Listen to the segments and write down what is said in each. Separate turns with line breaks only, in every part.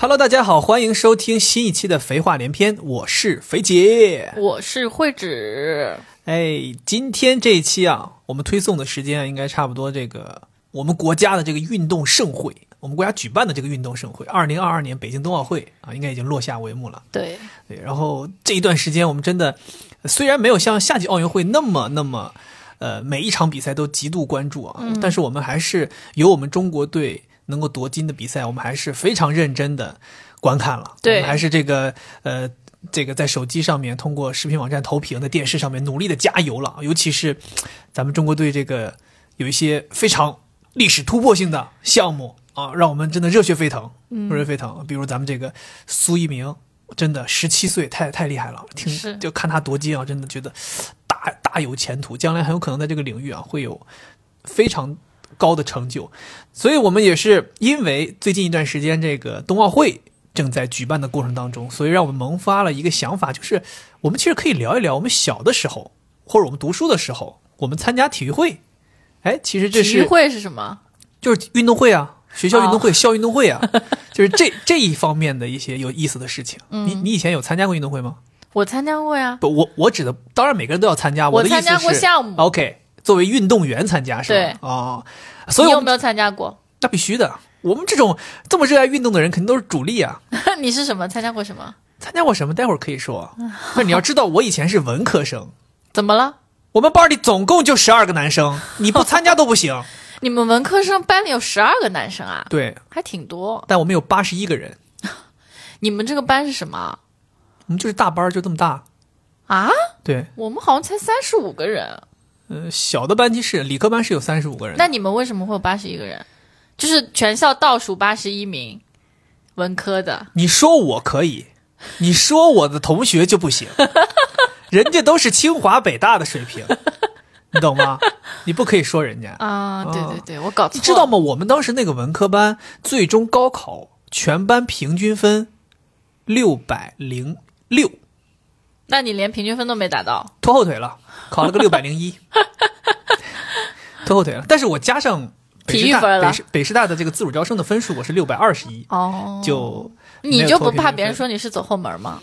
Hello，大家好，欢迎收听新一期的《肥话连篇》，我是肥姐。
我是惠子，
哎，今天这一期啊，我们推送的时间啊，应该差不多这个我们国家的这个运动盛会，我们国家举办的这个运动盛会，二零二二年北京冬奥会啊，应该已经落下帷幕了。
对，
对，然后这一段时间，我们真的虽然没有像夏季奥运会那么那么，呃，每一场比赛都极度关注啊，但是我们还是有我们中国队能够夺金的比赛，我们还是非常认真的观看了。
对
我们还是这个呃。这个在手机上面通过视频网站投屏，在电视上面努力的加油了，尤其是咱们中国队这个有一些非常历史突破性的项目啊，让我们真的热血沸腾，热血沸腾。比如咱们这个苏一鸣，真的十七岁，太太厉害了，
是
听就看他夺金啊，真的觉得大大有前途，将来很有可能在这个领域啊会有非常高的成就。所以我们也是因为最近一段时间这个冬奥会。正在举办的过程当中，所以让我们萌发了一个想法，就是我们其实可以聊一聊我们小的时候，或者我们读书的时候，我们参加体育会，哎，其实这
体
是
育会是什么？
就是运动会啊，学校运动会、校运动会 啊，就是这这一方面的一些有意思的事情。
嗯
你你以前有参加过运动会吗？
我参加过呀，
不，我我指的当然每个人都要参加。
我
的意思
参
是
加过项目
OK，作为运动员参加是吧？
对
哦，所以
你
我
有
们
没有参加过？
那必须的。我们这种这么热爱运动的人，肯定都是主力啊。
你是什么？参加过什么？
参加过什么？待会儿可以说。不是，你要知道，我以前是文科生，
怎么了？
我们班里总共就十二个男生，你不参加都不行。
你们文科生班里有十二个男生啊，
对，
还挺多。
但我们有八十一个人，
你们这个班是什么
我们就是大班儿，就这么大。
啊？
对，
我们好像才三十五个人，
呃，小的班级是理科班是有三十五个人的，
那你们为什么会有八十一个人？就是全校倒数八十一名文科的，
你说我可以，你说我的同学就不行，人家都是清华北大的水平，你懂吗？你不可以说人家，
啊，对
哦
对对，我搞错
你
了，
知道吗？我们当时那个文科班最终高考全班平均分六百零六，
那你连平均分都没达到，
拖后腿了，考了个六百零一，拖后腿了。但是我加上北师
体育分
大
了
北师北师大的这个自主招生的分数，我是六百二十一，
哦，
就没
你
有
就
拖
不
平
怕
均
别人
分
说你是走后门吗？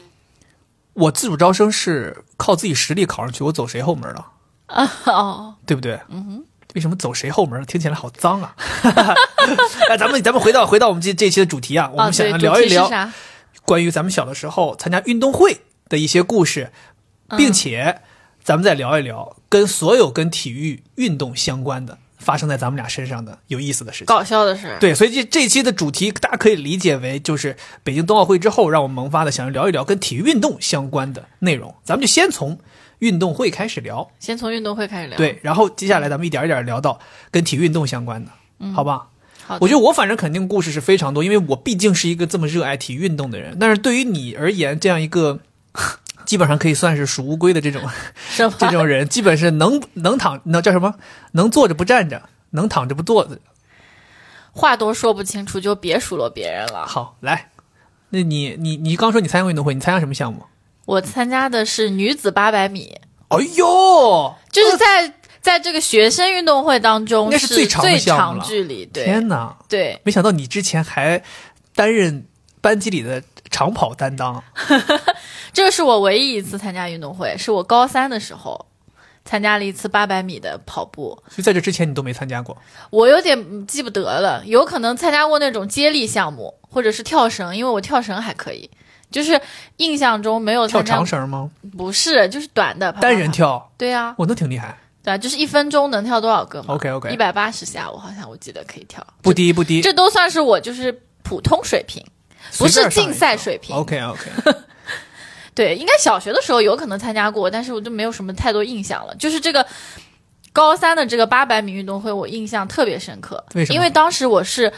我自主招生是靠自己实力考上去，我走谁后门了？
哦，
对不对？嗯为什么走谁后门？听起来好脏啊！ 哎，咱们咱们回到回到我们这这一期的主题啊，我
啊，
们想
对，
要
主
聊
题
一
是
聊
啥？
关于咱们小的时候参加运动会的一些故事，并且咱们再聊一聊跟所有跟体育运动相关的发生在咱们俩身上的有意思的事情。
搞笑的事儿。
对，所以这这一期的主题，大家可以理解为就是北京冬奥会之后，让我们萌发的想要聊一聊跟体育运动相关的内容。咱们就先从运动会开始聊，
先从运动会开始聊。，
对，然后接下来咱们一点一点聊到跟体育运动相关的，好吧？
嗯好的
我觉得我反正肯定故事是非常多，因为我毕竟是一个这么热爱体育运动的人。但是对于你而言，这样一个基本上可以算是属乌龟的这种
什么
这种人，基本是能能躺能叫什么？能坐着不站着，能躺着不坐着。
话都说不清楚，就别数落别人了。
好，来，那你你你刚说你参加过运动会，你参加什么项目？
我参加的是女子八百米，
哎呦，
就是在、在这个学生运动会当中
应哦该是
是
最长的项目了
距离。对
天哪！
对，
没想到你之前还担任班级里的长跑担当。
这个是我唯一一次参加运动会，是我高三的时候参加了一次八百米的跑步。
所以在这之前你都没参加过。
我有点记不得了，有可能参加过那种接力项目或者是跳绳，因为我跳绳还可以。就是印象中没有
跳
参加，
长绳吗？
不是就是短的
单人
跳。
跳，
对啊，
我那挺厉害。
对啊，就是一分钟能跳多少个嘛
OK，OK
一百八十下，我好像我记得可以跳，
不低不低，
这都算是我就是普通水平，不是竞赛水平。
OK OK，
对，应该小学的时候有可能参加过，但是我就没有什么太多印象了。就是这个高三的这个八百米运动会，我印象特别深刻，
为什么
因为当时我是。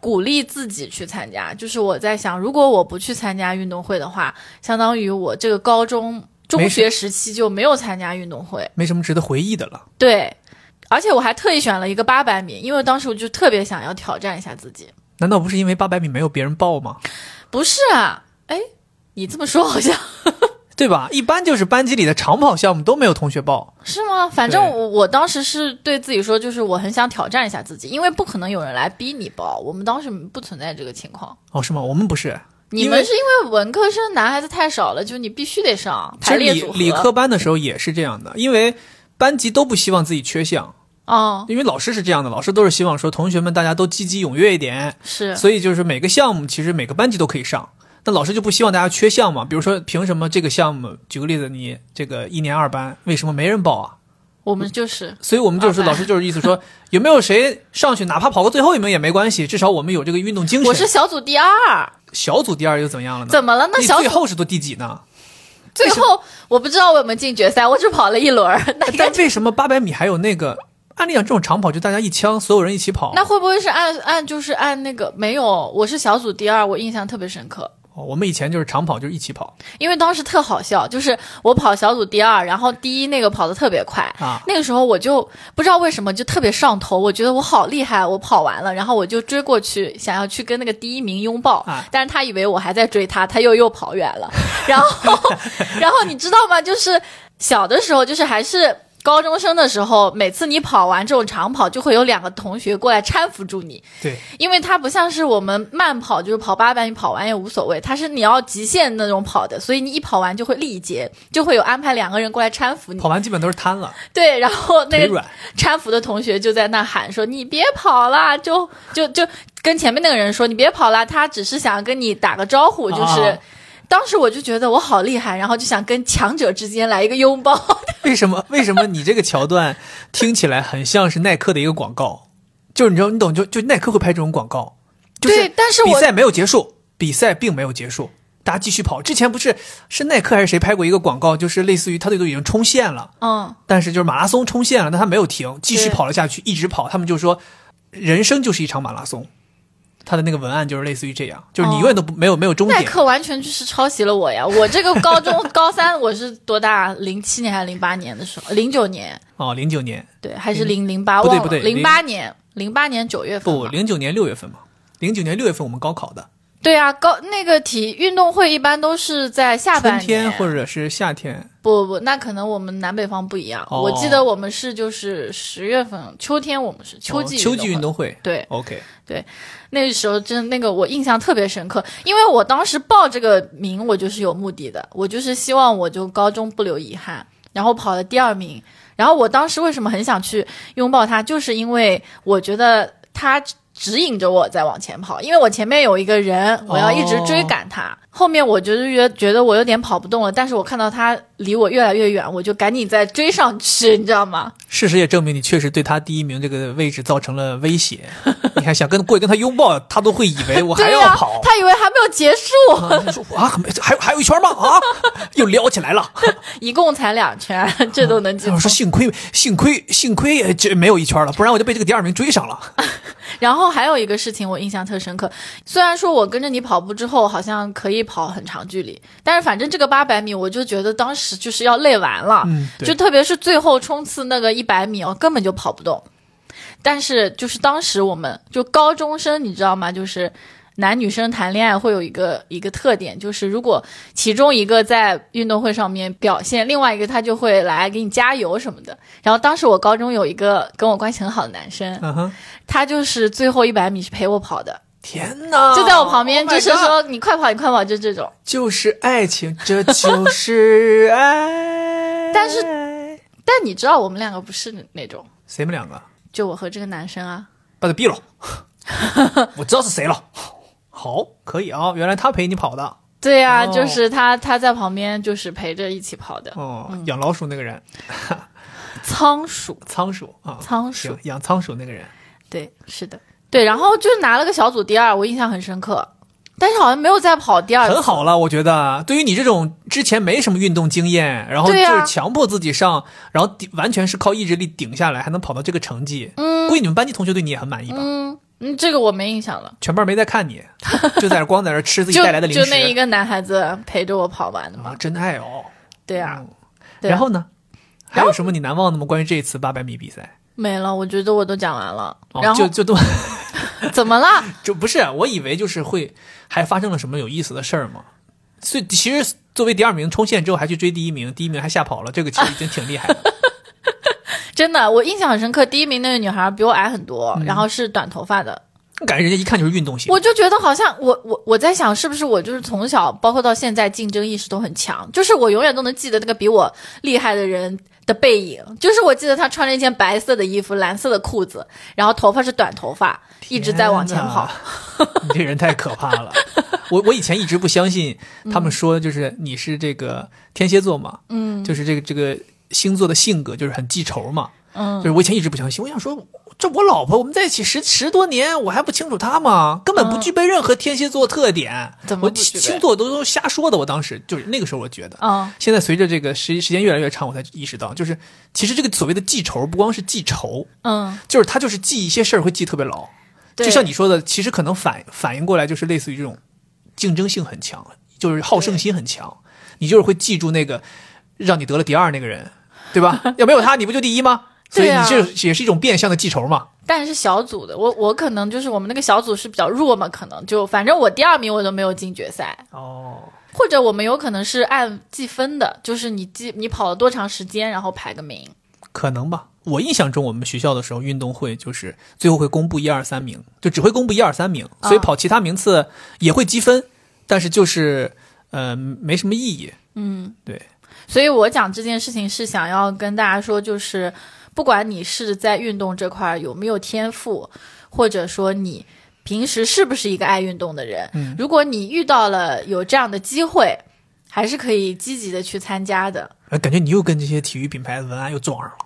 鼓励自己去参加，就是我在想，如果我不去参加运动会的话，相当于我这个高中、中
没事
学时期就没有参加运动会。
没什么值得回忆的了。
对，而且我还特意选了一个八百米，因为当时我就特别想要挑战一下自己。
难道不是因为八百米没有别人报吗？
不是啊，哎，你这么说好像
对吧？一般就是班级里的长跑项目都没有同学报，
是吗？反正
对
我我当时是对自己说，就是我很想挑战一下自己，因为不可能有人来逼你报，我们当时不存在这个情况。
哦，是吗？我们不是，
你
因为
们是因为文科生男孩子太少了，就你必须得上
其实
排列
理
组合。
理科班的时候也是这样的，因为班级都不希望自己缺项，
哦，
因为老师是这样的，老师都是希望说同学们大家都积极踊跃一点，
是
所以就是每个项目其实每个班级都可以上，但老师就不希望大家缺项嘛。比如说凭什么这个项目？举个例子，你这个一年二班为什么没人报啊？
我们就是
所以我们就是
二班
老师就是意思 说，有没有谁上去哪怕跑个最后一名也没关系，至少我们有这个运动精神。
我是小组第二，
小组第二又怎么样了呢？
怎么了？那
你
小
最
组
后是都第几呢？
最后我不知道我有没有进决赛，我只跑了一轮儿，那应该
但为什么八百米还有那个？按理讲这种长跑就大家一枪，所有人一起跑。
那会不会是按按就是按那个没有？我是小组第二，我印象特别深刻，
哦我们以前就是长跑就是一起跑
因为当时特好笑，就是我跑小组第二，然后第一那个跑得特别快。
啊，
那个时候我就不知道为什么就特别上头，我觉得我好厉害，我跑完了，然后我就追过去，想要去跟那个第一名拥抱，
啊
但是他以为我还在追他，他又又跑远 了，然后，然后你知道吗？就是小的时候，就是还是。高中生的时候，每次你跑完这种长跑，就会有两个同学过来搀扶住你，
对，
因为它不像是我们慢跑，就是跑八百米跑完也无所谓，它是你要极限那种跑的，所以你一跑完就会力竭，就会有安排两个人过来搀扶你
跑。完基本都是瘫了，
对，然后那
腿
个
软。
搀扶的同学就在那喊说：“你别跑啦！”就就就跟前面那个人说：“你别跑啦！”他只是想跟你打个招呼，就是。
啊
当时我就觉得我好厉害，然后就想跟强者之间来一个拥抱。
为什么？为什么你这个桥段听起来很像是耐克的一个广告？就是你知道，你懂就就耐克会拍这种广告，就是
对，但是
比
我
赛没有结束，比赛并没有结束，大家继续跑。之前不是是耐克还是谁拍过一个广告，就是类似于他队都已经冲线了，
嗯，
但是就是马拉松冲线了，但他没有停，继续
对
跑了下去，一直跑。他们就说，人生就是一场马拉松。他的那个文案就是类似于这样，就是你
哦
永远都不、没有没有终
耐
点。
克完全就是抄袭了我呀！我这个高 中高三我是多大？零七年还是零八年的时候？零九年
哦，零九年
对，还是零零八？
不对
忘
不
了
对
零八年零八年九月份
不，
吧
零九年六月份嘛，零九年六月份我们高考的，
对啊，高那个体运动会一般都是在下半
春
年
天或者是夏天。
不不，那可能我们南北方不一样。
哦
我记得我们是就是十月份，秋天我们是秋季、
哦秋季运。动会。
对，
OK，
那时候真那个我印象特别深刻，因为我当时报这个名，我就是有目的的，我就是希望我就高中不留遗憾，然后跑了第二名。然后我当时为什么很想去拥抱他，就是因为我觉得他指引着我在往前跑，因为我前面有一个人，我要一直
哦
追赶他。后面我就是觉觉得我有点跑不动了，但是我看到他离我越来越远，我就赶紧再追上去，你知道吗？
事实也证明你确实对他第一名这个位置造成了威 胁。你看，想跟过去跟他拥抱，他都会以为我还
对
要
呀、
跑。
他以为还没有结束，
啊他说啊，还还有还有一圈吗？啊， 又撩起来了。
一共才两圈，这都能记住
我。说幸亏幸亏幸亏呃这没有一圈了，不然我就被这个第二名追上了。
然后还有一个事情我印象特深刻，虽然说我跟着你跑步之后好像可以跑很长距离，但是反正这个八百米我就觉得当时就是要累完了，
嗯，
就
对，
特别是最后冲刺那个一百米，我哦根本就跑不动。但是就是当时我们就高中生，你知道吗？就是男女生谈恋爱会有一个一个特点，就是如果其中一个在运动会上面表现，另外一个他就会来给你加油什么的。然后当时我高中有一个跟我关系很好的男生，
嗯哼，
他就是最后一百米是陪我跑的，
天哪，
就在我旁边，
Oh my
就是
God，
说你快跑，你快跑，就这种。
就是爱情，这 就是爱。
但是但你知道我们两个不是那种，
谁们两个
就我和这个男生啊，
把他毙了？ 我知道是谁了。好，可以啊，原来他陪你跑的
对呀、
哦
就是他他在旁边就是陪着一起跑的
哦，养老鼠那个人，
仓鼠，
仓鼠啊，
哦仓鼠
行，，养仓鼠那个人，
对，是的，对，然后就是拿了个小组第二，我印象很深刻，但是好像没有再跑第二次
很好了，我觉得对于你这种之前没什么运动经验，然后就
对啊
是强迫自己上，然后顶完全是靠意志力顶下来，还能跑到这个成绩，嗯，估计你们班级同学对你也很满意吧？
嗯嗯，这个我没印象了，
全班没在看你，就在那光在那吃自己
就
带来的零
就那一
食
个男孩子陪着我跑完的嘛，
啊，真爱哦。
对呀、
嗯
对啊
然后呢？还
然
有
后
什么你难忘的吗？关于这一次八百米比赛，
没了，我觉得我都讲完了，
哦
然后
就就都
怎么啦？
就不是，我以为就是会还发生了什么有意思的事儿嘛。所以其实作为第二名冲线之后还去追第一名，第一名还吓跑了，这个其实已经挺厉害的。
真的，我印象很深刻。第一名那个女孩比我矮很多，
嗯
然后是短头发的，
感觉人家一看就是运动型。
我就觉得好像我我我在想，是不是我就是从小包括到现在竞争意识都很强，就是我永远都能记得那个比我厉害的人的背影，就是我记得他穿了一件白色的衣服，蓝色的裤子，然后头发是短头发，一直在往前跑。
天哪，你 这人太可怕了。我我以前一直不相信
嗯
他们说，就是你是这个天蝎座嘛，嗯，就是这个这个星座的性格就是很记仇嘛，
嗯，
就是我以前一直不相信，我想说这我老婆我们在一起十十多年，我还不清楚她吗？根本不具备任何天蝎座特点，
嗯怎么
我
不具备
星星座都都瞎说的，我当时就是那个时候我觉得，
嗯，
现在随着这个时时间越来越长，我才意识到，就是其实这个所谓的记仇，不光是记仇，
嗯，
就是他就是记一些事儿会记特别牢。
对
就像你说的，其实可能反反应过来就是类似于这种竞争性很强，就是好胜心很强，你就是会记住那个让你得了第二那个人，对吧？ 要没有他，你不就第一吗？所以
对啊
你这也是一种变相的记仇嘛。
但是小组的，我我可能就是我们那个小组是比较弱嘛，可能就反正我第二名我都没有进决赛，
哦，
或者我们有可能是按计分的，就是你记你跑了多长时间，然后排个名。
可能吧。我印象中，我们学校的时候运动会就是最后会公布一二三名，就只会公布一二三名，
啊
所以跑其他名次也会积分，但是就是呃没什么意义。嗯，对，
所以我讲这件事情是想要跟大家说，就是不管你是在运动这块儿有没有天赋，或者说你平时是不是一个爱运动的人，如果你遇到了有这样的机会，还是可以积极的去参加的，
呃感觉你又跟这些体育品牌的文案又撞上了。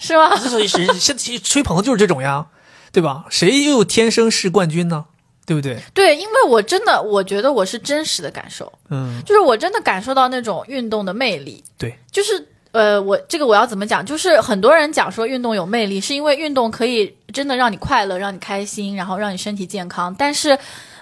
是吗？
所以谁现在吹捧的就是这种呀，对吧？谁又天生是冠军呢？对不对？
对，因为我真的我觉得我是真实的感受，
嗯，
就是我真的感受到那种运动的魅力，
对，
就是呃，我这个我要怎么讲？就是很多人讲说运动有魅力，是因为运动可以真的让你快乐，让你开心，然后让你身体健康。但是，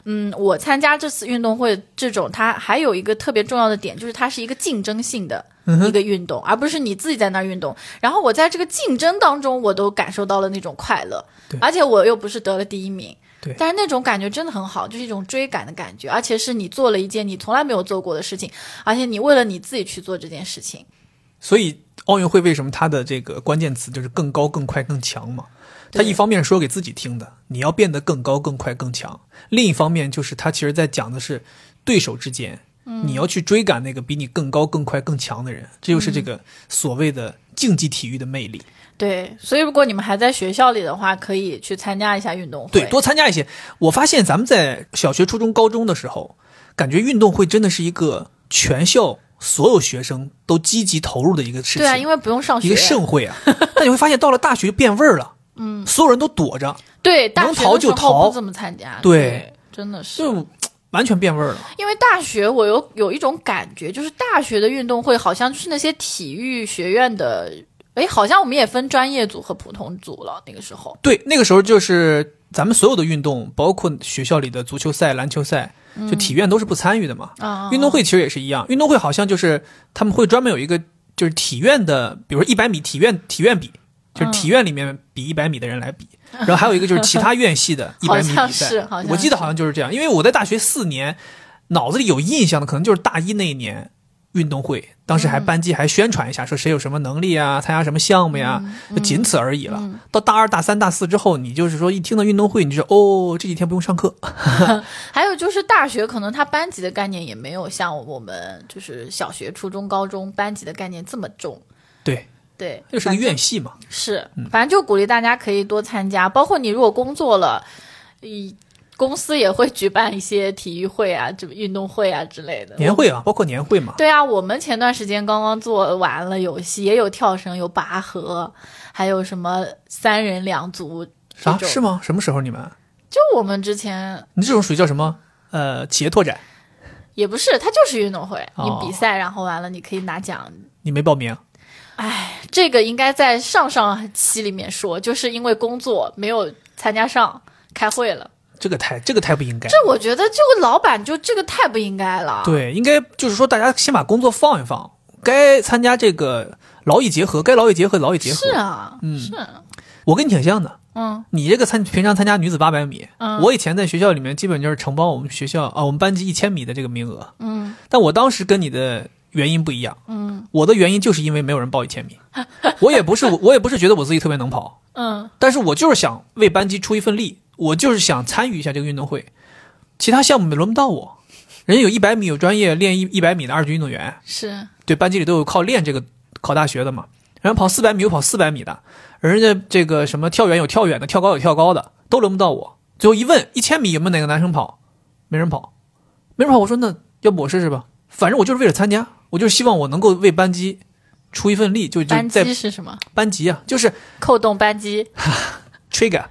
嗯，我参加这次运动会这种，它还有一个特别重要的点，就是它是一个竞争性的。
嗯
一个运动，而不是你自己在那儿运动。然后我在这个竞争当中，我都感受到了那种快乐
对，
而且我又不是得了第一名，
对
但是那种感觉真的很好，就是一种追赶的感觉，而且是你做了一件你从来没有做过的事情，而且你为了你自己去做这件事情。
所以奥运会为什么它的这个关键词就是更高、更快、更强嘛？它
对
一方面说给自己听的，你要变得更高、更快、更强；另一方面就是它其实在讲的是对手之间，你要去追赶那个比你更高、更快、更强的人，这就是这个所谓的竞技体育的魅力。
对，所以如果你们还在学校里的话，可以去参加一下运动会。
对，多参加一些。我发现咱们在小学、初中、高中的时候，感觉运动会真的是一个全校所有学生都积极投入的一个事情，
对啊，因为不用上学。
一个盛会 啊。但你会发现，到了大学就变味儿了，嗯，所有人都躲着，
对大
能
学
逃
的
就
时候
逃
不怎么参加。
对
真的是，
就完全变味儿了。
因为大学我有有一种感觉，就是大学的运动会好像就是那些体育学院的，哎，好像我们也分专业组和普通组了。那个时候，
对，那个时候就是咱们所有的运动，包括学校里的足球赛、篮球赛，就体院都是不参与的嘛。
嗯啊、
运动会其实也是一样，运动会好像就是他们会专门有一个就是体院的，比如说一百米体院体院比，就是
嗯
体院里面比一百米的人来比，然后还有一个就是其他院系 的一百米
好像
比
是
赛
好像，是
我记得好像就是这样，因为我在大学四年，脑子里有印象的可能就是大一那一年。运动会当时还班级还宣传一下，说谁有什么能力啊，参加什么项目呀，就仅此而已了。到大二、大三、大四之后，你就是说一听到运动会，你就哦，这几天不用上课，
还有就是大学可能它班级的概念也没有像我们就是小学、初中、高中班级的概念这么重。
对，
对，
就是个院系嘛。
是，
嗯
反正就鼓励大家可以多参加，包括你如果工作了，以公司也会举办一些体育会啊、这运动会啊之类的。
年会啊，包括年会嘛。
对啊，我们前段时间刚刚做完了游戏，也有跳绳，有拔河，还有什么三人两足这
啥
种。
啊是吗？什么时候你们？
就我们之前
你这种属于叫什么？呃，企业拓展，
也不是，它就是运动会，
哦
你比赛，然后完了你可以拿奖。
你没报名，
哎，这个应该在上上期里面说，就是因为工作没有参加上，开会了。
这个太这啊个太不应该。
这我觉得这个老板就这个太不应该了。
对，应该就是说，大家先把工作放一放，该参加这个劳逸结合，该劳逸结合劳逸结合。嗯
是啊，是啊
我跟你挺像的，
嗯
你这个参平常参加女子八百米，
嗯
我以前在学校里面基本就是承包我们学校啊我们班级一千米的这个名额，
嗯
但我当时跟你的原因不一样，
嗯
我的原因就是因为没有人报一千米， 我也不是我也不是觉得我自己特别能跑，
嗯
但是我就是想为班级出一份力，我就是想参与一下这个运动会，其他项目轮不到我，人家有一百米有专业练一一百米的二级运动员，
是
对班级里都有靠练这个考大学的嘛，然后跑四百米有跑四百米的，人家这个什么跳远有跳远的，跳高有跳高的，都轮不到我。最后一问，一千米有没有哪个男生跑？没人跑，没人跑。我说那要不我试试吧，反正我就是为了参加，我就是希望我能够为班级出一份力，就就
班
在
机是什么？
班级啊，就是
扣动扳机。
trigger，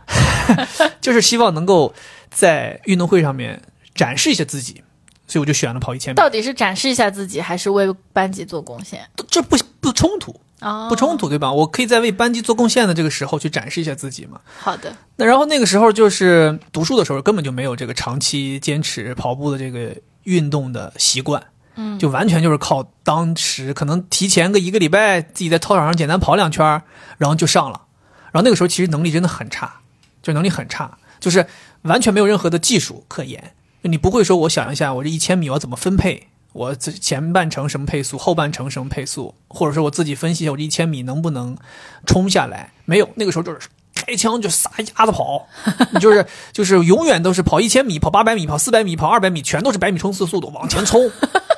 就是希望能够在运动会上面展示一下自己，所以我就选了跑一千米，
到底是展示一下自己，还是为班级做贡献？
这不不冲突。
哦，
不冲突，对吧？我可以在为班级做贡献的这个时候去展示一下自己嘛。
好的，
那然后那个时候就是读书的时候，根本就没有这个长期坚持跑步的这个运动的习惯，
嗯，
就完全就是靠当时可能提前个一个礼拜自己在操场上简单跑两圈儿，然后就上了。然后那个时候其实能力真的很差，就能力很差，就是完全没有任何的技术可言。就你不会说，我想一下，我这一千米我要怎么分配？我这前半程什么配速，后半程什么配速，或者说我自己分析一下，我这一千米能不能冲下来？没有，那个时候就是开枪就撒丫子跑，你就是就是永远都是跑一千米、跑八百米、跑四百米、跑二百米，全都是百米冲刺速度往前冲。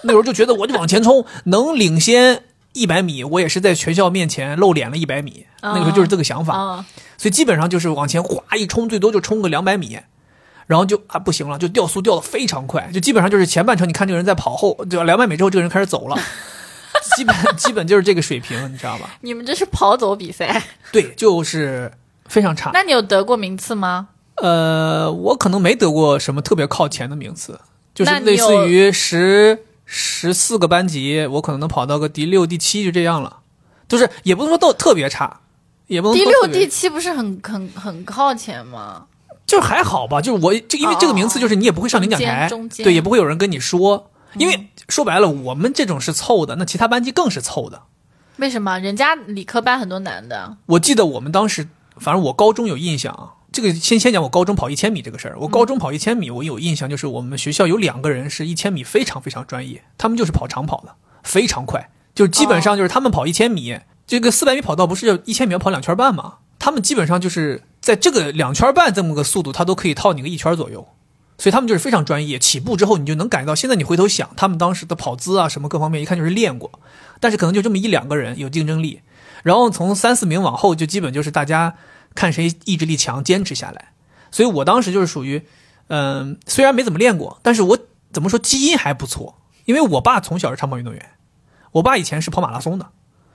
那时候就觉得我就往前冲，能领先一百米，我也是在全校面前露脸了一百米。那个时候就是这个想法。
哦，
所以基本上就是往前哗一冲，最多就冲个两百米，然后就啊不行了，就掉速掉的非常快，就基本上就是前半程你看这个人在跑后，就两百米之后这个人开始走了， 基本基本就是这个水平，你知道吧？
你们这是跑走比
啊
赛？
对，就是非常差。
那你有得过名次吗？
呃，我可能没得过什么特别靠前的名次，就是
那你
类
有
似于十十四个班级，我可能能跑到个第六、第七就这样了，就是也不能说都特别差。也不能
第
说
六、
特别
第七不是很很很靠前吗？
就是还好吧，就是我就因为这个名次，就是你也不会上领奖台，
哦中间中间嗯
对，也不会有人跟你说，因为说白了，我们这种是凑的，那其他班级更是凑的。
为什么？人家理科班很多男的，
我记得我们当时，反正我高中有印象啊，这个先先讲我高中跑一千米这个事儿。我高中跑一千米，我有印象，就是我们学校有两个人是一千米非常非常专业，他们就是跑长跑的，非常快，就是基本上就是他们跑一千米，这个四百米跑道不是一千米要跑两圈半吗？他们基本上就是在这个两圈半这么个速度，他都可以套你个一圈左右。所以他们就是非常专业，起步之后你就能感觉到。现在你回头想，他们当时的跑姿啊，什么各方面，一看就是练过。但是可能就这么一两个人有竞争力，然后从三四名往后就基本就是大家看谁意志力强，坚持下来。所以我当时就是属于，嗯、虽然没怎么练过，但是我怎么说基因还不错，因为我爸从小是长跑运动员，我爸以前是跑马拉松的，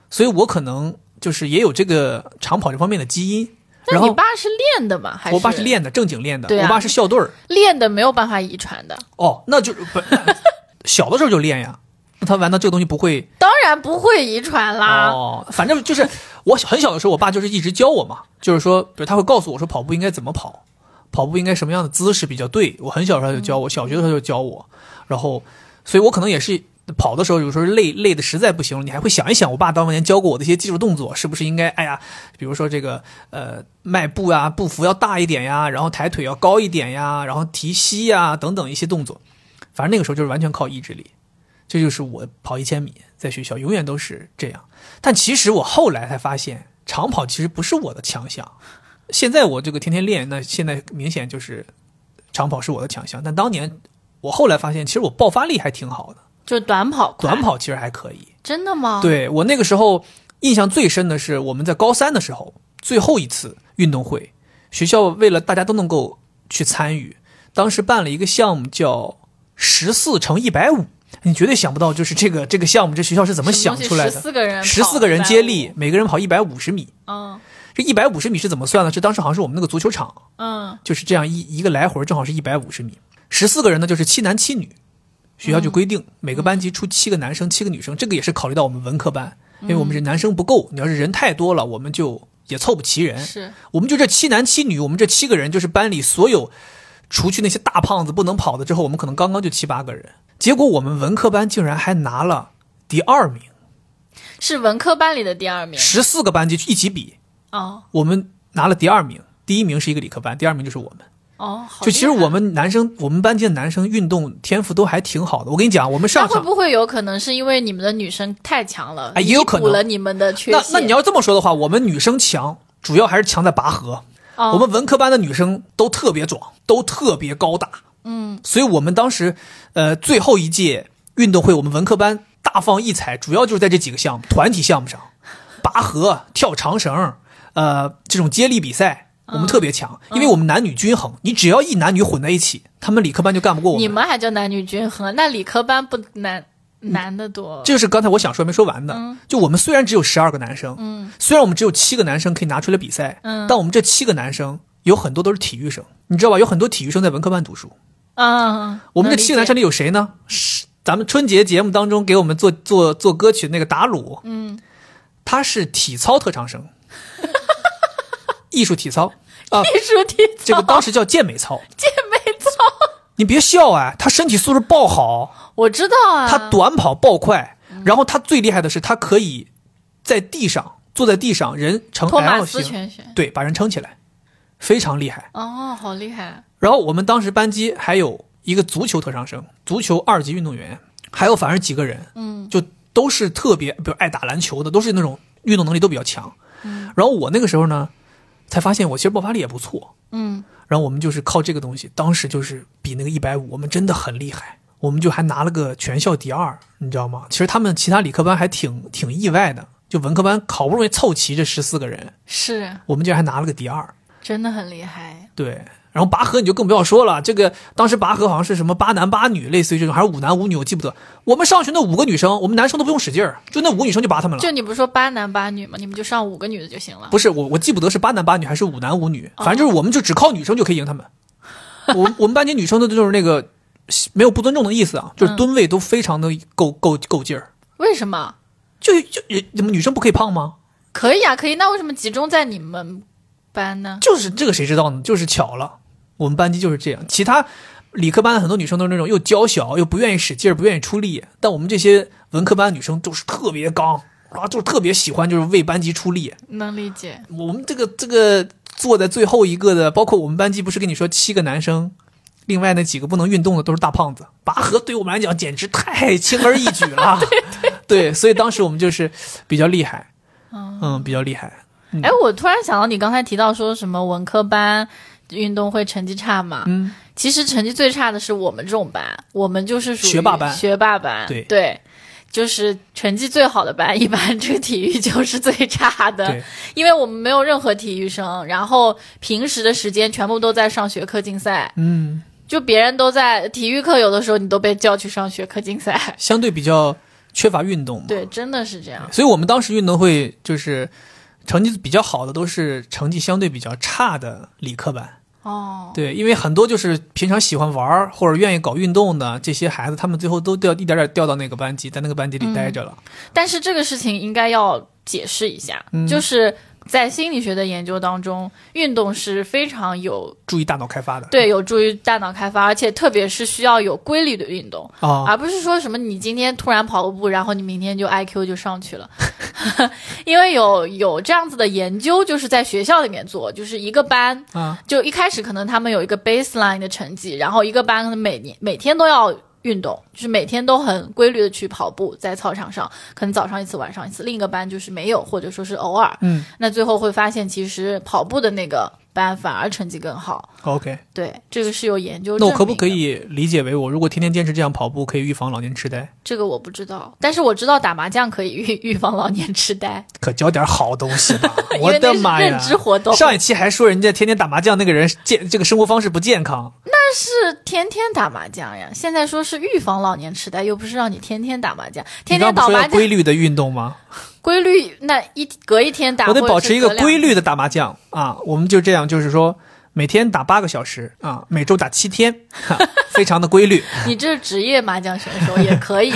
所以我可能就是也有这个长跑这方面的基因。
那
然
你
后
爸是练的吧？还是
我爸是练的，正经练的，
对啊
我爸是校队儿。
练的，没有办法遗传的。
哦，那就是不小的时候就练呀。那他玩到这个东西不会
当然不会遗传啦。
哦，反正就是我很小的时候，我爸就是一直教我嘛，就是说，比如他会告诉我说跑步应该怎么跑，跑步应该什么样的姿势比较对。我很小的时候他就教我，小学的时候就教我，然后，所以我可能也是跑的时候，有时候累累的实在不行了，你还会想一想，我爸当年教过我的一些技术动作，是不是应该，哎呀，比如说这个呃迈步啊，步幅要大一点呀，然后抬腿要高一点呀，然后提膝呀等等一些动作，反正那个时候就是完全靠意志力。这就是我跑一千米在学校永远都是这样。但其实我后来才发现，长跑其实不是我的强项。现在我这个天天练，那现在明显就是长跑是我的强项。但当年我后来发现，其实我爆发力还挺好的，
就是短跑快，哦
短跑其实还可以。
真的吗？，
对我那个时候印象最深的是我们在高三的时候最后一次运动会，学校为了大家都能够去参与，当时办了一个项目叫十四乘一百五，你绝对想不到，就是这个这个项目这学校是怎么想出来
十
的？
四个人跑，
十四个人接力，每个人跑一百五十米。
嗯
这一百五十米是怎么算呢？是当时好像是我们那个足球场，
嗯
就是这样一一个来回正好是一百五十米。十四个人呢，就是七男七女，学校就规
嗯
定每个班级出七个男生，七个女生。这个也是考虑到我们文科班，因为我
嗯
们这男生不够，你要是人太多了，我们就也凑不齐人。
是
我们就这七男七女，我们这七个人就是班里所有，除去那些大胖子不能跑的之后，我们可能刚刚就七八个人。结果我们文科班竟然还拿了第二名，
是文科班里的第二名
十四个班级一起比，
哦，
我们拿了第二名，第一名是一个理科班，第二名就是我们。
哦，好
就其实
厉害
我们男生，我们班级的男生运动天赋都还挺好的。我跟你讲，我们
那
上
会
场，
不会有可能是因为你们的女生太强了，
哎也有可能
弥补了你们的缺
那
陷？
那你要这么说的话，我们女生强，主要还是强在拔河。
哦
我们文科班的女生都特别壮，都特别高大。嗯，所以我们当时，呃，最后一届运动会，我们文科班大放异彩，主要就是在这几个项目，团体项目上，拔河、跳长绳，呃，这种接力比赛。我
嗯
们特别强，因为我们男女均衡。你只要一男女混在一起，他们理科班就干不过我们。
你们还叫男女均衡？啊那理科班不男男的多？
嗯这就是刚才我想说没说完的。
嗯
就我们虽然只有十二个男生，嗯，虽然我们只有七个男生可以拿出来比赛，嗯，但我们这七个男生有很多都是体育生，你知道吧？有很多体育生在文科班读书。
嗯，
我们这
能理
七个男生里
解
有谁呢？是咱们春节节目当中给我们做做做歌曲的那个达鲁，嗯，他是体操特长生，艺术体操啊，
艺 术体操
这个当时叫健美操。
健美操，
你别笑啊，他身体素质爆好，
我知道啊，
他短跑爆快，然后他最厉害的是他可以在地上坐在地上，人成
托马
L
斯
型，
全旋。
对，把人撑起来，非常厉害。
哦，好厉害！
然后我们当时班级还有一个足球特长生，足球二级运动员，还有反正几个人，嗯，就都是特别，比如爱打篮球的，都是那种运动能力都比较强。
嗯
然后我那个时候呢，才发现我其实爆发力也不错，
嗯，
然后我们就是靠这个东西，当时就是比那个一百五，我们真的很厉害，我们就还拿了个全校第二，你知道吗？其实他们其他理科班还挺挺意外的，就文科班好不容易凑齐这十四个人，
是
我们竟然还拿了个第二，
真的很厉害。
对。然后拔河你就更不要说了，这个当时拔河好像是什么八男八女，类似于这种，还是五男五女，我记不得。我们上去那五个女生，我们男生都不用使劲儿，就那五个女生就拔他们了。
就你不是说八男八女吗？你们就上五个女的就行了。
不是我，我记不得是八男八女还是五男五女，反正就是我们就只靠女生就可以赢他们。我我们班级女生的就是那个没有不尊重的意思啊，就是吨位都非常的够够够劲儿。
为什么？
就就也怎么女生不可以胖吗？
可以啊，可以。那为什么集中在你们班呢？
就是这个谁知道呢？就是巧了，我们班级就是这样。其他理科班的很多女生都是那种又娇小又不愿意使劲儿，不愿意出力，但我们这些文科班的女生都是特别刚啊，就是特别喜欢就是为班级出力。
能理解。
我们这个这个坐在最后一个的，包括我们班级，不是跟你说七个男生，另外那几个不能运动的都是大胖子。拔河对于我们来讲简直太 轻而易举了， 对所以当时我们就是比较厉害，嗯，比较厉害。
哎，我突然想到，你刚才提到说什么文科班运动会成绩差嘛？
嗯，
其实成绩最差的是我们这种班，我们就是属于
学霸班
学霸班，
对
就是成绩最好的班， 一般这个体育就是最差的
对，
因为我们没有任何体育生，然后平时的时间全部都在上学科竞赛，
嗯，
就别人都在体育课，有的时候你都被叫去上学科竞赛，
相对比较缺乏运动嘛，
对，真的是这样，
所以我们当时运动会就是成绩比较好的都是成绩相对比较差的理科班。
哦，
对，因为很多就是平常喜欢玩儿或者愿意搞运动的这些孩子，他们最后都掉一点点掉到那个班级，在那个班级里待着了。
但是这个事情应该要解释一下，就是在心理学的研究当中，运动是非常有
注意大脑开发的，
对有助于大脑开发，而且特别是需要有规律的运动，
啊、
而不是说什么你今天突然跑个步，然后你明天就 IQ 就上去了， 因为有有这样子的研究，就是在学校里面做，就是一个班。
啊，
就一开始可能他们有一个 baseline 的成绩，然后一个班可能每年每天都要运动，就是每天都很规律的去跑步，在操场上，可能早上一次，晚上一次。另一个班就是没有，或者说是偶尔。
嗯
那最后会发现，其实跑步的那个班反而成绩更好。
，OK。
对，这个是有研究
那
证
我
明的。
可不可以理解为，我如果天天坚持这样跑步，可以预防老年痴呆？
这个我不知道，但是我知道打麻将可以预预防老年痴呆，
可教点好东西 吧！
因
我
为那
的
是
妈呀
认！知活动，
上一期还说人家天天打麻将那个人健这个生活方式不健康，
是天天打麻将呀。现在说是预防老年痴呆，又不是让你天天打麻将，
你
天天
刚不
打
说
麻
要
将
规律的运动吗？
规律，那一隔一天打，
我得
或者
保
是
持一个
隔两
规律的打麻将啊！我们就这样，就是说每天打八个小时啊，每周打七天，哈非常的规律。
你这是职业麻将选手也可以，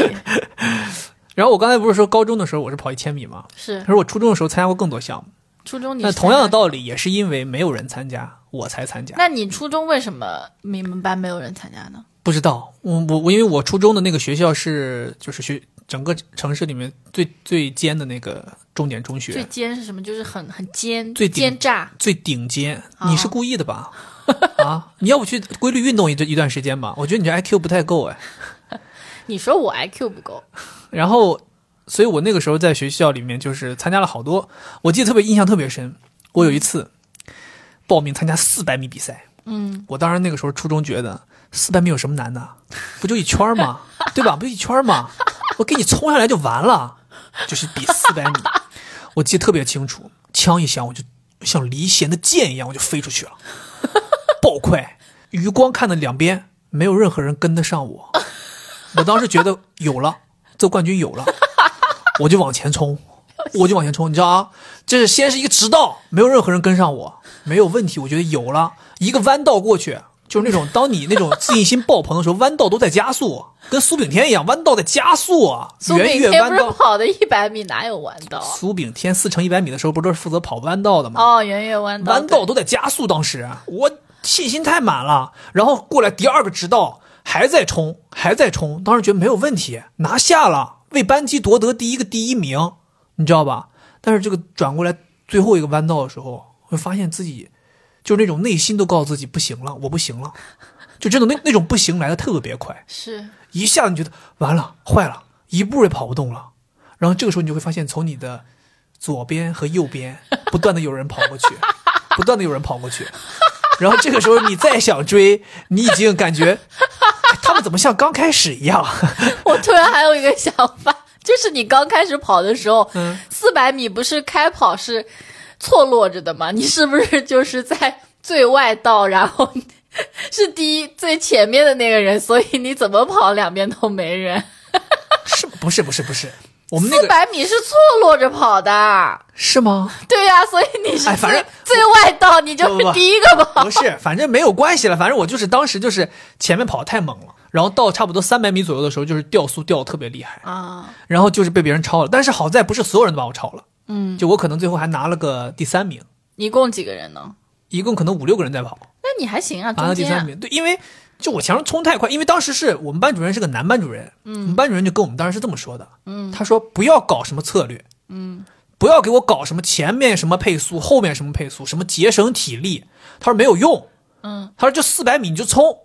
然后我刚才不是说高中的时候我是跑一千米吗？
是
可是我初中的时候参加过更多项目。
初中你
那
是
同样的
参加
道理，啊也是因为没有人参加，我才参加。
那你初中为什么你们班没有人参加呢？
不知道，我我我，因为我初中的那个学校是就是学整个城市里面最最尖的那个重点中学，
最尖是什么？就是很很尖，
啊最顶
奸诈。
最顶尖，
哦
你是故意的吧？ 啊，你要不去规律运动一段一段时间吧？我觉得你这 IQ 不太够哎。
你说我 IQ 不够，
然后，所以我那个时候在学校里面就是参加了好多，我记得特别印象特别深。我有一次报名参加四百米比赛，
嗯，
我当时那个时候初中觉得四百米有什么难的？不就一圈儿吗？对吧？不就一圈儿吗？我给你冲下来就完了，就是比四百米。我记得特别清楚，枪一响，我就像离弦的箭一样，我就飞出去了，爆快。余光看的两边没有任何人跟得上我，我当时觉得有了，这冠军有了，我就往前冲，我就往前冲，你知道啊？这是先是一个直道，没有任何人跟上我，没有问题，我觉得有了一个弯道过去，就是那种当你那种自信心爆棚的时候，弯道都在加速，跟苏炳添一样，弯道在加速啊，
苏
圆
炳
月
添
弯
不是
道。
跑的一百米哪有弯道？
苏炳添四乘一百米的时候，不都是负责跑弯道的吗？
哦，圆月弯道，
弯道都在加速，当时我信心太满了，然后过来第二个直道还在冲，还在冲，当时觉得没有问题，拿下了，为班级夺得第一个第一名，你知道吧？但是这个转过来最后一个弯道的时候，会发现自己就是那种内心都告诉自己不行了，我不行了，就真的那那种不行来的特别快，
是
一下子你觉得完了，坏了，一步也跑不动了。然后这个时候你就会发现，从你的左边和右边不断的有人跑过去， 不断的有人跑过去。然后这个时候你再想追，你已经感觉、哎他们怎么像刚开始一样？
我突然还有一个想法，就是你刚开始跑的时候
嗯，
四百、米不是开跑是错落着的吗？ 你是不是就是在最外道，然后是第一最前面的那个人，所以你怎么跑两边都没人？
是不是？不是不是，我们那
四
个
百、米是错落着跑的，
是吗？
对呀、所以你是最、
哎反正
最外道，你就
不不
是
不
第一个跑。
不是，反正没有关系了。反正我就是当时就是前面跑得太猛了，然后到差不多三百米左右的时候，就是掉速掉得特别厉害。
啊，
然后就是被别人超了，但是好在不是所有人都把我超了，嗯，就我可能最后还拿了个第三名，
一共几个人呢？
一共可能五六个人在跑，
那你还行啊，
拿
中
了第
间啊、
三名，对，因为就我前面冲太快，因为当时是我们班主任是个男班主任，嗯，我们班主任就跟我们当时是这么说的，嗯，他说不要搞什么策略，嗯，不要给我搞什么前面什么配速，后面什么配速，什么节省体力，他说没有用，
嗯，
他说就四百米你就冲。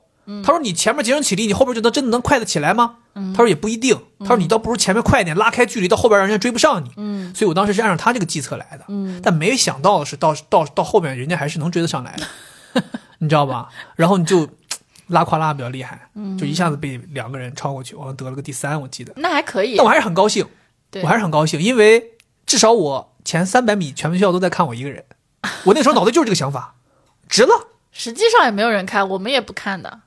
他说：“你前面节省体力，你后边就能真的能快得起来吗？”他说：“也不一定。他说：“你倒不如前面快一点，拉开距离，到后边让人家追不上你。”嗯，所以我当时是按照他这个计策来的。嗯，但没想到的是，到到到后面人家还是能追得上来的， 你知道吧？然后你就拉胯拉得比较厉害，就一下子被两个人超过去，我好像得了个第三，我记得。
那还可以
但我，还是很高兴，
对
我还是很高兴，因为至少我前三百米全校都在看我一个人。我那时候脑袋就是这个想法，值了。
实际上也没有人看，我们也不看的。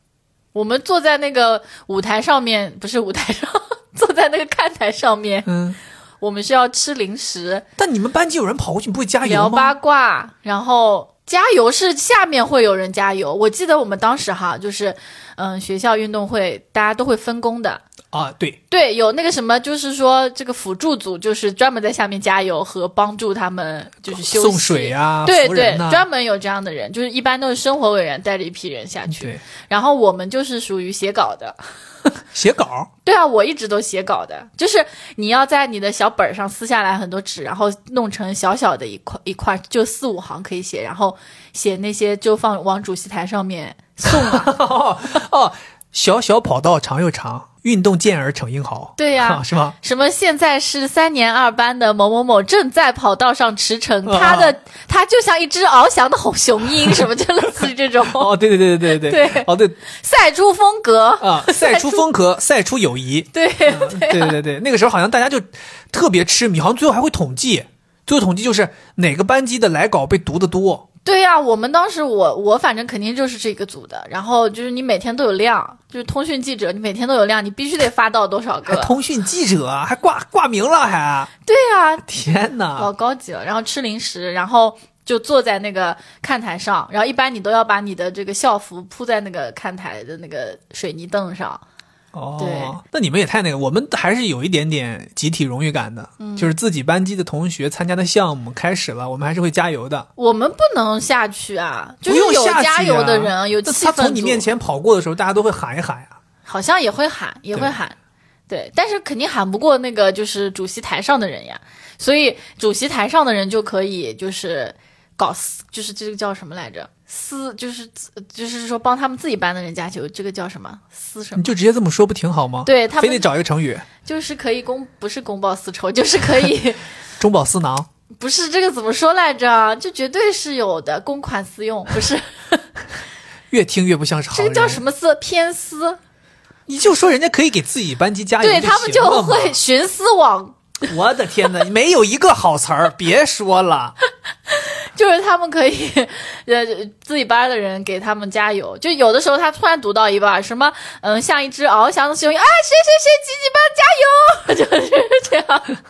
我们坐在那个舞台上面，不是舞台上， 坐在那个看台上面，
嗯，
我们是要吃零食、
但你们班啊级有人跑过去，你不会加
聊
油
八
吗？
卦，然后加油是下面会有人加油。我记得我们当时哈，就是嗯，学校运动会大家都会分工的，
啊，对，
对，有那个什么，就是说这个辅助组就是专门在下面加油和帮助他们，就是休息
送水啊
对
扶
对
人，呐
专门有这样的人，就是一般都是生活委员带着一批人下去，
对，
然后我们就是属于写稿的。
写稿
对啊，我一直都写稿的，就是你要在你的小本儿上撕下来很多纸，然后弄成小小的一块一块，就四五行可以写，然后写那些就放往主席台上面送啊。
哦哦，小小跑道长又长，运动健儿逞英豪。
对呀、
啊， 是吗？
什么？现在是三年二班的某某某正在跑道上驰骋，
啊
他的他就像一只翱翔的红雄鹰，什么就类似于这种
哦，对对对对对
对
哦对
赛出风格。
啊， 赛出风格，赛出友谊。
对，
对对对，那个时候好像大家就特别痴迷，好像最后还会统计，最后统计就是哪个班级的来稿被读的多。
对呀、我们当时我我反正肯定就是这个组的，然后就是你每天都有量，就是通讯记者，你每天都有量，你必须得发到多少
还
个？
通讯记者啊还挂挂名了还，哦
对呀、
天哪！
老高级了。然后吃零食，然后就坐在那个看台上，然后一般你都要把你的这个校服铺在那个看台的那个水泥凳上。
哦
对，
那你们也太那个，我们还是有一点点集体荣誉感的，
嗯
就是自己班级的同学参加的项目开始了，我们还是会加油的。
我们不能下去啊，就是
不用
有
下去啊
加油的人，有
那
气
他
氛
从你面
组，
前跑过的时候，大家都会喊一喊呀、
好像也会喊，也会喊，对，但是肯定喊不过那个就是主席台上的人呀，所以主席台上的人就可以就是搞私，就是这个叫什么来着？私就是就是说帮他们自己班的人加球，这个叫什么？私什
你
么？
就直接这么说不挺好吗？，
对他
哦非得
们
找一个成语，
就是可以公不是公报私仇， 就是可以
中饱私囊。
不是这个怎么说来着？这绝对是有的，公款私用不是
越听越不像是好
这
人。
个叫什么私？偏私？
你就说人家可以给自己班级加油，
对他们就会。徇私网
我的天哪，没有一个好词儿， 别说了。
就是他们可以，呃，自己班的人给他们加油。就有的时候他突然读到一半，什么，嗯，像一只翱翔的雄鹰，啊，谁谁谁，几几班加油， 就是这样，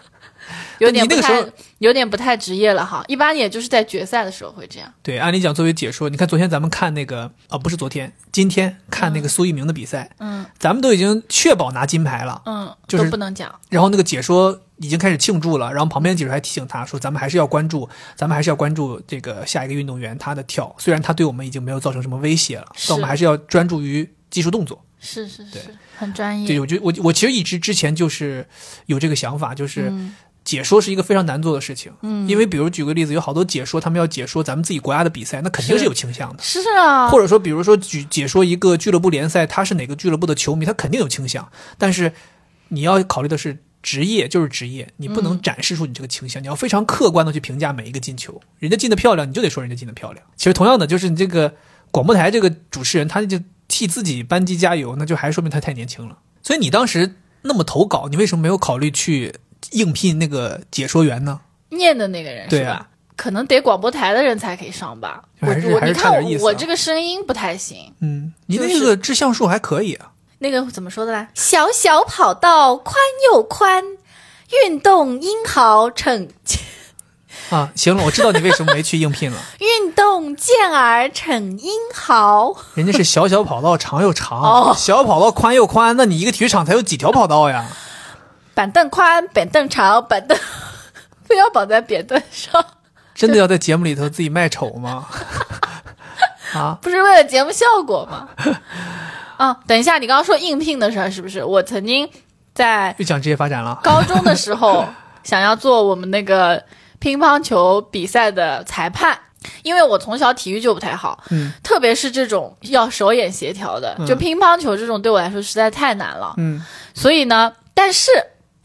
有点
你那
不
个时候
太，有点不太职业了哈。一般也就是在决赛的时候会这样。
对，按理讲，作为解说，你看昨天咱们看那个啊，不是昨天，今天看那个苏翊鸣的比赛，
嗯
咱们都已经确保拿金牌了，
嗯，
就是
都不能讲。
然后那个解说已经开始庆祝了，然后旁边的解说还提醒他说：“咱们还是要关注，咱们还是要关注这个下一个运动员他的跳，虽然他对我们已经没有造成什么威胁了，
是
但我们还是要专注于技术动作。
是是是
对，
很专”
对，
业。
我觉我我其实一直之前就是有这个想法，就是
嗯
解说是一个非常难做的事情，嗯，因为比如举个例子，有好多解说他们要解说咱们自己国家的比赛，那肯定
是
是有倾向的。
是啊，
或者说，比如说举解说一个俱乐部联赛，他是哪个俱乐部的球迷，他肯定有倾向。但是你要考虑的是职业就是职业，你不能展示出你这个倾向，你要非常客观的去评价每一个进球。人家进的漂亮，你就得说人家进的漂亮。其实同样的，就是你这个广播台这个主持人，他就替自己班级加油，那就还说明他太年轻了。所以你当时那么投稿，你为什么没有考虑去应聘那个解说员呢？
念的那个人
对
是
啊
吧？可能得广播台的人才可以上吧。我
还是
我
还
你
是差
看
点意
我
思啊
我这个声音不太行。
嗯，你
就是
那个志向数还可以啊。
那个怎么说的来？小小跑道宽又宽，运动英豪逞，
啊，行了，我知道你为什么没去应聘了。
运动健儿逞英豪。
人家是小小跑道长又长，
哦
小跑道宽又宽，那你一个体育场才有几条跑道呀？
板凳宽，板凳长，板凳 非要绑在扁担上，
真的要在节目里头自己卖丑吗？ 啊，
不是为了节目效果吗？啊，等一下，你刚刚说应聘的事儿是不是？我曾经在
又讲职业发展了。
高中的 时候想要做我们那个乒乓球比赛的裁判，因为我从小体育就不太好，
嗯
特别是这种要手眼协调的，
嗯
就乒乓球这种对我来说实在太难了。
嗯
所以呢，但是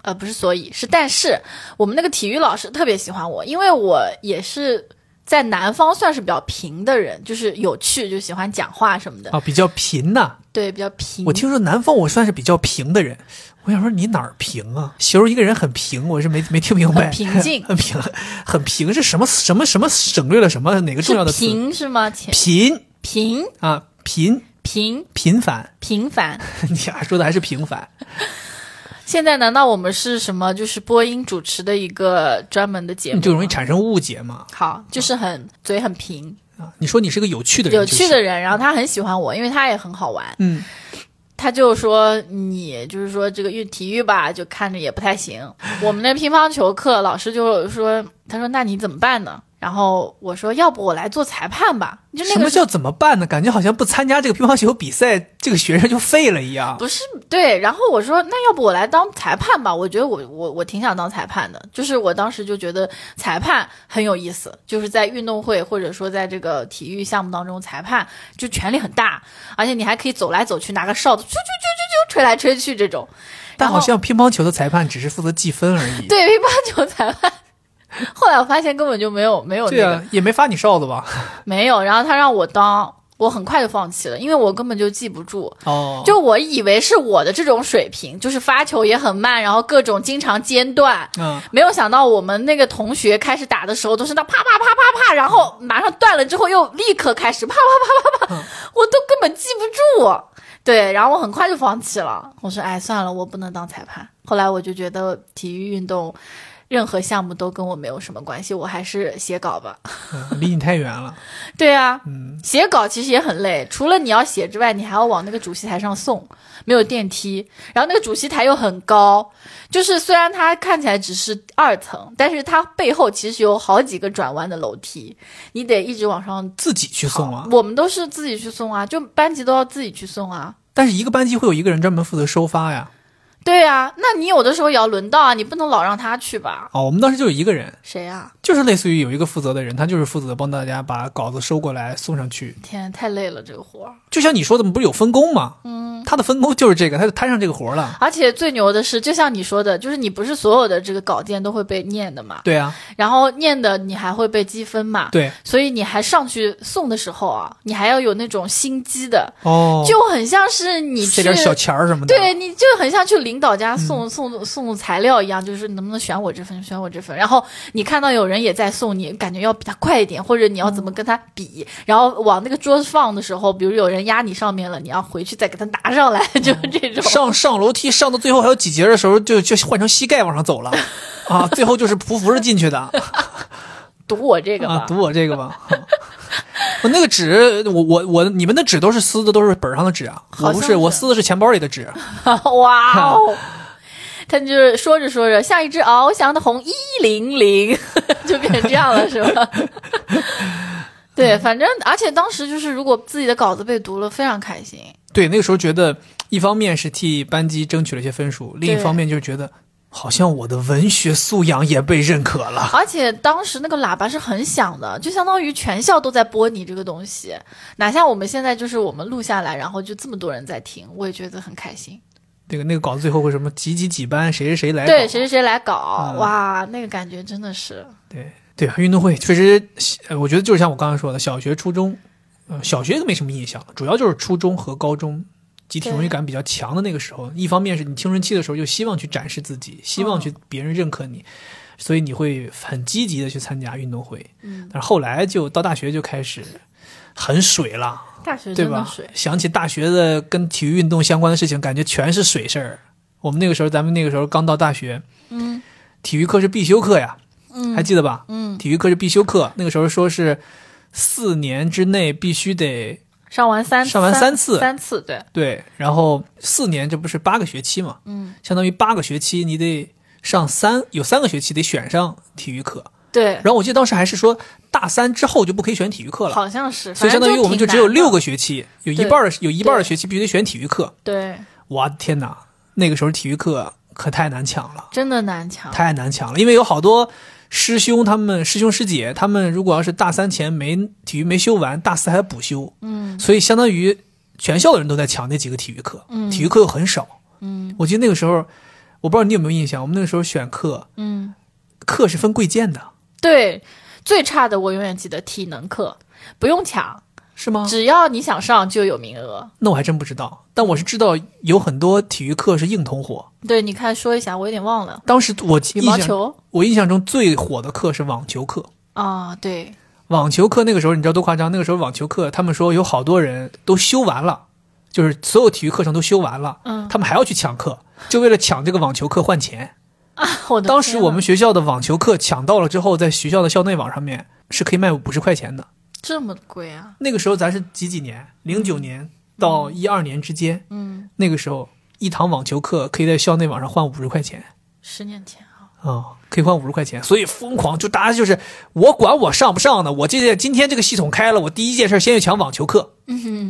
呃不是所以是但是我们那个体育老师特别喜欢我，因为我也是。在南方算是比较平的人，就是有趣，就喜欢讲话什么的，
啊，比较贫呐、
对，比较平。
我听说南方我算是比较平的人，我想说你哪儿平啊？形容一个人很平，我是没没听明白。
很平静
很平，很平是什么什么什么省略了什么哪个重要的
是
词？
平是吗？前
贫
平
啊，贫
平
频繁，
平凡，
你还说的还是平凡。
现在难道我们是什么？就是播音主持的一个专门的节目
你
吗，
就容易产生误解嘛？
好，就是很嘴很平，
啊，你说你是个有趣的人、
有
就是，
趣的人。然后他很喜欢我，因为他也很好玩。
嗯，
他就说你就是说这个运体育吧，就看着也不太行。我们那乒乓球课老师就说，他说那你怎么办呢？然后我说要不我来做裁判吧，就那
什
个
么
时候
叫怎么办呢？感觉好像不参加这个乒乓球比赛，这个学生就废了一样。
不是对，然后我说那要不我来当裁判吧？我觉得我我我挺想当裁判的，就是我当时就觉得裁判很有意思，就是在运动会或者说在这个体育项目当中，裁判就权力很大，而且你还可以走来走去，拿个哨子啾啾啾啾啾吹来吹去这种。
但
然后
好像乒乓球的裁判只是负责计分而已。
对乒乓球裁判，后来我发现根本就没有没有那
对
个、
啊，也没发你哨子吧？
没有，然后他让我当，我很快就放弃了，因为我根本就记不住。
哦，
就我以为是我的这种水平，就是发球也很慢，然后各种经常间断。
嗯，
没有想到我们那个同学开始打的时候都是那啪啪啪啪啪，然后马上断了之后又立刻开始啪啪啪啪啪，我都根本记不住。对，然后我很快就放弃了。我说，哎，算了，我不能当裁判。后来我就觉得体育运动任何项目都跟我没有什么关系，我还是写稿吧。
离你太远了。
对啊，写稿其实也很累，除了你要写之外，你还要往那个主席台上送，没有电梯，然后那个主席台又很高，就是虽然它看起来只是二层，但是它背后其实有好几个转弯的楼梯，你得一直往上。
自己去送啊，
我们都是自己去送啊，就班级都要自己去送啊。
但是一个班级会有一个人专门负责收发呀。
对啊，那你有的时候也要轮到啊，你不能老让他去吧？
哦，我们当时就有一个人，
谁啊？
就是类似于有一个负责的人，他就是负责帮大家把稿子收过来送上去。
天，啊太累了这个活儿。
就像你说的，不是有分工吗？嗯，他的分工就是这个，他就摊上这个活儿了。
而且最牛的是，就像你说的，就是你不是所有的这个稿件都会被念的嘛，
对啊，
然后念的你还会被积分嘛，
对，
所以你还上去送的时候啊，你还要有那种心机的，
哦，
就很像是你
塞
去。
点小钱儿什么的。嗯
对，你就很像去领导家送、送送材料一样，就是能不能选我这份，选我这份。然后你看到有人也在送，你感觉要比他快一点，或者你要怎么跟他比，
嗯
然后往那个桌子放的时候，比如有人压你上面了，你要回去再给他拿上来，
嗯
就是这种。
上上楼梯上到最后还有几节的时候，就就换成膝盖往上走 了，啊，最后就是匍匐着进去的
读我这个吧，
啊，读我这个吧。啊我那个纸，我我我，你们的纸都是撕的，都是本儿上的纸啊，我不
好像
是，
是
我撕的是钱包里的纸。
哇哦！ 他就是说着说着，像一只翱翔的红一零零， 就变成这样了，是吧？对，反正而且当时就是，如果自己的稿子被读了，非常开心。
对，那个时候觉得，一方面是替班级争取了一些分数，另一
对
方面就是觉得，好像我的文学素养也被认可了。
而且当时那个喇叭是很响的，就相当于全校都在播你这个东西，哪像我们现在就是我们录下来，然后就这么多人在听，我也觉得很开心。
那个那个稿子最后会什么几几几班谁谁谁来
对，
哎搞啊
谁谁谁来搞，
嗯
哇，那个感觉真的是
对对啊，运动会确实，呃我觉得就是像我刚刚说的，小学、初中，呃，小学都没什么印象，主要就是初中和高中，集体
对
荣誉感比较强的那个时候。一方面是你青春期的时候，就希望去展示自己，希
嗯
望去别人认可你，所以你会很积极的去参加运动会。
嗯，
但是后来就到大学就开始很水了，
大学
对
真的
吧
水。？
想起大学的跟体育运动相关的事情，感觉全是水事儿。我们那个时候，咱们那个时候刚到大学，
嗯
体育课是必修课呀，
嗯
还记得吧？
嗯，
体育课是必修课，那个时候说是四年之内必须得
上完三
上完
三
三次
三次对，
对，然后四年这不是八个学期嘛，
嗯
相当于八个学期你得上三有三个学期得选上体育课，
对
然，后我记得当时还是说大三之后就不可以选体育课了，
好像是，
所以相当于我们就只有六
个
个学期，有一
对
半的有一半的
对
学期必须得选体育课，
对，
我的天哪，那个时候体育课可太难抢了。
真的难抢。
太难抢了，因为有好多师兄他们师兄师姐他们如果要是大三前没体育没修完，大四还补修，
嗯
所以相当于全校的人都在抢那几个体育课，
嗯
体育课又很少。
嗯
我记得那个时候，我不知道你有没有印象，我们那个时候选课，
嗯，
课是分贵贱的，
对，最差的我永远记得体能课，不用抢，
是吗？
只要你想上就有名额。
那我还真不知道，但我是知道有很多体育课是硬通货。
对，你看说一下，我有点忘了。
当时我
羽
印
毛
象
球
我印象中最火的课是网球课，
啊、对，
网球课那个时候你知道多夸张？那个时候网球课，他们说有好多人都修完了，就是所有体育课程都修完了，
嗯，
他们还要去抢课，就为了抢这个网球课换钱。
我的
当时
天呐
我们学校的网球课抢到了之后，在学校的校内网上面是可以卖五十块钱的。
这么贵啊，
那个时候咱是几几年？零九年到一二年之间，
嗯，
那个时候一堂网球课可以在校内网上换五十块钱。
十年前啊，
啊、可以换五十块钱，所以疯狂就大家就是我管我上不上呢？我这今天这个系统开了，我第一件事先去抢网球课，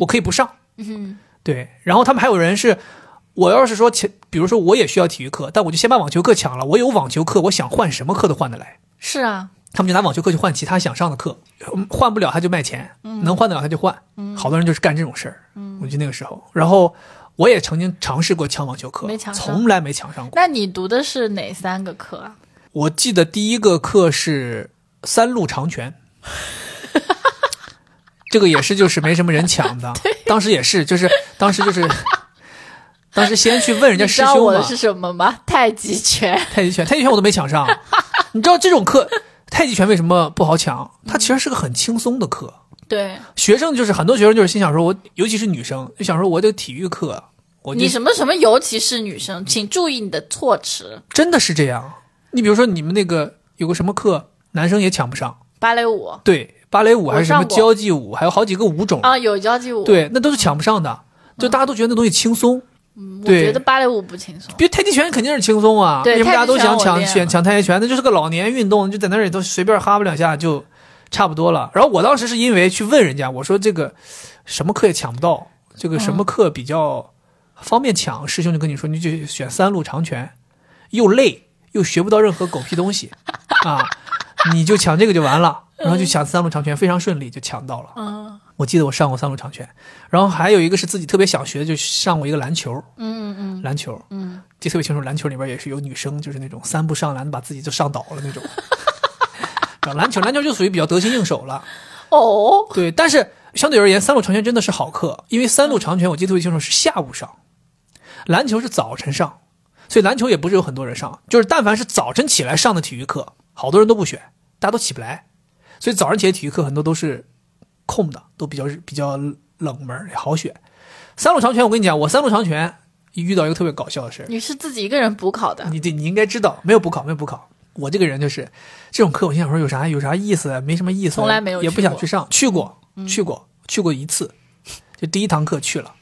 我可以不上，
嗯，
对。然后他们还有人是，我要是说前，比如说我也需要体育课，但我就先把网球课抢了，我有网球课，我想换什么课都换得来。
是啊，
他们就拿网球课去换其他想上的课，嗯换不了他就卖钱，
嗯
能换得了他就换。好多人就是干这种事儿。我记得那个时候，然后我也曾经尝试过抢网球课，
没抢上
从来没抢上过。
那你读的是哪三个课啊？
我记得第一个课是三路长拳， 这个也是就是没什么人抢 的，当时也是就是当时就是当时先去问人家
你
师
知道
兄
我的
嘛，
是什么吗？太极拳。
太极拳，太极拳我都没抢上，你知道这种课太极拳为什么不好抢？它其实是个很轻松的课，
对
学生就是很多学生就是心想说我，尤其是女生就想说我这个体育课，我就
你什么什么，尤其是女生，请注意你的措辞。
真的是这样。你比如说你们那个有个什么课，男生也抢不上。
芭蕾舞
对，芭蕾舞还是什么
我上过
交际舞，还有好几个舞种，
啊，嗯有交际舞。，
对，那都是抢不上的。就大家都觉得那东西轻松，
嗯我
对
觉得芭蕾舞不轻松。
比如太极拳肯定是轻松啊，
对
为什么大家都想
太极拳我
抢
练了
选抢太极拳？那就是个老年运动，就在那里头随便哈巴两下就差不多了。然后我当时是
嗯
因为去问人家，我说这个什么课也抢不到，这个什么课比较方便抢，师兄就跟你说，你就选三路长拳，又累又学不到任何狗屁东西啊，你就抢这个就完了。然后就抢三路长拳，非常顺利就抢到了。
嗯
我记得我上过三路长拳，然后还有一个是自己特别想学的，就上过一个篮球，
嗯嗯
篮球
嗯，
记得特别清楚，篮球里边也是有女生，就是那种三步上篮把自己就上倒了那种。 然后篮球篮球就属于比较得心应手了，
哦，
对。但是相对而言，三路长拳真的是好课，因为三路长拳我记得特别清楚是下午上，篮球是早晨上，所以篮球也不是有很多人上，就是但凡是早晨起来上的体育课，好多人都不选，大家都起不来，所以早上起来体育课很多都是空的，都比较比较冷门也好选。三路长拳，我跟你讲，我三路长拳遇到一个特别搞笑的事儿，
你是自己一个人补考的，
你这你应该知道，没有补考，没有补考。我这个人就是，这种课我心想说有啥有啥意思，没什么意思，
从来没有
也
去
不想
过嗯
去上，去过去过去过一次，就第一堂课去了，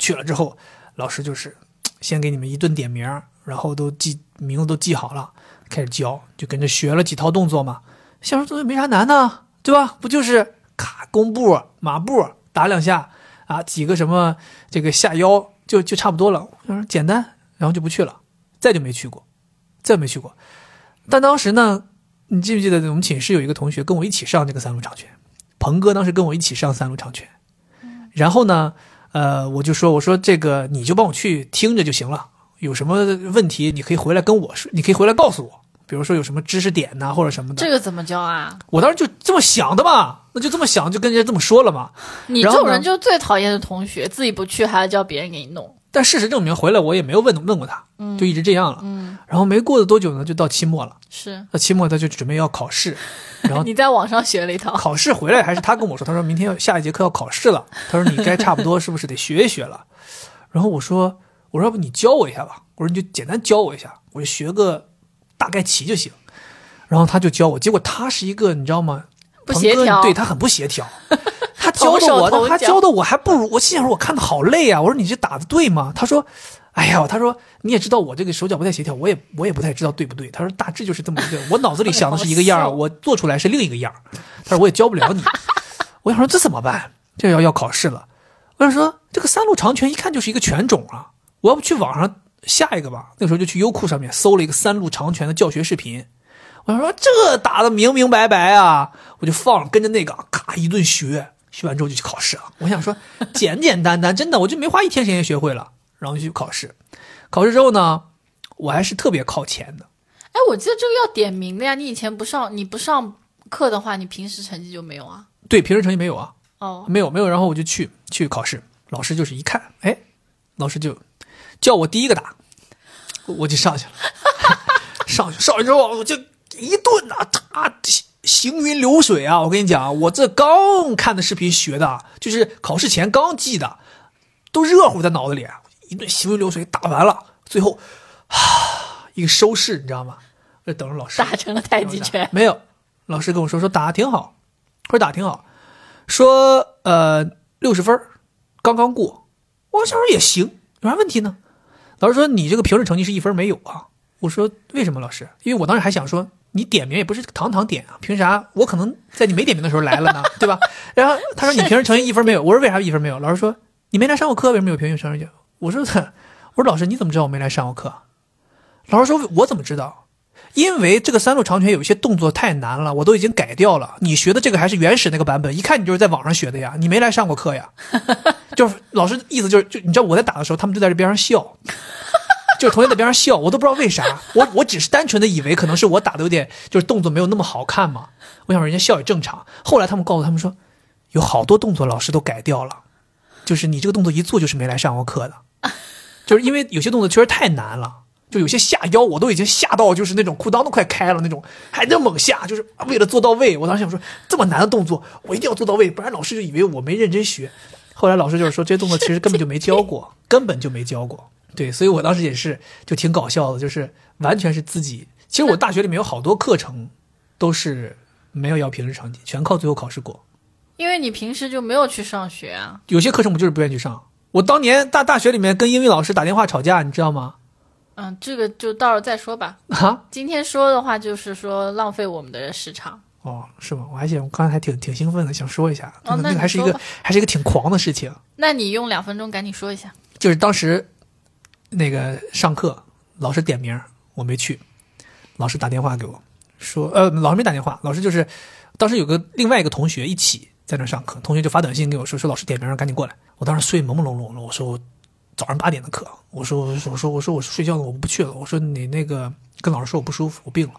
去了之后老师就是先给你们一顿点名儿，然后都记名字都记好了，开始教，就跟着学了几套动作嘛，想说这没啥难的，对吧？不就是卡弓步、马步打两下啊，几个什么这个下腰就就差不多了，我想说简单，然后就不去了，再就没去过，再没去过。但当时呢，你记不记得我们寝室有一个同学跟我一起上这个三路长拳，鹏哥当时跟我一起上三路长拳，
嗯
然后呢，呃，我就说我说这个你就帮我去听着就行了，有什么问题你可以回来跟我说，你可以回来告诉我。比如说有什么知识点呐、或者什么的，
这个怎么教啊？
我当时就这么想的嘛，那就这么想，就跟人家这么说了嘛。
你这
然后
种人
呢
就是最讨厌的同学，自己不去还要叫别人给你弄。
但事实证明，回来我也没有问问过他，就一直这样了。
嗯，
然后没过了多久呢，就到期末了。
是
那期末他就准备要考试，然后
你在网上学了一套，
考试回来还是他跟我说，他说明天要下一节课要考试了，他说你该差不多是不是得学一学了？然后我说我说要不你教我一下吧，我说你就简单教我一下，我就学个大概齐就行。然后他就教我，结果他是一个你知道吗？
不协
鹏哥
调
对他很不协 调。他教
同
的
手
我，
同
他
脚
教的我还不如我心想说，我看的好累啊！我说你这打的对吗？他说，哎呀，他说你也知道我这个手脚不太协调，我也我也不太知道对不对。他说大致就是这么一个，我脑子里想的是一个样
哎好
儿，
笑
我做出来是另一个样儿。他说我也教不了你，我想说这怎么办？这要要考试了，我想说这个三路长拳一看就是一个拳种啊，我要不去网上下一个吧？那个时候就去优酷上面搜了一个三路长拳的教学视频，我说这打的明明白白啊，我就放了跟着那个咔一顿学，学完之后就去考试了。啊我想说简简单单，真的我就没花一天时间学会了，然后就去考试。考试之后呢，我还是特别靠前的，
哎，我记得这个要点名的呀。你以前不上，你不上课的话，你平时成绩就没有啊。
对平时成绩没有啊，
哦，
没有没有，然后我就去去考试，老师就是一看，哎，老师就叫我第一个打，我就上去了， 上去上去之后我就一顿啊，他行云流水啊！我跟你讲，我这刚看的视频学的，就是考试前刚记的，都热乎在脑子里，啊一顿行云流水打完了，最后 啊一个收视，你知道吗？我就等着老师
打成了太极拳。
没有，老师跟我说说打的挺好，说打得挺好，说呃六十分儿刚刚过。我想说也行，有啥问题呢？老师说你这个平时成绩是一分儿没有啊。我说为什么老师？因为我当时还想说你点名也不是堂堂点啊，凭啥我可能在你没点名的时候来了呢，对吧？然后他说你平时成绩一分儿没有，我说为啥一分儿没有？老师说你没来上过课，为什么有平均成绩？我说 我说老师你怎么知道我没来上过课？老师说我怎么知道？因为这个三路长拳有一些动作太难了，我都已经改掉了。你学的这个还是原始那个版本，一看你就是在网上学的呀，你没来上过课呀。就是老师意思就是，就你知道我在打的时候，他们就在这边上笑，就是同学在边上笑，我都不知道为啥。我我只是单纯的以为可能是我打的有点就是动作没有那么好看嘛，我想人家笑也正常。后来他们告诉他们说，有好多动作老师都改掉了，就是你这个动作一做就是没来上过课的。就是因为有些动作确实太难了，就有些下腰我都已经下到就是那种裤裆都快开了那种，还在猛下，就是啊为了做到位。我当时想说，这么难的动作我一定要做到位，不然老师就以为我没认真学。后来老师就是说，这些动作其实根本就没教过，根本就没教过。对，所以我当时也是就挺搞笑的，就是完全是自己。其实我大学里面有好多课程都是没有要平时成绩，全靠最后考试过。
因为你平时就没有去上学啊。
有些课程我就是不愿意去上。我当年大大学里面跟英语老师打电话吵架，你知道吗？
嗯，这个就到时候再说吧。
啊，
今天说的话就是说浪费我们的时长。
哦，是吗？我还想，我刚才还挺挺兴奋的，想说一下，那
哦那
个
你
还是一
说
个
吧
还是一个挺狂的事情，
那你用两分钟赶紧说一下。
就是当时那个上课，老师点名儿，我没去，老师打电话给我说，呃，老师没打电话，老师就是当时有个另外一个同学一起在那上课，同学就发短信给我说，说老师点名儿，赶紧过来。我当时睡朦朦胧胧了，我说我早上八点的课，我说我说我说我说我睡觉了，我不去了，我说你那个跟老师说我不舒服，我病了，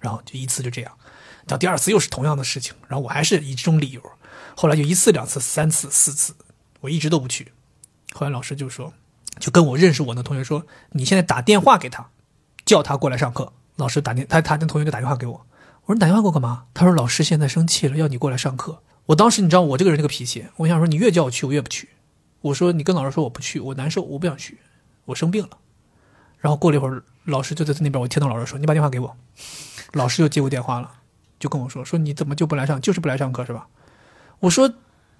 然后就一次就这样，到第二次又是同样的事情，然后我还是以这种理由，后来就一次两次三次四次，我一直都不去，后来老师就说，就跟我认识我的同学说，你现在打电话给他，叫他过来上课。老师打电，他他那同学就打电话给我，我说你打电话给我干嘛？他说老师现在生气了，要你过来上课。我当时你知道我这个人这个脾气，我想说你越叫我去我越不去，我说你跟老师说我不去，我难受，我不想去，我生病了。然后过了一会儿，老师就在那边，我听到老师说你把电话给我，老师就接我电话了，就跟我说说你怎么就不来上，就是不来上课是吧？我说，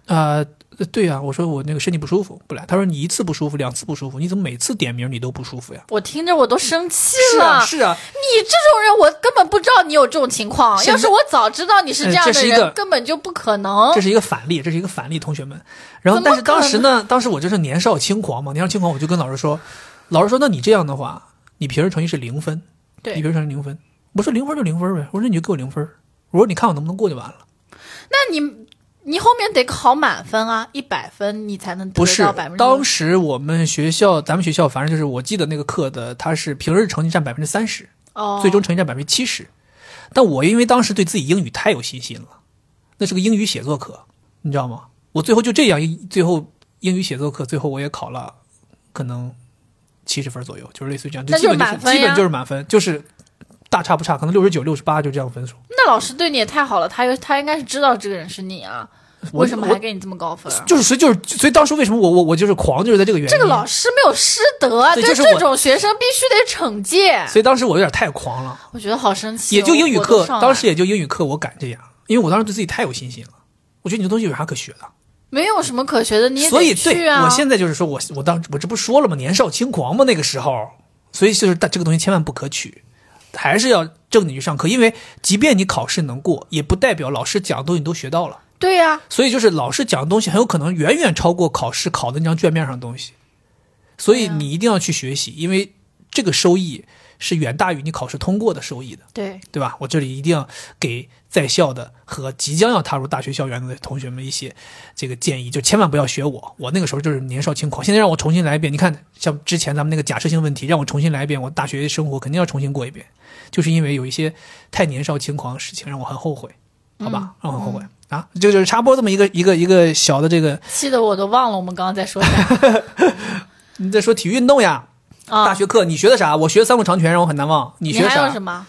呃，对呀、我说我那个身体不舒服，不来。他说你一次不舒服，两次不舒服，你怎么每次点名你都不舒服呀？
我听着我都生气
是
了。
啊，是啊，
你这种人，我根本不知道你有这种情况。
现在
要是我早知道你是这样
呃这
的
是一
人，
个
根本就不可能
这。是一个反例，这是一个反例，同学们。然后，
哦怎
但
么
是当时
可
呢，当时我就是年少轻狂嘛，年少轻狂，我就跟老师说，老师说，那你这样的话，你平时成绩是零分，你
对
平，时成绩零分，我说零分就零分呗，我说你就给我零分，我说你看我能不能过就完了。
那你你后面得考满分啊，一百分你才能
不
得
是
到百分之，
当时我们学校，咱们学校反正就是我记得那个课的，它是平日成绩占百分之三十，
哦，
最终成绩占百分之七十。但我因为当时对自己英语太有信心了，那是个英语写作课，你知道吗？我最后就这样，最后英语写作课最后我也考了，可能七十分左右，就是类似于这样，就
那
基
就
本
是
就
满
是
分呀
基本就是满分，就是大差不差，可能六十九、六十八就这样分数。
那老师对你也太好了，他又他应该是知道这个人是你啊，
我
为什么
我
还给你这么高分啊？
就是所以就是所以当时为什么我我我就是狂就是在这个原因。
这个老师没有师德啊，
对
对
就是
这
我
种学生必须得惩戒。
所以当时我有点太狂了。
我觉得好生气哦，
也就英语
我都
课，
上来
当时也就英语课，我敢这样，因为我当时对自己太有信心了。我觉得你这东西有啥可学的？
没有什么可学的，你也
所以
得
对
去啊。
我现在就是说我我当我这不说了吗？年少轻狂嘛，那个时候，所以就是但这个东西千万不可取，还是要正经去上课，因为即便你考试能过，也不代表老师讲的东西你都学到了。
对呀、
所以就是老师讲的东西很有可能远远超过考试考的那张卷面上的东西，所以
对啊
你一定要去学习，因为这个收益是远大于你考试通过的收益的。
对，
对吧？我这里一定要给在校的和即将要踏入大学校园的同学们一些这个建议，就千万不要学我，我那个时候就是年少轻狂。现在让我重新来一遍，你看，像之前咱们那个假设性问题，让我重新来一遍，我大学生活肯定要重新过一遍，就是因为有一些太年少轻狂的事情让我很后悔，好
嗯
吧，让我很后悔。啊，这就是插播这么一个一个一个小的这个，
气得我都忘了我们刚刚在说啥
你在说体育运动呀？
啊。
大学课你学的啥？我学的三股长拳，让我很难忘。 你
你
学的
还有
啥
什？么？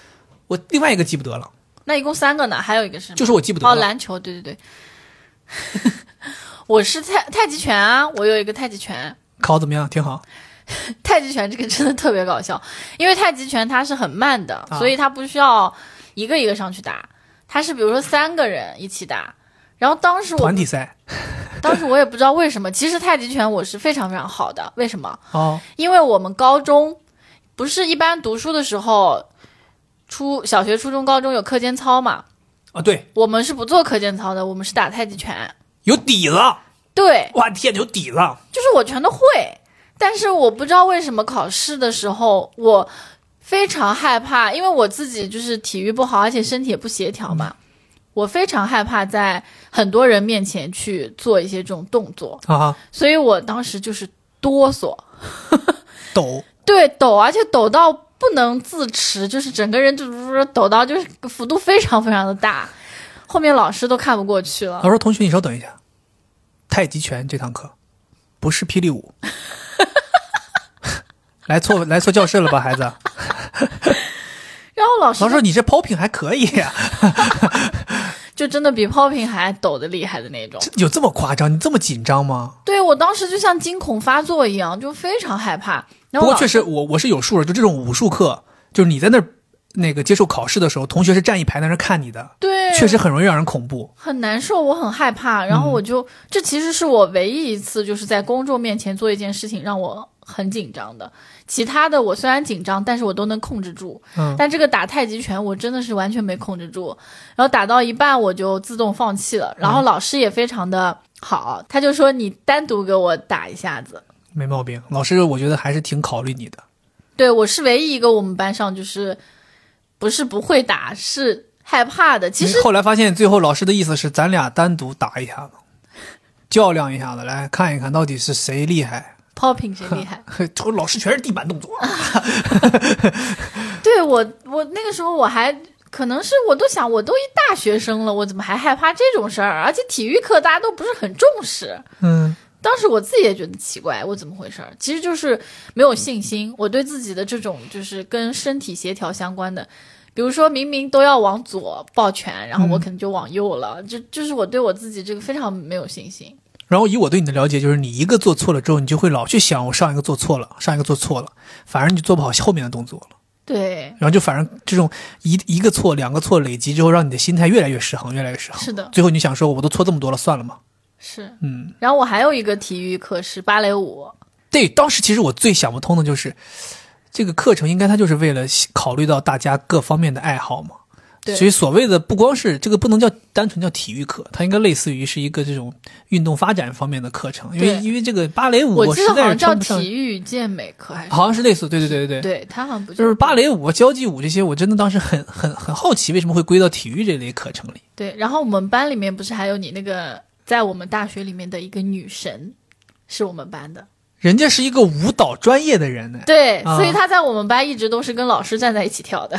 我另外一个记不得了，
那一共三个呢，还有一个是什么
就是我记不得
哦，
了。
篮球，对对对。 我是太太极拳啊，我有一个太极拳。
考怎么样？挺好。
太极拳这个真的特别搞笑，因为太极拳它是很慢的，
啊
所以它不需要一个一个上去打，它是比如说三个人一起打。然后当时我
团体赛
当时我也不知道为什么，其实太极拳我是非常非常好的，为什么？
哦，
因为我们高中不是一般读书的时候，初小学、初中、高中有课间操嘛，
啊，对，
我们是不做课间操的，我们是打太极拳。
有底子，
对，
哇天，有底子，
就是我全都会，但是我不知道为什么考试的时候我非常害怕，因为我自己就是体育不好，而且身体也不协调嘛，我非常害怕在很多人面前去做一些这种动作，
啊，
所以我当时就是哆嗦，
抖，
对，抖，而且抖到不能自持，就是整个人就抖到就是幅度非常非常的大，后面老师都看不过去了
老。师，同学，你稍等一下，太极拳这堂课不是霹雳舞， 来错来错教室了吧，孩 子？
然后老师
老
就
师，你这 popping 还可以呀、
就真的比 popping 还抖的厉害的那种。
这有这么夸张？你这么紧张吗？
对我当时就像惊恐发作一样，就非常害怕。然
不
后
过
老
确实，我我是有数的，就这种武术课，就是你在那儿那个接受考试的时候，同学是站一排在那儿看你的，
对，
确实很容易让人恐怖。
很难受，我很害怕。然后我就、这其实是我唯一一次就是在公众面前做一件事情让我很紧张的。其他的我虽然紧张，但是我都能控制住。
嗯
但这个打太极拳我真的是完全没控制住，然后打到一半我就自动放弃了。然后老师也非常的好，他就说你单独给我打一下子。
没毛病。老师，我觉得还是挺考虑你的。
对我是唯一一个我们班上就是不是不会打，是害怕的。其实
你后来发现，最后老师的意思是咱俩单独打一下子，较量一下子，来看一看到底是谁厉害。
popping 谁厉害？
这老师全是地板动作，
对我，我那个时候我还可能是我都想，我都一大学生了，我怎么还害怕这种事儿？而且体育课大家都不是很重视。
嗯，
当时我自己也觉得奇怪，我怎么回事儿？其实就是没有信心，我对自己的这种就是跟身体协调相关的，比如说明明都要往左抱拳，然后
嗯
我可能就往右了，就就是我对我自己这个非常没有信心。
然后以我对你的了解，就是你一个做错了之后，你就会老去想我上一个做错了，上一个做错了，反而你就做不好后面的动作了。
对，
然后就反正这种一一个错、两个错累积之后，让你的心态越来越失衡，越来越失衡。
是的，
最后你想说，我都错这么多了，算了嘛。
是。
嗯，
然后我还有一个体育课是芭蕾舞，
对，当时其实我最想不通的就是，这个课程应该它就是为了考虑到大家各方面的爱好嘛。
对
所以所谓的不光是这个，不能叫单纯叫体育课，它应该类似于是一个这种运动发展方面的课程，因为
对
因为这个芭蕾舞
我记
实
得好
在是
像叫
称不上，
体育健美课还是
好像是类似，对对对对对。
对他好像不
就是芭蕾舞、交际舞这些，我真的当时很很很好奇，为什么会归到体育这类课程里？
对。然后我们班里面不是还有你那个在我们大学里面的一个女神，是我们班的。
人家是一个舞蹈专业的人呢，
对，
啊
所以她在我们班一直都是跟老师站在一起 跳的。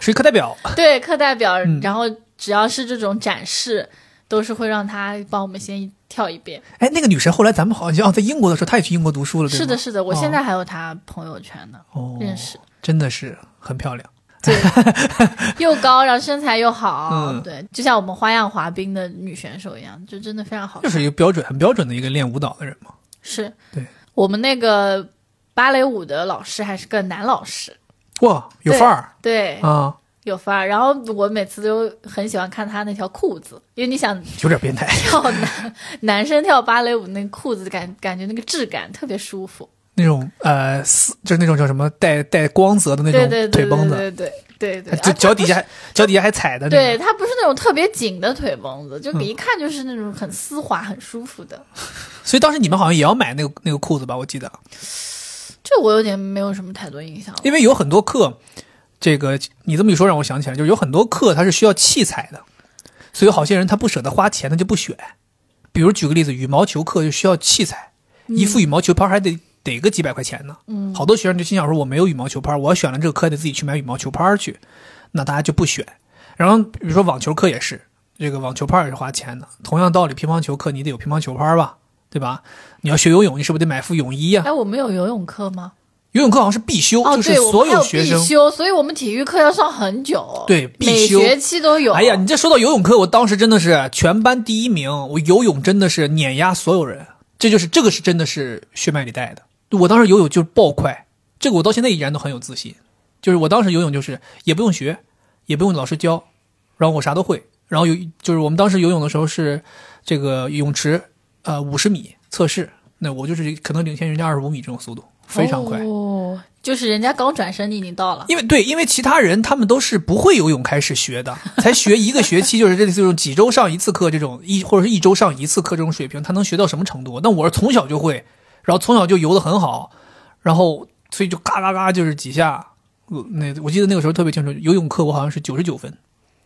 是一课代表。
对，课代表，
嗯
然后只要是这种展示，都是会让她帮我们先跳一遍。
哎，那个女神后来咱们好像在英国的时候，她也去英国读书了，对吗？
是的，，是的，我
哦
现在还有她朋友圈呢，
哦，
认识。
真的是很漂亮。
对，又高，然后身材又好，
嗯
对，就像我们花样滑冰的女选手一样，就真的非常好
就
看。
是一个标准、很标准的一个练舞蹈的人嘛。
是，
对
我们那个芭蕾舞的老师还是个男老师，
哇，有范儿
对，
啊，
有范儿。然后我每次都很喜欢看他那条裤子，因为你想
有点变态。
跳男男生跳芭蕾舞，那裤子感感觉那个质感特别舒服。
那种呃，丝就是那种叫什么带带光泽的那
对对
种
对
腿
对
绷子，
对对对对，
还就
而且
脚底下还脚底下还踩的那
对
种。嗯
它不是那种特别紧的腿绷子，就一看就是那种很丝滑、很舒服的。
所以当时你们好像也要买那个那个裤子吧？我记得，
这我有点没有什么太多印象了。
因为有很多课，这个你这么一说让我想起来，就是有很多课它是需要器材的，所以有好些人他不舍得花钱，他就不选。比如举个例子，羽毛球课就需要器材，
嗯
一副羽毛球拍还得得个几百块钱呢。嗯，好多学生就心想说，我没有羽毛球拍，我要选了这个课还得自己去买羽毛球拍去，那大家就不选。然后比如说网球课也是，这个网球拍也是花钱的。同样道理，乒乓球课你得有乒乓球拍吧，对吧？你要学游泳，你是不是得买副泳衣呀、
哎，我们有游泳课吗？
游泳课好像是必修，
哦，
就是
对，我
所
们还
有
有
学生
必修，所以我们体育课要上很久。
对必修
每学期都有。
哎呀，你这说到游泳课，我当时真的是全班第一名，我游泳真的是碾压所有人，这就是这个是真的是血脉里带的。我当时游泳就是爆快，这个我到现在依然都很有自信。就是我当时游泳就是也不用学，也不用老师教，然后我啥都会。然后有就是我们当时游泳的时候是这个泳池呃五十米测试，那我就是可能领先人家二十五米这种速度，非常快。嗯
哦，就是人家刚转身，你已经到了。
因为对，因为其他人他们都是不会游泳开始学的，才学一个学期，就是这这种几周上一次课这种一或者是一周上一次课这种水平，他能学到什么程度？那我是从小就会，然后从小就游得很好，然后所以就嘎嘎嘎就是几下。呃那我记得那个时候特别清楚，游泳课我好像是九十九分，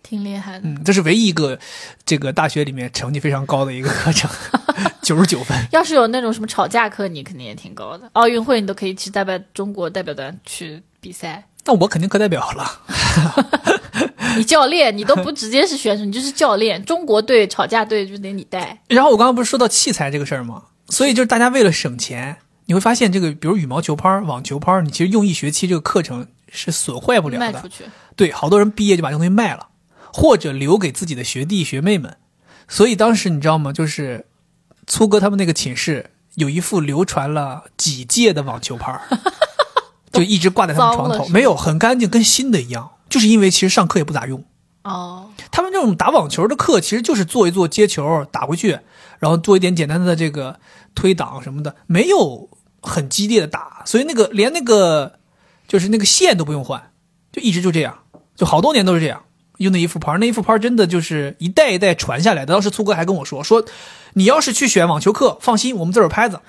挺厉害的。
嗯，这是唯一一个这个大学里面成绩非常高的一个课程， 九十九分。
要是有那种什么吵架课，你肯定也挺高的。奥运会你都可以去代表中国代表团去比赛。
那我肯定课代表了，
你教练，你都不直接是选手，你就是教练。中国队吵架队就得你带。
然后我刚刚不是说到器材这个事儿吗？所以就是大家为了省钱，你会发现这个，比如羽毛球拍儿、网球拍儿，你其实用一学期这个课程是损坏不了
卖
的
出。去，
对，好多人毕业就把这东西卖了，或者留给自己的学弟学妹们。所以当时你知道吗？就是粗哥他们那个寝室有一副流传了几届的网球拍 儿，就一直挂在他们床
脏了
头，
是吗
没有很干净，跟新的一样。就是因为其实上课也不咋用。
哦，
他们这种打网球的课，其实就是做一做接球，打回去，然后做一点简单的这个推挡什么的，没有很激烈的打，所以那个连那个就是那个线都不用换，就一直就这样，就好多年都是这样。用那一副拍，那一副拍真的就是一代一代传下来的。当时粗哥还跟我说：“说你要是去选网球课，放心，我们自个儿拍子。”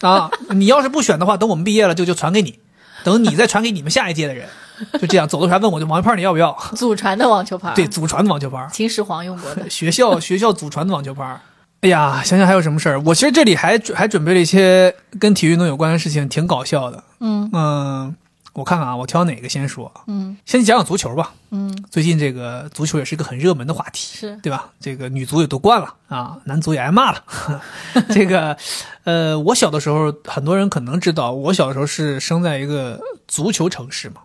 啊， 你要是不选的话，等我们毕业了就就传给你，等你再传给你们下一届的人，就这样。走的时候还问我，就王一胖你要不要？
祖传的网球拍，
对，，祖传的网球拍儿，。
秦始皇用过的
学校 学校祖传的网球拍儿。哎呀，想想还有什么事儿？我其实这里还准还准备了一些跟体育运动有关的事情，挺搞笑的。
嗯
嗯，我看看啊，我挑哪个先说？
嗯
先讲讲足球吧。
嗯，
最近这个足球也是一个很热门的话题。
是
对吧？这个女足也夺冠了啊，男足也挨骂了。 这个，呃，我小的时候，很多人可能知道，我小的时候是生在一个足球城市嘛，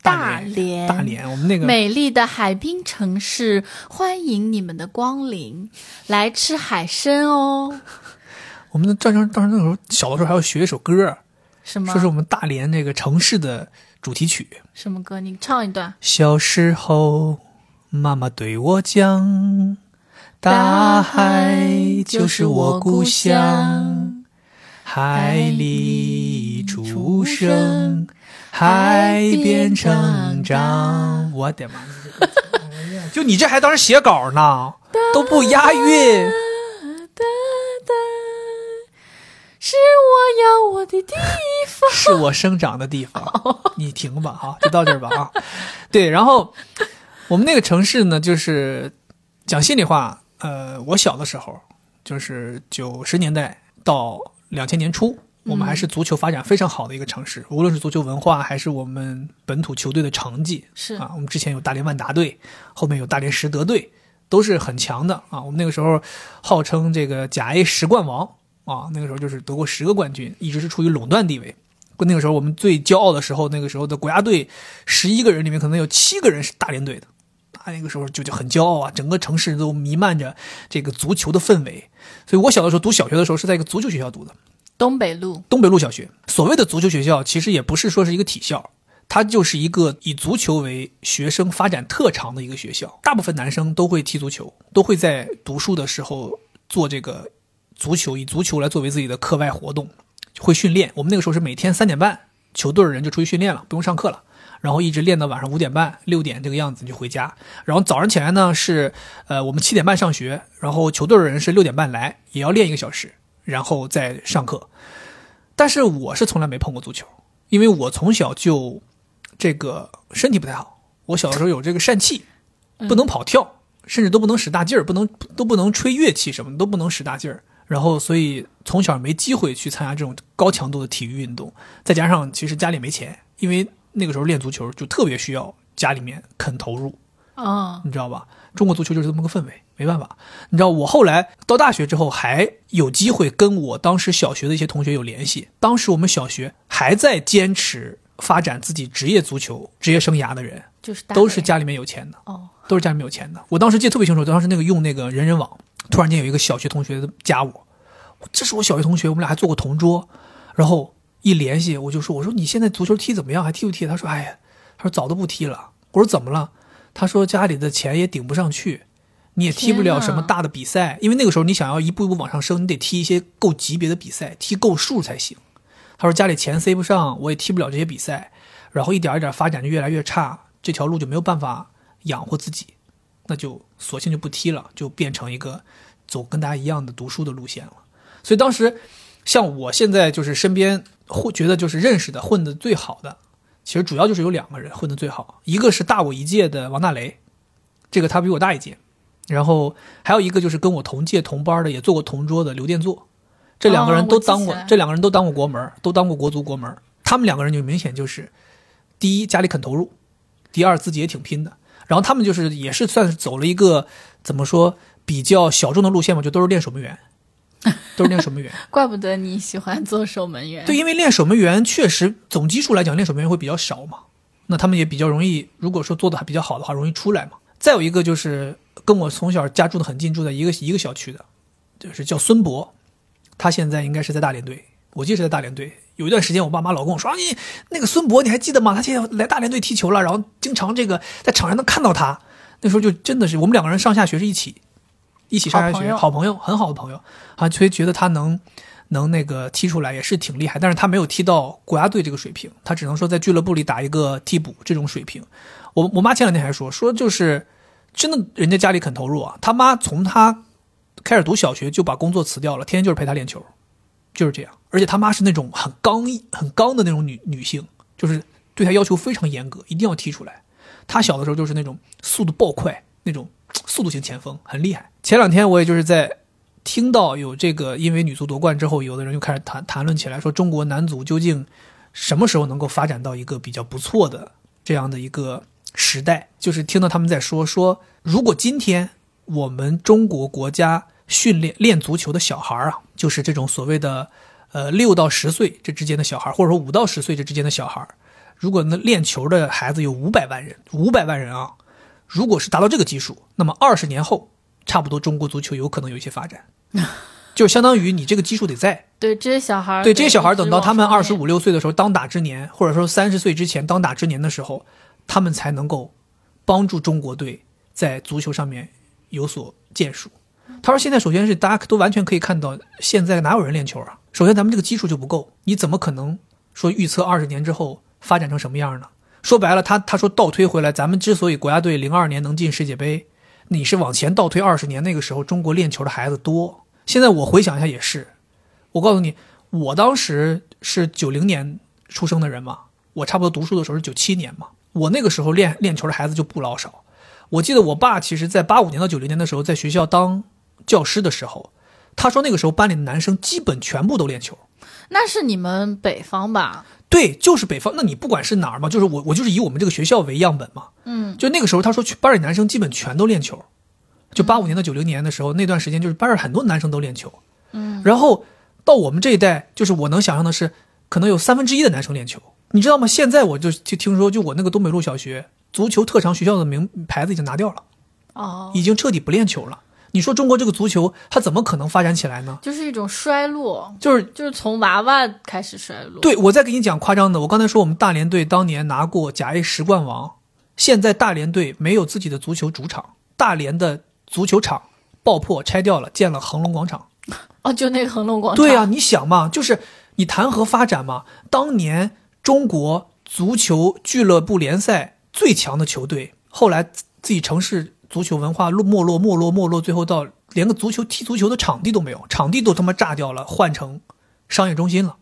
大连，
连
大连，我们那个
哎美丽的海滨城市，欢迎你们的光临，来吃海参哦。
我们当时当时那时候小的时候还要学一首歌，
什么
说是我们大连这个城市的主题曲。
什么歌？你唱一段。
小时候，妈妈对我讲，大海就是我故乡。，海里出生，海边成长。我的妈！就你这还当时写稿呢，都不押韵。
哒哒，是我要我的地方。
是我生长的地方，你停吧啊，就到这儿吧啊。 对，然后我们那个城市呢，就是讲心里话，呃，我小的时候就是九十年代到两千年初，我们还是足球发展非常好的一个城市，无论是足球文化还是我们本土球队的成绩
是
啊，我们之前有大连万达队，后面有大连实德队，都是很强的啊。我们那个时候号称这个甲 A 十冠王啊，那个时候就是得过十个冠军，一直是处于垄断地位。那个时候我们最骄傲的时候，那个时候的国家队十一个人里面可能有七个人是大连队的，啊，那个时候就就很骄傲啊，整个城市都弥漫着这个足球的氛围。所以我小的时候读小学的时候是在一个足球学校读的，
东北路，
东北路小学。所谓的足球学校，其实也不是说是一个体校，它就是一个以足球为学生发展特长的一个学校。大部分男生都会踢足球，都会在读书的时候做这个足球，以足球来作为自己的课外活动，会训练。我们那个时候是每天三点半，球队的人就出去训练了，不用上课了。然后一直练到晚上五点半、六点这个样子你就回家。然后早上起来呢是，呃，我们七点半上学，然后球队的人是六点半来，也要练一个小时，然后再上课。但是我是从来没碰过足球，因为我从小就这个身体不太好，我小的时候有这个疝气，不能跑跳，甚至都不能使大劲儿，不能都不能吹乐器，什么的都不能使大劲儿。然后，所以从小没机会去参加这种高强度的体育运动，再加上其实家里没钱，因为那个时候练足球就特别需要家里面肯投入，
嗯，
你知道吧？中国足球就是这么个氛围，没办法。你知道我后来到大学之后，还有机会跟我当时小学的一些同学有联系。当时我们小学还在坚持发展自己职业足球职业生涯的人，
就是大
都是
连
家里面有钱的，
哦，
都是家里面有钱的。我当时记得特别清楚，当时那个用那个人人网，突然间有一个小学同学加我，这是我小学同学，我们俩还做过同桌，然后一联系我就说，我说你现在足球踢怎么样，还踢不踢？他说，哎呀，他说早都不踢了。我说怎么了？他说家里的钱也顶不上去，你也踢不了什么大的比赛，因为那个时候你想要一步一步往上升，你得踢一些够级别的比赛，踢够数才行。他说家里钱塞不上，我也踢不了这些比赛，然后一点一点发展就越来越差，这条路就没有办法养活自己，那就索性就不踢了，就变成一个走跟大家一样的读书的路线了。所以当时像我现在就是身边混觉得就是认识的混的最好的，其实主要就是有两个人混的最好，一个是大我一届的王大雷，这个他比我大一届，然后还有一个就是跟我同届同班的也做过同桌的刘殿座，这两个人
哦
都
我记
当过，
起来
这两个人都当过国门儿，都当过国足国门儿，他们两个人就明显就是第一家里肯投入，第二自己也挺拼的，然后他们就是也是算是走了一个怎么说比较小众的路线吧，就都是练守门员。都是练守门员，
怪不得你喜欢做守门员。
对，，因为练守门员确实总基数来讲，练守门员会比较少嘛，那他们也比较容易，如果说做的还比较好的话，容易出来嘛。再有一个就是跟我从小家住的很近，住在一个一个小区的，就是叫孙博，他现在应该是在大连队，我记得是在大连队。有一段时间，我爸妈老跟我说：“啊，你那个孙博，你还记得吗？他现在来大连队踢球了，然后经常这个在场上能看到他。”那时候就真的是我们两个人上下学是一起，一起上下
好朋
学，
友
好朋友，很好的朋友啊，所以觉得他能能那个踢出来也是挺厉害，但是他没有踢到国家队这个水平，他只能说在俱乐部里打一个替补这种水平。我我妈前两天还说说就是真的，人家家里肯投入啊，他妈从他开始读小学就把工作辞掉了，天天就是陪他练球，就是这样。而且他妈是那种很刚毅、很刚的那种女女性，就是对她要求非常严格，一定要踢出来。他小的时候就是那种速度爆快，那种速度型前锋，很厉害。前两天我也就是在听到有这个，因为女足夺冠之后，有的人就开始谈谈论起来，说中国男足究竟什么时候能够发展到一个比较不错的这样的一个时代？就是听到他们在说，说如果今天我们中国国家训练练足球的小孩啊，就是这种所谓的呃六到十岁这之间的小孩，或者说五到十岁这之间的小孩，如果能练球的孩子有五百万人，五百万人啊，如果是达到这个基数，那么二十年后，差不多中国足球有可能有一些发展，就相当于你这个基数得在。
对这些小孩儿，
对这些小孩，
一直
等到他们
往上
二十
面
五六岁的时候，当打之年，或者说三十岁之前当打之年的时候，他们才能够帮助中国队在足球上面有所建树。他说：“现在首先是大家都完全可以看到，现在哪有人练球啊？首先咱们这个基础就不够，你怎么可能说预测二十年之后发展成什么样呢？说白了，他他说倒推回来，咱们之所以国家队零二年能进世界杯，你是往前倒推二十年，那个时候中国练球的孩子多。现在我回想一下也是，我告诉你，我当时是九零年出生的人嘛，我差不多读书的时候是九七年嘛，我那个时候练练球的孩子就不老少。我记得我爸其实在八五年到九零年的时候，在学校当教师的时候，他说那个时候班里的男生基本全部都练球。
那是你们北方吧？
对，就是北方。那你不管是哪儿嘛，就是我，我就是以我们这个学校为样本嘛。
嗯，
就那个时候，他说去班里男生基本全都练球，
嗯
就八五年到九零年的时候那段时间，就是班上很多男生都练球。嗯，然后到我们这一代，就是我能想象的是，可能有三分之一的男生练球，你知道吗？现在我就就听说，就我那个东北路小学足球特长学校的名牌子已经拿掉了，
哦，
已经彻底不练球了。你说中国这个足球，它怎么可能发展起来呢？
就是一种衰落，
就是
就是从娃娃开始衰落。，
对，我再给你讲夸张的，我刚才说我们大连队当年拿过甲 A 十冠王，现在大连队没有自己的足球主场，大连的足球场爆破拆掉了，建了恒隆广场。
哦，就那个恒隆广场。
对啊，你想嘛，就是你谈何发展嘛？当年中国足球俱乐部联赛最强的球队，后来自自己城市足球文化落没落没落没落，最后到连个足球踢足球的场地都没有，场地都他妈炸掉了，换成商业中心了。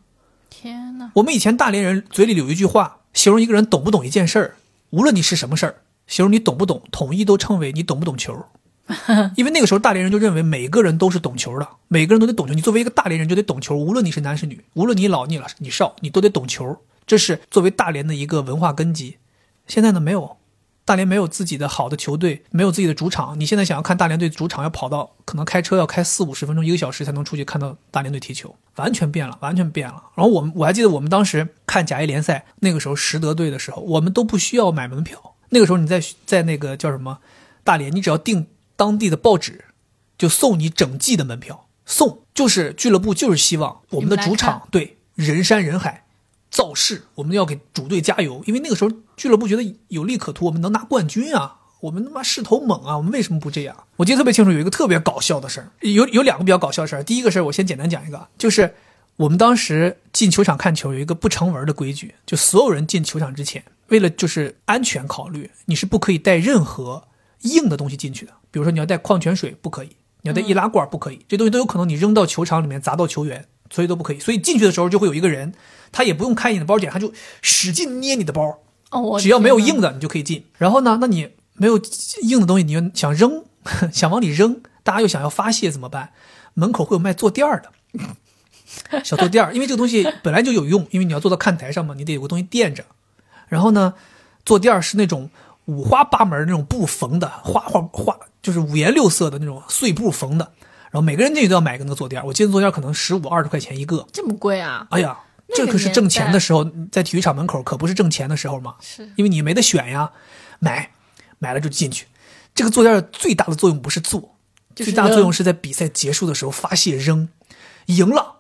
天哪，
我们以前大连人嘴里有一句话，形容一个人懂不懂一件事儿，无论你是什么事儿，形容你懂不懂，统一都称为你懂不懂球。因为那个时候大连人就认为每个人都是懂球的，每个人都得懂球。你作为一个大连人就得懂球，无论你是男是女，无论你老你老你少，你都得懂球。这是作为大连的一个文化根基。现在呢，没有，大连没有自己的好的球队，没有自己的主场。你现在想要看大连队主场，要跑到可能开车要开四五十分钟、一个小时才能出去看到大连队踢球，完全变了，完全变了。然后我们我还记得我们当时看甲 A 联赛那个时候实德队的时候，我们都不需要买门票。那个时候你在在那个叫什么大连，你只要订当地的报纸，就送你整季的门票，送就是俱乐部就是希望我们的
你们来
主
看
场对人山人海，造势，我们要给主队加油，因为那个时候俱乐部觉得有利可图，我们能拿冠军啊，我们他妈势头猛啊，我们为什么不这样？我记得特别清楚，有一个特别搞笑的事儿，有有两个比较搞笑的事儿。第一个事儿我先简单讲一个，就是我们当时进球场看球有一个不成文的规矩，就所有人进球场之前，为了就是安全考虑，你是不可以带任何硬的东西进去的，比如说你要带矿泉水不可以，你要带易拉罐不可以，这东西都有可能你扔到球场里面砸到球员，所以都不可以。所以进去的时候就会有一个人，他也不用看你的包点，他就使劲捏你的包，
哦，我
只要没有
天哪
硬的你就可以进。然后呢，那你没有硬的东西，你又想扔， 想往里扔，大家又想要发泄怎么办？门口会有卖坐垫儿的，小坐垫儿，因为这个东西本来就有用，因为你要坐到看台上嘛，你得有个东西垫着。然后呢，坐垫儿是那种五花八门那种布缝的，花花花就是五颜六色的那种碎布缝的。然后每个人进去都要买一个那个坐垫儿，我记得坐垫儿可能十五二十块钱一个。
这么贵啊？
哎呀，
那
这
个
可是
年
挣钱
代
的时候，在体育场门口可不是挣钱的时候嘛。
是
因为你没得选呀，买，买了就进去。这个坐垫儿最大的作用不是坐，
就是
最大的作用
扔
是在比赛结束的时候发泄扔，赢了，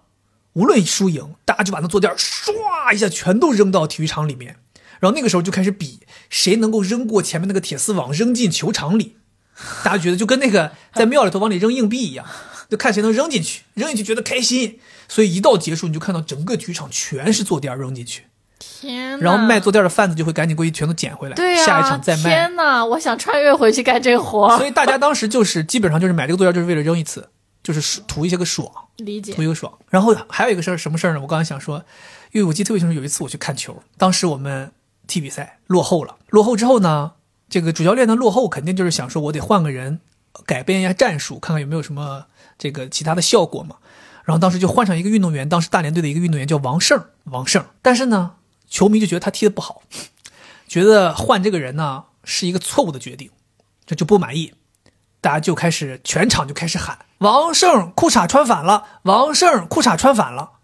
无论输赢，大家就把那坐垫儿唰一下全都扔到体育场里面，然后那个时候就开始比谁能够扔过前面那个铁丝网，扔进球场里。大家觉得就跟那 个在庙里头往里扔硬币一样，就看谁能扔进去，扔进去觉得开心。所以一到结束，你就看到整个体育场全是坐垫儿扔进去。
天哪！
然后卖坐垫的贩子就会赶紧过去全都捡回来，
对呀、啊
下一场再卖。
天哪，我想穿越回去干这活儿。
所以大家当时就是基本上就是买这个坐垫就是为了扔一次，就是图一些个爽，
理解
图一个爽。然后还有一个事儿，什么事儿呢？我刚才想说，因为我记得特别清楚，有一次我去看球，当时我们踢比赛落后了，落后之后呢，这个主教练呢落后肯定就是想说，我得换个人，改变一下战术，看看有没有什么这个其他的效果嘛。然后当时就换上一个运动员，当时大连队的一个运动员叫王胜，王胜。但是呢，球迷就觉得他踢得不好，觉得换这个人呢是一个错误的决定，这就不满意。大家就开始全场就开始喊王胜裤衩穿反了，王胜裤衩穿反了。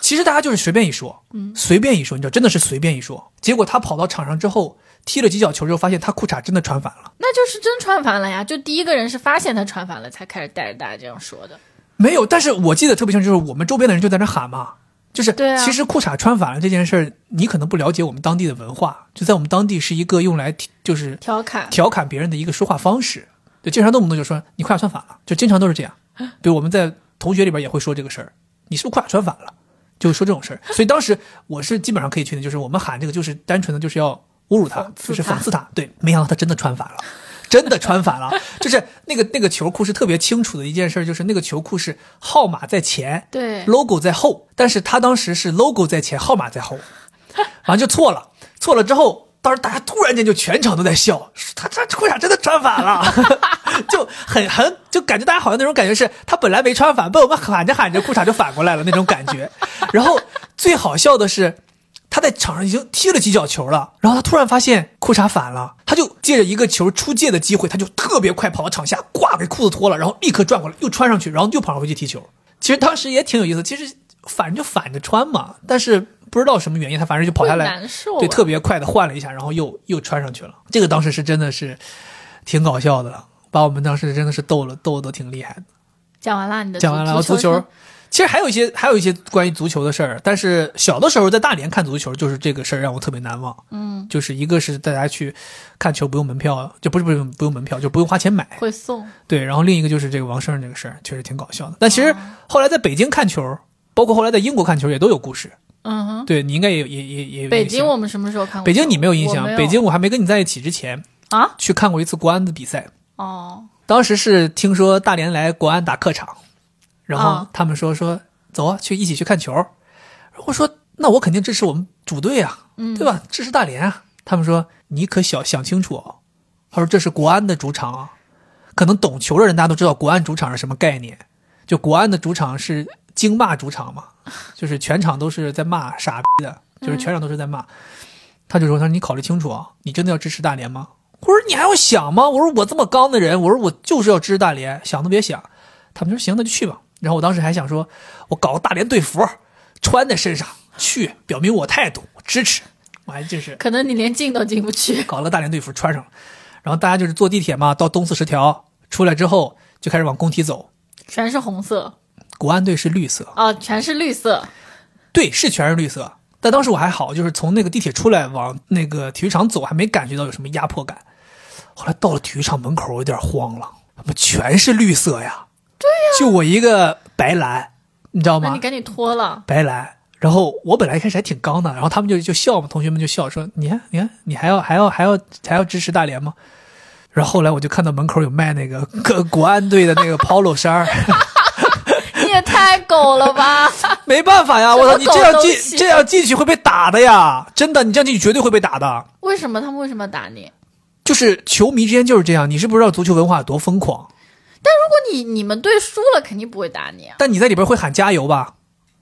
其实大家就是随便一说，随便一说，你知道，真的是随便一说。结果他跑到场上之后，踢了几脚球之后，发现他裤衩真的穿反了。
那就是真穿反了呀！就第一个人是发现他穿反了，才开始带着大家这样说的。
没有，但是我记得特别清楚，就是我们周边的人就在那喊嘛，就是
对啊
其实裤衩穿反了这件事儿，你可能不了解我们当地的文化，就在我们当地是一个用来提就是
调侃，
调侃别人的一个说话方式，就经常动不动就说你裤衩穿反了，就经常都是这样。比如我们在同学里边也会说这个事儿，你是不是裤衩穿反了？就会说这种事儿。所以当时我是基本上可以确定，就是我们喊这个就是单纯的就是要侮辱他
讽，刺
就是
他
讽刺他。对，没想到他真的穿反了。真的穿反 了，就是那个那个球裤是特别清楚的一件事儿，就是那个球裤是号码在前，
对
logo 在后，但是他当时是 logo 在前，号码在后，完就错了，错了之后，当时大家突然间就全场都在笑，说他他裤衩真的穿反了， 就很很就感觉大家好像那种感觉是他本来没穿反，被我们喊着喊着裤衩就反过来了那种感觉，然后最好笑的是。他在场上已经踢了几脚球了，然后他突然发现裤衩反了，他就借着一个球出界的机会，他就特别快跑到场下，呱给裤子脱了，然后立刻转过来又穿上去，然后又跑回去踢球。其实当时也挺有意思，其实反正就反着穿嘛，但是不知道什么原因，他反正就跑下
会
来，
难受啊
对，特别快的换了一下，然后又又穿上去了。这个当时是真的是挺搞笑的，把我们当时真的是逗了逗的挺厉害的。
讲完了你的
讲完了
呃足
足
球
球，，其实还有一些还有一些关于足球的事儿，但是小的时候在大连看足球，就是这个事儿让我特别难忘。嗯，就是一个是大家去看球不用门票，就不是不用不用门票，就不用花钱买。
会送
对，然后另一个就是这个王胜这个事儿，确实挺搞笑的。但其
哦
实后来在北京看球，包括后来在英国看球也都有故事。
嗯哼。
对你应该也也也也有
北
印
京
象
我们什么时候看过？
北京你没有印
我
象
没，有
北京我还没跟你在一起之前
啊？
去看过一次国安的比赛，
哦，
当时是听说大连来国安打客场，然后
啊
他们说说走啊，去一起去看球。我说那我肯定支持我们主队啊，
嗯
对吧？支持大连啊。他们说你可想想清楚哦，他说这是国安的主场啊。可能懂球的人大家都知道国安主场是什么概念，就国安的主场是惊骂主场嘛，就是全场都是在骂傻逼的，就是全场都是在骂。他就说：“他说你考虑清楚啊，你真的要支持大连吗？”我说：“你还要想吗？”我说：“我这么刚的人，我说我就是要支持大连，想都别想。”他们说：“行，那就去吧。”然后我当时还想说，我搞个大连队服穿在身上去，表明我态度，我支持。我还就是
可能你连进都进不去。
搞了个大连队服穿上了，然后大家就是坐地铁嘛，到东四十条出来之后就开始往工体走。
全是红色
国安队是绿色，
哦，全是绿色，
对，是全是绿色。但当时我还好，就是从那个地铁出来往那个体育场走，还没感觉到有什么压迫感。后来到了体育场门口，我有点慌了，他妈全是绿色呀！对呀、就我一个白蓝，你知道
那
吗
你？赶紧脱了。
白蓝。然后我本来一开始还挺刚的，然后他们就就笑嘛，同学们就笑说：“你看，你看，你还要还要还要还要支持大连吗？”然后后来我就看到门口有卖那个 国国安队的那个 polo 衫儿。
你也太狗了吧！
没办法呀，我操！
什么
你
狗
这样
东西啊
进这样进去会被打的呀，真的，你这样进去绝对会被打的。
为什么他们为什么打你？
就是球迷之间就是这样，你是不知道足球文化有多疯狂，
如果你你们队输了，肯定不会打你啊！
但你在里边会喊加油吧？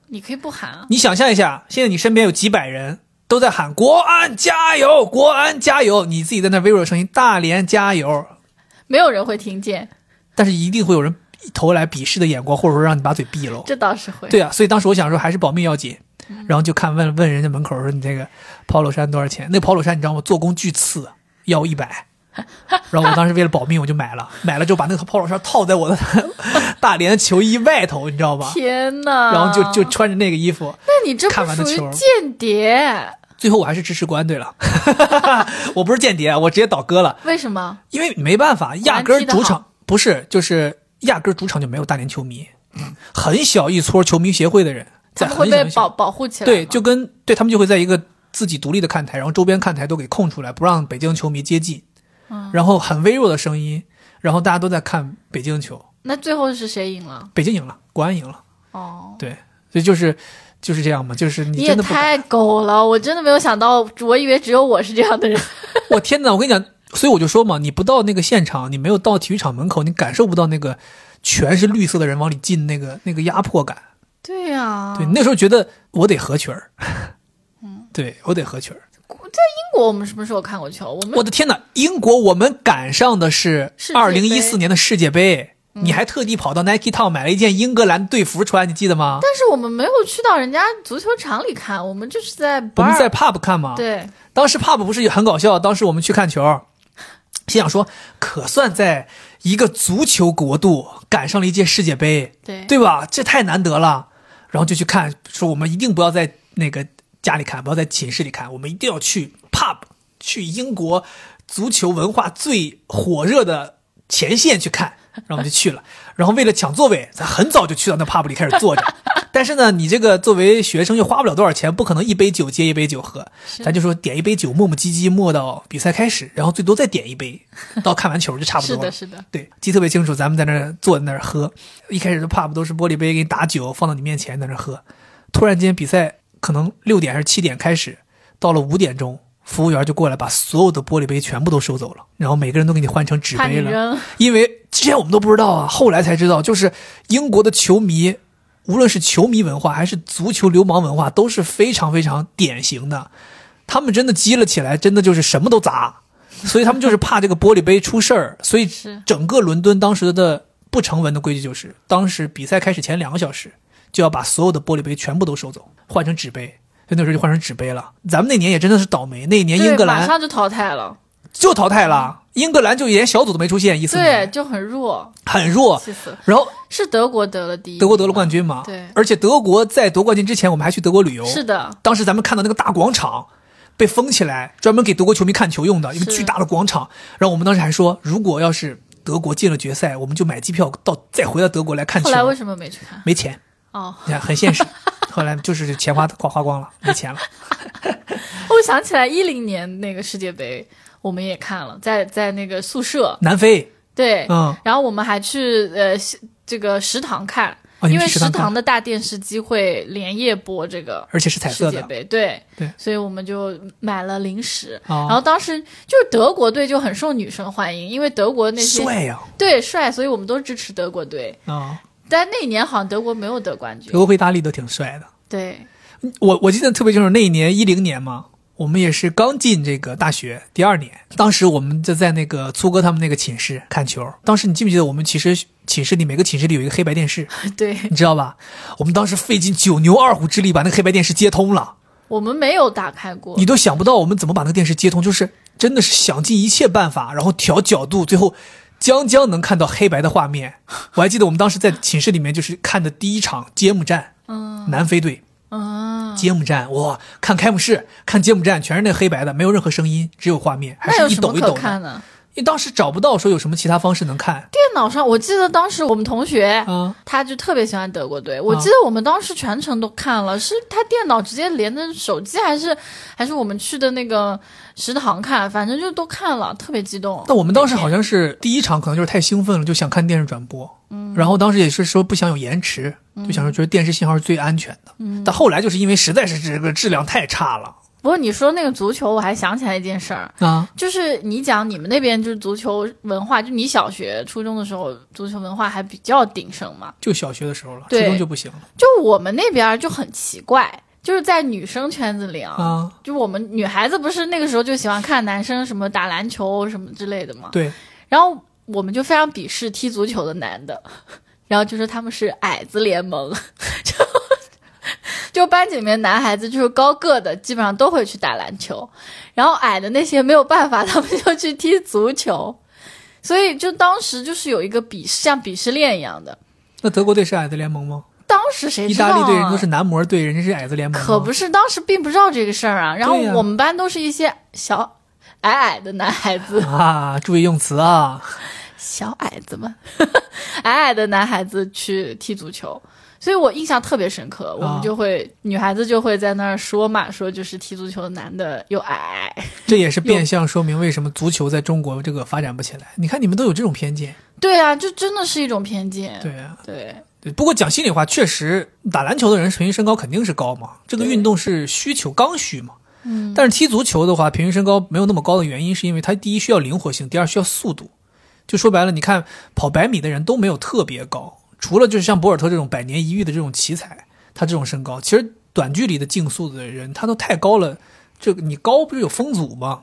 你可以不喊啊。
你想象一下，现在你身边有几百人都在喊国安加油，国安加油，你自己在那微弱的声音，大连加油，
没有人会听见，
但是一定会有人投来鄙视的眼光，或者说让你把嘴闭喽。
这倒是会。
对啊，所以当时我想说还是保命要紧，
嗯
然后就看问问人家门口说你这个 polo 衫多少钱？那 polo 衫你知道吗？做工巨次，要一 百。然后我当时为了保命，我就买了，买了之后把那个 polo 衫套在我的 大连球衣外头，你知道吧？
天啊哪！
然后就就穿着那个衣服，
那你这
看
不
完的
属于
球
间谍？
最后我还是支持国安 队了。 我不是间谍，啊我直接倒戈了，
为什么？
因为没办法，压根儿
国安踢得好
主场不是就是压根儿主场就没有大连球迷，很小一撮球迷协会的人，
嗯他
在
们
很
会
小
被
很小
保保护起来吗？
对，就跟对他们就会在一个自己独立的看台，然后周边看台都给空出来，不让
嗯
北京球迷接近，然后很微弱的声音，然后大家都在看北京球，
那最后是谁赢了？
北京赢了，国安赢了，
哦，
对，所以就是就是这样嘛，就是
你
你
也
真的不敢
太狗了，我真的没有想到，我以为只有我是这样的人。
我天哪！我跟你讲，所以我就说嘛，你不到那个现场，你没有到体育场门口，你感受不到那个全是绿色的人往里进那个那个压迫感。
对啊呀、
对，那时候觉得我得合群儿，
嗯
对我得合群儿。
英国我们什么时候看过球？我们
我的天哪！英国我们赶上的是
世界
二
杯嗯
零一四年的世界杯，你还特地跑到 Nike Town 买了一件英格兰队服穿，你记得吗？
但是我们没有去到人家足球场里看，我们就是在 bar,
我们在 pub 看嘛，
对，
当时 pub 不是也很搞笑？当时我们去看球，心想说，可算在一个足球国度赶上了一届世界杯，
对
对吧？这太难得了。然后就去看，说我们一定不要在那个家里看，不要在寝室里看，我们一定要去 pub，去英国足球文化最火热的前线去看。然后我们就去了，然后为了抢座位，咱很早就去到那 pub 里开始 坐着。但是呢，你这个作为学生又花不了多少钱，不可能一杯酒接一杯酒喝，咱就说点一杯酒，磨磨唧唧磨到比赛开始，然后最多再点一 杯，到看完球就差不
是
多了。
的，是的，
对，记得特别清楚，咱们在那儿坐在那儿喝，一开始的 pub 都是玻璃杯给你打酒放到你面前在那儿喝，突然间比赛可能六点还是七点开始，到了五点钟，服务员就过来把所有的玻璃杯全部都收走了，然后每个人都给你换成纸
怕你
杯了，
扔，
因为之前我们都不知道啊，后来才知道，就是英国的球迷，无论是球迷文化还是足球流氓文化，都是非常非常典型的。他们真的激了起来，真的就是什么都砸， 所以他们就是怕这个玻璃杯出事儿，所以
是
整个伦敦当时的不成文的规矩就是，当时比赛开始前两个小时就要把所有的玻璃杯全部都收走，换成纸杯。所以那时候就换成纸杯了。咱们那年也真的是倒霉，那一年
对
英格
马
兰
上就淘汰了，
就淘汰了，英格兰就连小组都没出现一次，
对，就很弱，
很弱。
气死了。
然后
是德国得了第一，
德国得了冠军嘛？
对
而且德国在夺冠军之前，我们还去德国旅游。
是的，
当时咱们看到那个大广场被封起来，专门给德国球迷看球用的一个
是
巨大的广场。然后我们当时还说，如果要是德国进了决赛，我们就买机票到再回到德国来看球
后。来为什么没去看？
没钱，
哦，
你看很现 实。后来就是钱花花花光了，没钱了。
我想起来一零年那个世界杯，我们也看了，在在那个宿舍，
南非，
对，
嗯，
然后我们还去呃西这个食堂看，
哦，你
因
们
为
去食
食
堂看
堂，的大电视机会连夜播这个
而且是彩
世
色
界
的。
杯，对
对
所以我们就买了零食。然
啊，
后当时就是德国队就很受女生欢迎，因为德国那些
帅呀！
对帅，所以我们都支持德国队。
啊，
但那一年好像德国没有得冠军
德，国和意大利都挺帅的。
对，
我我记得特别清楚，那一年一零年嘛，我们也是刚进这个大学第二年，当时我们就在那个粗哥他们那个寝室看球。当时你记不记得我们其实寝室里每个寝室里有一个黑白电视，
对
你知道吧？我们当时费尽九牛二虎之力把那个黑白电视接通了，
我们没有打开过
你。都想不到我们怎么把那个电视接通，就是真的是想尽一切办法，然后调角度，最后。将将能看到黑白的画面，我还记得我们当时在寝室里面就是看的第一场揭幕战，嗯，南非队，
嗯，
揭幕战，哇，看开幕式，看揭幕战，全是那黑白的，没有任何声音，只有画面，还
那有
是一
什么
抖一
可
抖
看
的。
的？
因为当时找不到说有什么其他方式能看
电脑上，我记得当时我们同学，
啊，
他就特别喜欢德国队。
嗯
我记得我们当时全程都看了，是他电脑直接连着手机，还是还是我们去的那个食堂看，反正就都看了，特别激动。
但我们当时好像是第一场，可能就是太兴奋了，就想看电视转播。嗯，然后当时也是说不想有延迟，
嗯
就想说觉得电视信号是最安全的。嗯，但后来就是因为实在是这个质量太差了
不过你说那个足球，我还想起来一件事儿，
啊，
就是你讲你们那边就是足球文化，就你小学、初中的时候，足球文化还比较鼎盛嘛。
就小学的时候了，初
对
中就不行了
就我们那边儿就很奇怪，就是在女生圈子里啊，
啊。
就我们女孩子不是那个时候就喜欢看男生什么打篮球什么之类的嘛。
对，
然后我们就非常鄙视踢足球的男的， 然后就说他们是矮子联盟， 就就班级里面男孩子就是高个的，基本上都会去打篮球，然后矮的那些没有办法， 他们就去踢足球，所以就当时就是有一个鄙视，像鄙视链一样的。
那德国队是矮子联盟吗？
当时谁
意
知道、啊？
大利队人都是男模队，人家是矮子联盟吗。
可不是，当时并不知道这个事儿啊。然后
对呀
我们班都是一些小矮矮的男孩子，
啊，注意用词啊。
小矮子们，矮矮的男孩子去踢足球，所以我印象特别深刻。我们就会、女孩子就会在那儿说嘛，说就是踢足球的男的又矮，
这也是变相说明为什么足球在中国这个发展不起来。你看你们都有这种偏见，
对啊，就真的是一种偏见。
对啊。
对
对不过讲心里话，确实打篮球的人平均身高肯定是高嘛，这个运动是需求刚需嘛。
嗯，
但是踢足球的话，平均身高没有那么高的原因，是因为它第一需要灵活性，第二需要速度。就说白了，你看跑百米的人都没有特别高，除了就是像博尔特这种百年一遇的这种奇才，他这种身高，其实短距离的竞速的人，他都太高了。这个你高不是有风阻吗？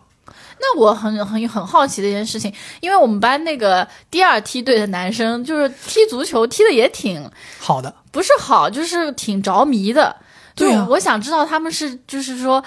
那我很很很好奇的一件事情，因为我们班那个第二梯队的男生，就是踢足球踢的也挺
好的，
不是好，就是挺着迷的。就
对啊
我想知道他们是就是说，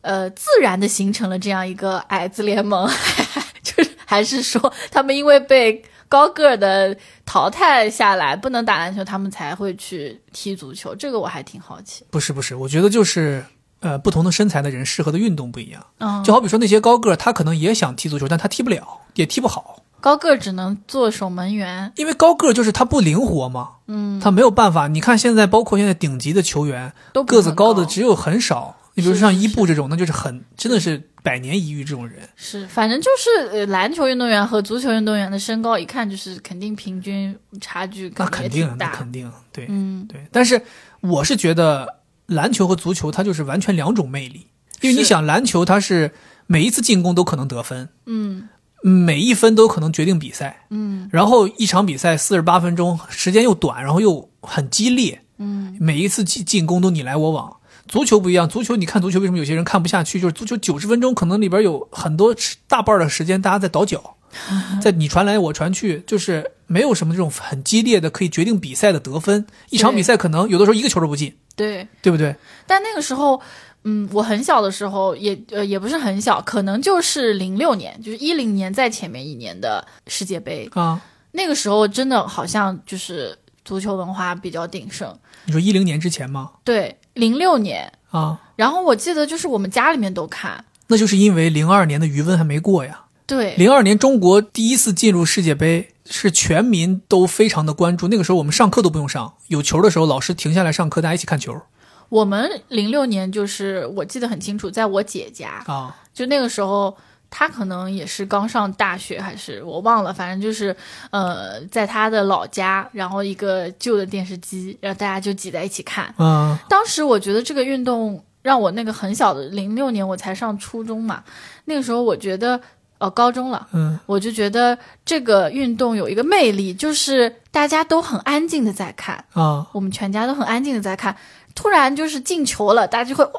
呃，自然的形成了这样一个矮子联盟， 就是还是说他们因为被高个儿的淘汰下来，不能打篮球，他们才会去踢足球。这个我还挺好奇。
不是不是，我觉得就是呃，不同的身材的人适合的运动不一样。
嗯，
就好比说那些高个儿，他可能也想踢足球，但他踢不了，也踢不好，
高个儿只能做守门员。
因为高个儿就是他不灵活嘛，嗯，他没有办法。你看现在，包括现在顶级的球员，
都不
个子
很
高
高
的只有很少。你比如
是
说像
是
伊布这种，那就是很真的是百年一遇这种人。
是，反正就是呃，篮球运动员和足球运动员的身高一看就是肯定平均差距
那
定也
肯定，
挺
那
大。
肯定，对、
嗯，
对。但是我是觉得篮球和足球它就是完全两种魅力，因为你
是
想篮球它是每一次进攻都可能得分，
嗯
每一分都可能决定比赛。
嗯
然后一场比赛四十八分钟，时间又短，然后又很激烈，
嗯，
每一次进进攻都你来我往。足球不一样，足球你看足球为什么有些人看不下去？就是足球九十分钟可能里边有很多时大半的时间大家在倒脚，在你传来我传去，就是没有什么这种很激烈的可以决定比赛的得分。一场比赛可能有的时候一个球都不进，
对。
对不对？
但那个时候，嗯，我很小的时候也呃也不是很小，可能就是零六年，就是一零年在前面一年的世界杯，
啊，
那个时候真的好像就是足球文化比较鼎盛。
你说一零年之前吗？
对，零六年，
啊，
然后我记得就是我们家里面都看，
那就是因为零二年的余温还没过呀。
对，
零二年中国第一次进入世界杯，是全民都非常的关注。那个时候我们上课都不用上，有球的时候老师停下来上课，大家一起看球
我们零六年就是我记得很清楚，在我姐家，
啊。
就那个时候，他可能也是刚上大学，还是我忘了，反正就是，呃，在他的老家，然后一个旧的电视机，然后大家就挤在一起看。
嗯，
当时我觉得这个运动让我那个很小的，零六年我才上初中嘛，那个时候我觉得，呃，高中了。
嗯，
我就觉得这个运动有一个魅力，就是大家都很安静的在看，
啊，
我们全家都很安静的在看，突然就是进球了，大家就会哇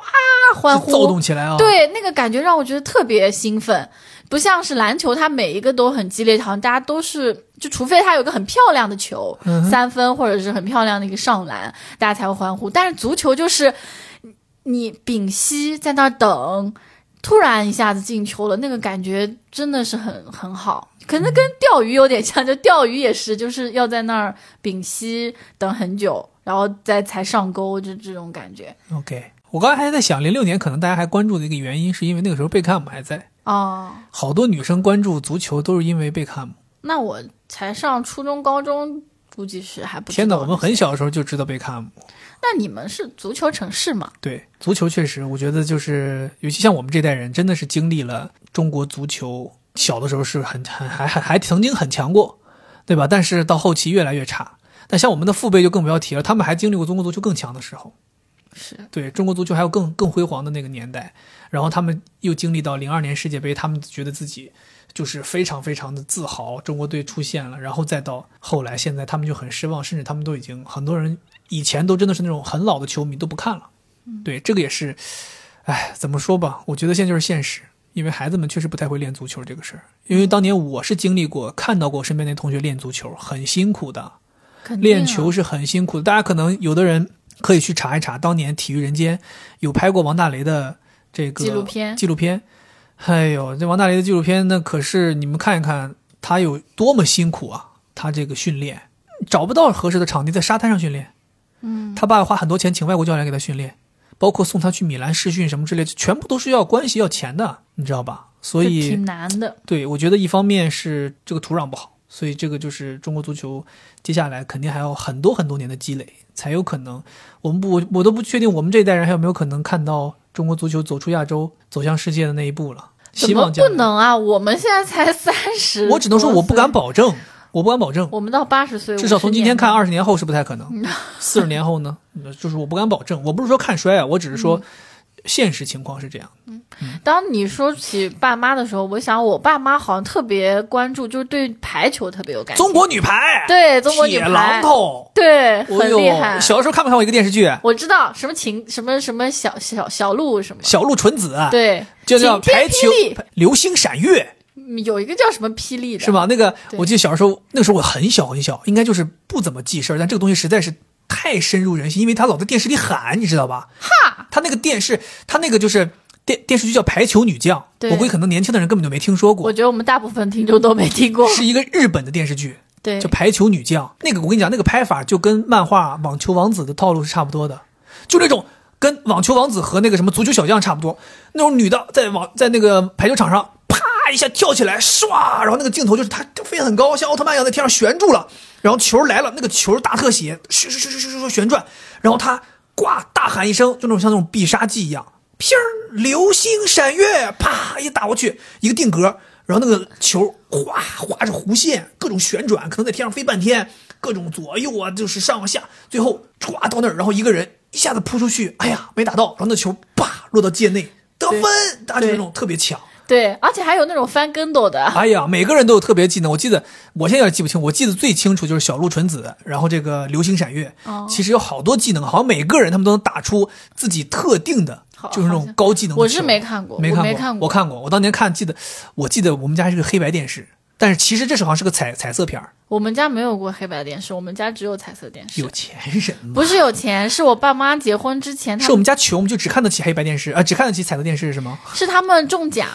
欢
就
呼，
躁动起来啊。，
对，那个感觉让我觉得特别兴奋，不像是篮球，它每一个都很激烈，好像大家都是，就除非它有一个很漂亮的球，
嗯哼
三分或者是很漂亮的一个上篮，大家才会欢呼。但是足球就是你你屏息在那儿等，突然一下子进球了，那个感觉真的是很很好。可能跟钓鱼有点像，就钓鱼也是，就是要在那儿屏息等很久，然后再才上钩，就这种感觉
OK。我刚才还在想，零六年可能大家还关注的一个原因，是因为那个时候贝克汉姆还在，
哦。
好多女生关注足球都是因为贝克汉姆。
那我才上初中、高中，估计是还不知道
天哪，我们很小的时候就知道贝克汉姆。
那你们是足球城市吗？
对，足球确实，我觉得就是，尤其像我们这代人，真的是经历了中国足球小的时候是很很还还还曾经很强过，对吧？但是到后期越来越差。但像我们的父辈就更不要提了，他们还经历过中国足球更强的时候，
是
对中国足球还有更更辉煌的那个年代。然后他们又经历到零二年世界杯，他们觉得自己就是非常非常的自豪，中国队出现了。然后再到后来，现在他们就很失望，甚至他们都已经很多人以前都真的是那种很老的球迷都不看了。对，这个也是，哎，怎么说吧？我觉得现在就是现实，因为孩子们确实不太会练足球这个事儿。因为当年我是经历过，看到过身边那同学练足球，很辛苦的。
肯定啊
练球是很辛苦的。大家可能有的人可以去查一查，当年《体育人间》有拍过王大雷的这个
纪录片
纪录片，哎呦，这王大雷的纪录片，那可是你们看一看他有多么辛苦啊！他这个训练找不到合适的场地，在沙滩上训练。嗯，他爸花很多钱请外国教练给他训练，包括送他去米兰试训什么之类的，全部都是要关系要钱的，你知道吧？所
这
以
挺难的。
对，我觉得一方面是这个土壤不好，所以这个就是中国足球接下来肯定还要很多很多年的积累，才有可能。我们不，我我都不确定我们这一代人还有没有可能看到中国足球走出亚洲，走向世界的那一步了。
怎
希
么
望这
不
样。
能啊？我们现在才三十，
我只能说我不敢。保证，我不敢保证。
我们到八十岁，
至少从
50
今天
年嗯
看，二十年后是不太可能。四十年后呢，就是我不敢保证。我不是说看衰啊，我只是
嗯
说现实情况是这样。
当你说起爸妈的时候，我想我爸妈好像特别关注，就是对排球特别有感情。
中国女排，
对中国女
铁榔
排，
头，
对，
哎
很
呦
厉害。
小的时候看没看过一个电视剧？啊
我知道什么秦什么什么小小小鹿什么，
小鹿纯子，啊
对，
就叫
晴天
排球
霹雳
流星闪月
嗯有一个叫什么霹雳的，
是？吧？那个
对
我记得小时候，那个时候我很小很小，应该就是不怎么记事儿，但这个东西实在是太深入人心，因为他老在电视里喊，你知道吧？
哈，
他那个电视，他那个就是电电视剧叫《排球女将》，
对
我估计可能年轻的人根本就没听说
我
过，
觉得我们大部分听众都没听过。
是一个日本的电视剧，
对
叫《排球女将》。那个我跟你讲，那个拍法就跟漫画《网球王子》的套路是差不多的，就那种跟《网球王子》和那个什么《足球小将》差不多，那种女的在网在那个排球场上啪一下跳起来，唰，然后那个镜头就是她飞得很高，像奥特曼一样在天上旋住了，然后球来了，那个球大特写，咻咻咻咻咻咻旋转，然后她呱大喊一声，就那种像那种必杀技一样，砰，流星闪月，啪一打过去，一个定格。然后那个球哗划着弧线，各种旋转，可能在天上飞半天，各种左右啊，就是上下，最后歘到那儿，然后一个人一下子扑出去，哎呀没打到，然后那球啪落到界内得分，大家就那种特别强。
对，而且还有那种翻跟斗的，
哎呀，每个人都有特别技能。我记得我现在也记不清，我记得最清楚就是小鹿纯子，然后这个流星闪月。
哦
其实有好多技能，好像每个人他们都能打出自己特定的
好，
就是那
好
种
像
高技能的球。
我是没看过，
没
我
看
没
过，
看
我看过，我当年看记得，我记得我们家还是个黑白电视，但是其实这是好像是个彩彩色片儿
我们家没有过黑白电视，我们家只有彩色电视。
有钱人嘛，
不是有钱，是我爸妈结婚之前，他
是我
们
们家穷，我们就只看得起黑白电视啊、呃只看得起彩色电视是吗？
是他们中奖，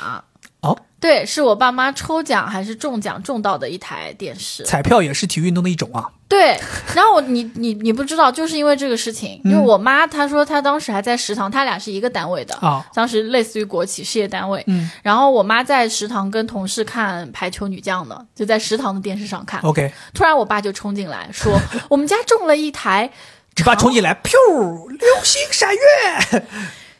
哦，
对，是我爸妈抽奖还是中奖中到的一台电视。
彩票也是体育运动的一种啊。
对，然后我你你你不知道，就是因为这个事情，因为
嗯
我妈她说她当时还在食堂，她俩是一个单位的，
啊
当时类似于国企事业单位。
嗯
然后我妈在食堂跟同事看排球女将呢，就在食堂的电视上看。
，OK，
突然我爸就冲进来 说，我们家中了一台
你爸冲进来，噗，流星闪月。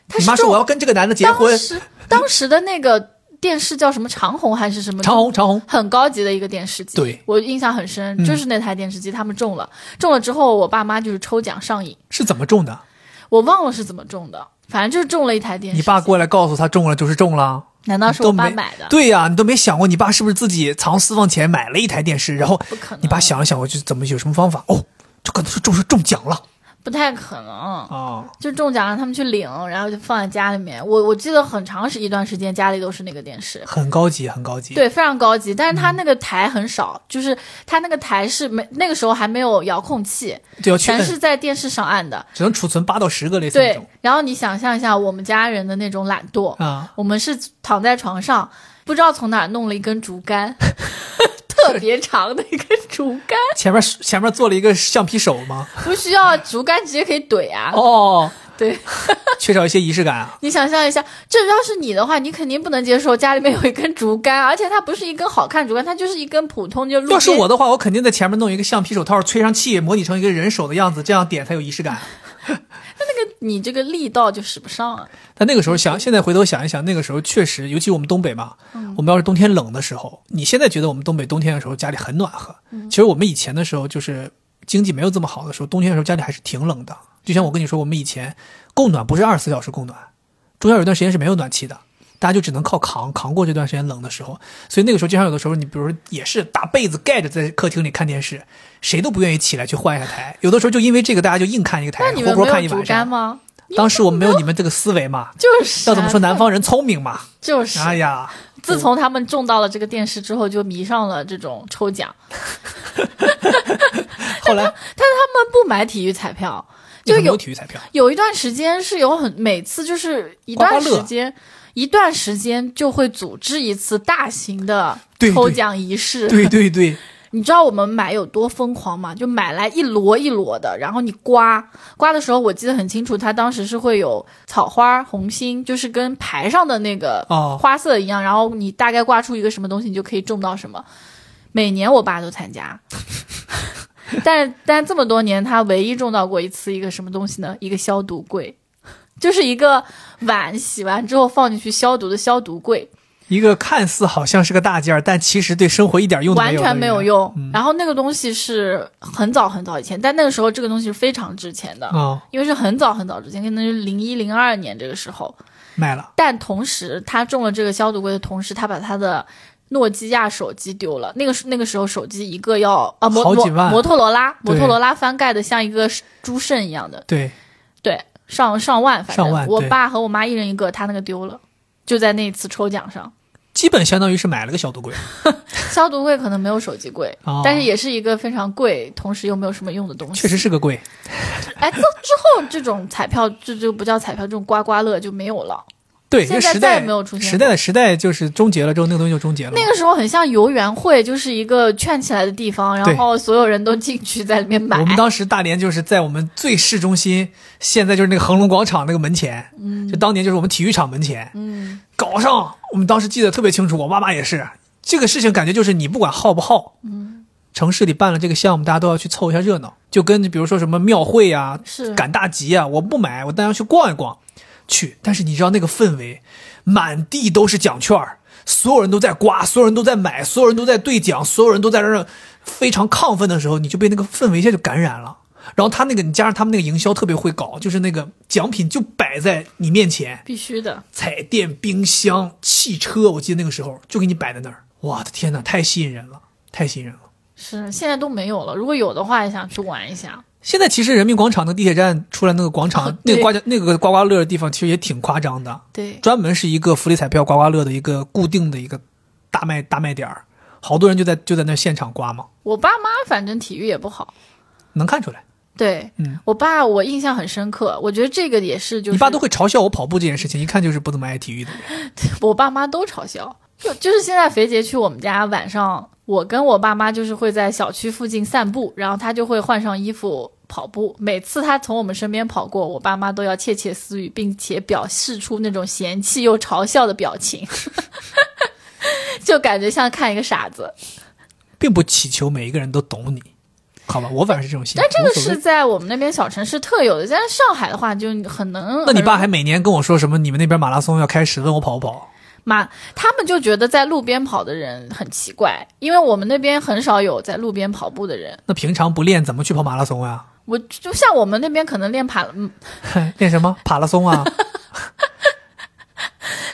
他
你
是
妈说
中
我要跟这个男的结婚
当，时 当时的那个电视叫什么长虹还是什么？
长虹长虹。
很高级的一个电视机，
对嗯
我印象很深，就是那台电视机他们中了，中了之后我爸妈就是抽奖上瘾，
是怎么中的？
我忘了是怎么中的，反正就是中了一台电视
你
机。
爸过来告诉他中了就是中了，
难道是我爸
都没
买的？
对呀、你都没想过你爸是不是自己藏私房钱买了一台电视，然后
不可能
你爸想了想，我就怎么有什么方法？哦，这可能是中是中奖了
不太可能，
啊！
就中奖让他们去领，然后就放在家里面。我我记得很长时一段时间家里都是那个电视。
很高级，很高级。，
对，非常高级，但是它那个台很少，就是它那个台是没那个时候还没有遥控器，
就要去
全
摁，
是在电视上按的。
只能储存八到十个类似那
对
种，
然后你想象一下我们家人的那种懒惰，
啊。
我们是躺在床上，不知道从哪儿弄了一根竹竿， 特别长的一根竹竿，
前面前面做了一个橡皮手吗？
不需要竹竿直接可以怼 啊。
哦，
对，
缺少一些仪式感啊。
你想象一下，这要是你的话，你肯定不能接受家里面有一根竹竿，而且它不是一根好看竹竿，它就是一根普通就路边。
要是我的话，我肯定在前面弄一个橡皮手套，吹上气，模拟成一个人手的样子，这样点才有仪式感。
你这个力道就使不上啊。
但那个时候想，现在回头想一想，那个时候确实，尤其我们东北嘛，
嗯
我们要是冬天冷的时候，你现在觉得我们东北冬天的时候家里很暖和，
嗯
其实我们以前的时候就是经济没有这么好的时候，冬天的时候家里还是挺冷的。就像我跟你说，我们以前供暖不是二十四小时供暖，中间有一段时间是没有暖气的。大家就只能靠扛扛过这段时间冷的时候，所以那个时候经常有的时候，你比如说也是大被子盖着在客厅里看电视，谁都不愿意起来去换一下台。有的时候就因为这个，大家就硬看一个
那
台，
你
活
们
活看
没
一
有竹
晚
竿
上。
吗？
当时我们没有你们这个思维嘛，
就是、啊、
要怎么说南方人聪明嘛？
就是、
哎呀，
自从他们中到了这个电视之后，就迷上了这种抽奖。
后来
他们不买体育彩票，就
有没
有
有体育彩票？
有一段时间是有很每次就是一
刮刮
段
乐
时间。一段时间就会组织一次大型的
对
抽
对
奖仪式，
对对对，
你知道我们买有多疯狂吗？就买来一摞一摞的，然后你刮刮的时候，我记得很清楚，它当时是会有草花、红心，就是跟牌上的那个
哦
花色一样，然后你大概刮出一个什么东西，你就可以中到什么。每年我爸都参加。 但是，但这么多年，他唯一中到过一次一个什么东西呢？一个消毒柜，就是一个碗洗完之后放进去消毒的消毒柜，
一个看似好像是个大件儿，但其实对生活一点用都没
完
有。嗯
全没有。用。然后那个东西是很早很早以前，但那个时候这个东西是非常值钱的，
啊、
因为是很早很早之前，可能是零一零二年这个时候。
卖了，
但同时，他中了这个消毒柜的同时，他把他的诺基亚手机丢了。那个时那个时候，手机一个要啊摩
好
摩
几万
摩托罗拉，
对
摩托罗拉翻盖的像一个猪肾一样的，
对，
对，上上万，反
上
正
万
我
对
爸和我妈一人一个，他那个丢了，就在那次抽奖上。
基本相当于是买了个消毒柜。
消毒柜可能没有手机柜，
哦
但是也是一个非常贵，同时又没有什么用的东西。
确实是个柜。
哎，之之后这种彩票这就不叫彩票，这种刮刮乐就没有了。
嗯对，
现
那
在
时代
再也没有出现过
时代的时代就是终结了之后，那个东西就终结了。
那个时候很像游园会，就是一个圈起来的地方，然后所有人都进去在里面买
我。们当时大连就是在我们最市中心，现在就是那个恒隆广场那个门前，嗯，就当年就是我们体育场门前，
嗯，
搞上。我们当时记得特别清楚，我爸妈也是这个事情，感觉就是你不管好不好，嗯，城市里办了这个项目，大家都要去凑一下热闹，就跟比如说什么庙会呀、
是
赶大集啊，我不买，我当然去逛一逛，去。但是你知道那个氛围，满地都是奖券儿所有人都在刮，所有人都在买，所有人都在兑奖，所有人都在那儿非常亢奋的时候，你就被那个氛围一下就感染了。然后他那个，你加上他们那个营销特别会搞，就是那个奖品就摆在你面前，
必须的。
彩电、冰箱、汽车，我记得那个时候就给你摆在那儿。我的天哪，太吸引人了，太吸引人了！
是，现在都没有了。如果有的话，也想去玩一下。
现在其实人民广场那个地铁站出来那个广场，
哦
那
对哎
个刮奖那个刮刮乐的地方，其实也挺夸张的，
对，
专门是一个福利彩票刮刮乐的一个固定的一个大卖大卖点儿，好多人就在就在那儿现场刮嘛，
我爸妈反正体育也不好。
能看出来。
对、
嗯
我爸，我印象很深刻。我觉得这个也是，就是
你爸都会嘲笑我跑步这件事情，一看就是不怎么爱体育的人。
我爸妈都嘲笑。就就是现在肥姐去我们家，晚上我跟我爸妈就是会在小区附近散步，然后她就会换上衣服跑步。每次她从我们身边跑过，我爸妈都要窃窃私语，并且表示出那种嫌弃又嘲笑的表情， 就感觉像看一个傻子。
并不祈求每一个人都懂你，好吧？我反正是这种心态
但。这个
无所谓
是在我们那边小城市特有的，在上海的话就很能。
那你爸还每年跟我说什么？你们那边马拉松要开始，问我跑不跑？
妈，他们就觉得在路边跑的人很奇怪，因为我们那边很少有在路边跑步的人。
那平常不练怎么去跑马拉松呀、
我就像我们那边可能练跑嗯
练什么马拉松啊？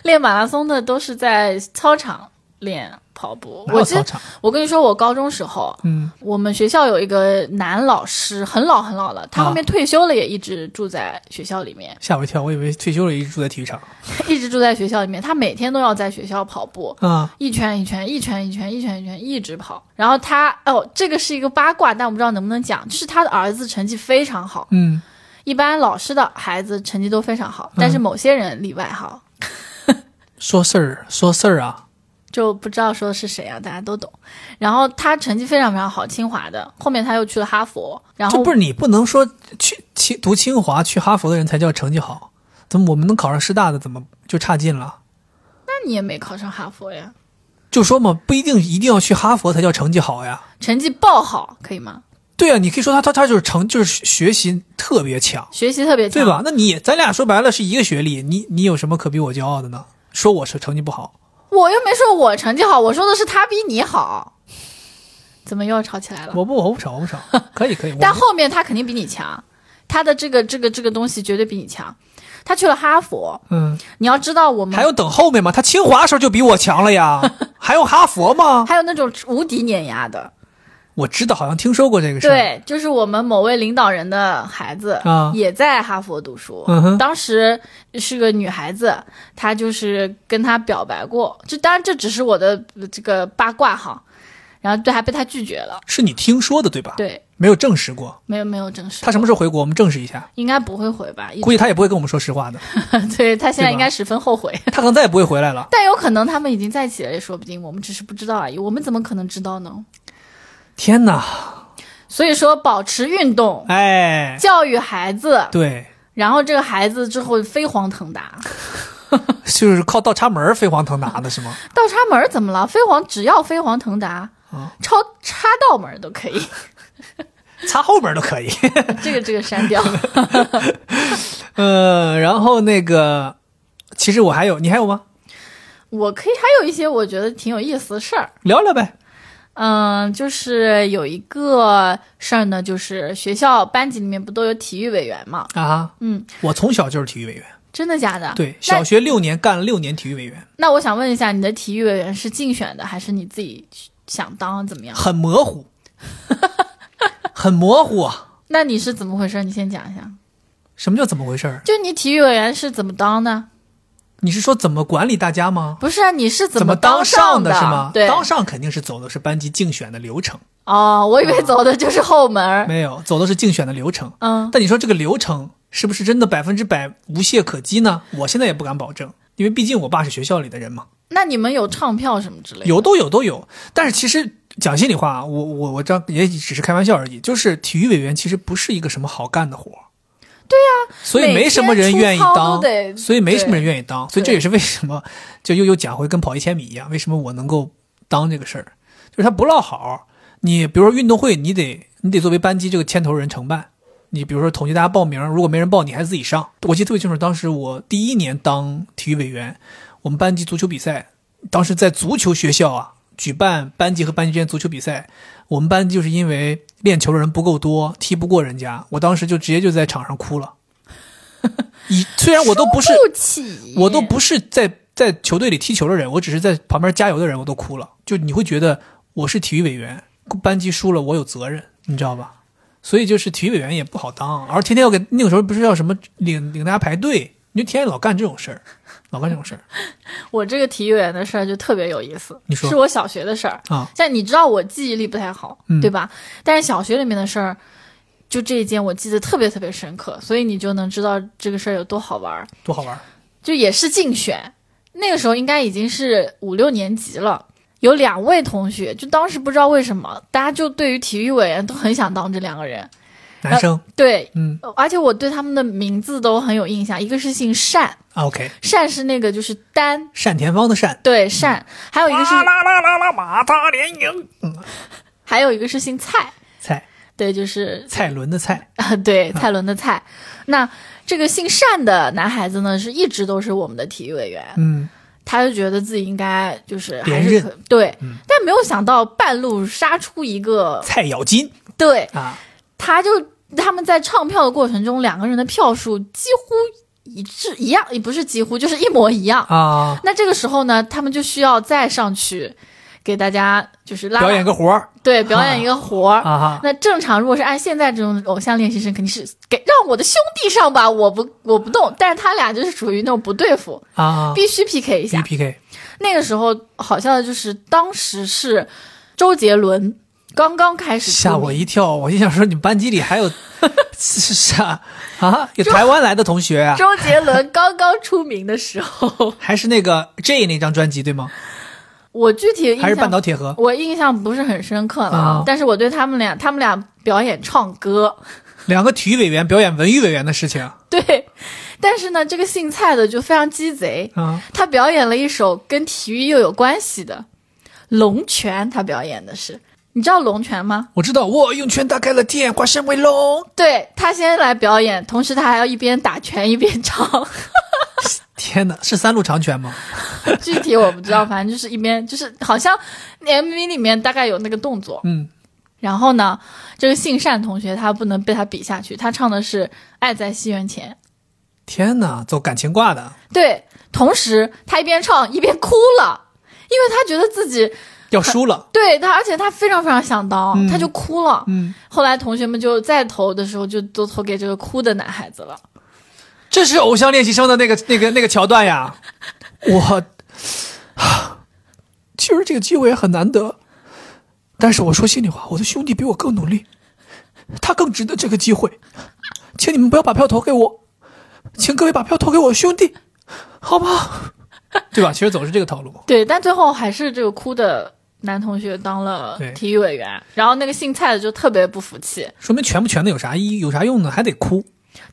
练马拉松的都是在操场练跑步。
哪有
我记
操
得
场？
我跟你说，我高中时候，
哦嗯，
我们学校有一个男老师，很老很老了，他后面退休了，也一直住在学校里面，
吓我一跳，我以为退休了，一直住在体育场
一直住在学校里面。他每天都要在学校跑步。
啊。
一圈一圈，一圈一圈，一圈一圈，一直跑。然后他哦，这个是一个八卦，但我不知道能不能讲。就是他的儿子成绩非常好，
嗯，
一般老师的孩子成绩都非常好，但是某些人例外哈，
说事儿说事儿啊，
就不知道说是谁啊，大家都懂。然后他成绩非常非常好，清华的，后面他又去了哈佛，然
这
后
不是你不能说去清读清华去哈佛的人才叫成绩好，怎么我们能考上师大的怎么就差劲了？
那你也没考上哈佛呀，
就说嘛，不一定一定要去哈佛才叫成绩好呀。
成绩爆好可以吗？
对啊，你可以说他他他就是成就是学习特别强，
学习特别强，
对吧？那你咱俩说白了是一个学历，你你有什么可比我骄傲的呢？说我是成绩不好，
我又没说我成绩好，我说的是他比你好，怎么又要吵起来了？
我不我不吵我不吵，可以可以。我
但后面他肯定比你强，他的这个这个这个东西绝对比你强。他去了哈佛，
嗯，
你要知道我们
还有等后面吗？他清华的时候就比我强了 呀，还有哈佛吗？
还有那种无敌碾压的，
我知道，好像听说过这个事儿。，
对，就是我们某位领导人的孩子
啊
也在哈佛读书，
嗯哼
当时是个女孩子，她就是跟他表白过，这当然这只是我的呃这个八卦哈，然后对还被他拒绝了，
是你听说的对吧？，
对，
没有证实过。
没有没有证
啊
实，
他什么时候回国？我们证实一下。
应该不会回吧？一
估计他也不会跟我们说实话的，
对他现
对吧
在应该十分后悔。
他可能再也不会回来了。
但有可能他们已经在一起了，也说不定，我们只是不知道而已。我们怎么可能知道呢？
天哪，
所以说，保持运动，
哎，
教育孩子，
对，
然后这个孩子之后飞黄腾达。
就是靠倒插门儿飞黄腾达的是吗？
倒插门儿怎么了？飞黄只要飞黄腾达，
啊，
超插道门儿都可以，
擦后门都可以。
这个这个删掉。
呃，然后那个，其实我还有，你还有吗？
我可以还有一些我觉得挺有意思的事儿，
聊聊呗。
嗯，就是有一个事儿呢，就是学校班级里面不都有体育委员嘛？
啊，
嗯，
我从小就是体育委员，
真的假的？
对，
那
小学六年干了六年体育委员，
那我想问一下，你的体育委员是竞选的，还是你自己想当怎么样？
很模糊， 很模糊啊。
那你是怎么回事？你先讲一下，
什么叫怎么回事儿？
就你体育委员是怎么当的？
你是说怎么管理大家吗？
不是啊，你是
怎
么
当
上
的是吗？
对，
当上肯定是走的是班级竞选的流程，
哦，我以
啊
为走的就是后门儿。
没有走的是竞选的流程。
嗯，
但你说这个流程是不是真的百分之百无懈可击呢？我现在也不敢保证，因为毕竟我爸是学校里的人嘛。
那你们有唱票什么之类的？
有都有都有，但是其实讲心里话啊，我我我这样也只是开玩笑而已。就是体育委员其实不是一个什么好干的活对呀、所以
啊每
没什么人
天
愿意
出操
当
都得，
所以没什么
对
人愿意当，所以这
对
也是为什么 就又又讲回跟跑一千米一样，为什么我能够当这个事儿，就是他不落好。你比如说运动会，你得你得作为班级这个牵头人承办。你比如说统计大家报名，如果没人报，你还自己上。我记得特别清楚，当时我第一年当体育委员，我们班级足球比赛，当时在足球学校啊举办班级和班级之间足球比赛，我们班就是因为练球的人不够多，踢不过人家，我当时就直接就在场上哭了。 以虽然我都不是
不起，
我都不是在在球队里踢球的人，我只是在旁边加油的人，我都哭了。就你会觉得我是体育委员，班级输了我有责任，你知道吧？所以就是体育委员也不好当，而天天要给那个时候不是要什么领领大家排队，你就天天老干这种事儿，老干这种事儿
我这个体育委员的事儿就特别有意思，
你说
是我小学的事儿。
啊，
像你知道我记忆力不太好，
嗯
对吧？但是小学里面的事儿，就这一件我记得特别特别深刻，所以你就能知道这个事儿有多好玩儿。
多好玩儿！
就也是竞选，那个时候应该已经是五六年级了。有两位同学，就当时不知道为什么，大家就对于体育委员都很想当这两个人。
男生，
对，
嗯
而且我对他们的名字都很有印象，一个是姓单，
啊，OK，
单是那个就是单，
单田芳的单，
对单，还有一个是
啦啦啦啦，马大连营，嗯，
还有一个是姓蔡，
蔡
对，就是
蔡伦的蔡，
啊，对，蔡伦的蔡。那这个姓单的男孩子呢，是一直都是我们的体育委员，
嗯，
他就觉得自己应该就是还
连
是
任
可对，
嗯
但没有想到半路杀出一个，
蔡咬金
对，
啊，
他就他们在唱票的过程中，两个人的票数几乎一致一样，也不是几乎，就是一模一样。
啊，
那这个时候呢，他们就需要再上去给大家就是拉
表演个活儿
对表演一个活儿。
啊哈，
那正常，如果是按现在这种偶像练习生，肯定是给让我的兄弟上吧，我不我不动。但是他俩就是属于那种不对付，
啊，
必须 PK 一
必
下。
PK，
那个时候好笑的就是，当时是周杰伦刚刚开始出
吓我
名
一跳！我就想说，你们班级里还 有是啥啊？有台湾来的同学啊？
周杰伦刚刚出名的时候，
还是那个 J 那张专辑对吗？
我具体印象
还是半岛铁盒？
我印象不是很深刻了，
啊
但是我对他们俩，他们俩表演唱歌，
两个体育委员表演文娱委员的事情啊
对，但是呢，这个姓蔡的就非常鸡贼，
啊！
他表演了一首跟体育又有关系的龙拳，他表演的是，你知道龙拳吗？
我知道，我用拳打开了天，化身为龙。
对他先来表演，同时他还要一边打拳一边唱，
天哪，是三路长拳吗？
具体我不知道，反正就是一边就是好像 MV 里面大概有那个动作。
嗯，
然后呢，这个姓单同学他不能被他比下去，他唱的是《爱在西元前》。
天哪，走感情挂的，
对，同时他一边唱一边哭了，因为他觉得自己
要输了。
对他，而且他非常非常想当，他就哭了。
嗯，
后来同学们就再投的时候，就都投给这个哭的男孩子了。
这是偶像练习生的那个那个那个桥段呀！ 我， 其实这个机会也很难得，但是我说心里话，我的兄弟比我更努力，他更值得这个机会，请你们不要把票投给我，请各位把票投给我兄弟，好吗？ 对吧？其实总是这个套路。
对，但最后还是这个哭的男同学当了
对
体育委员，然后那个姓蔡的就特别不服气，
说明全不全的有啥意义？有啥用呢？还得哭。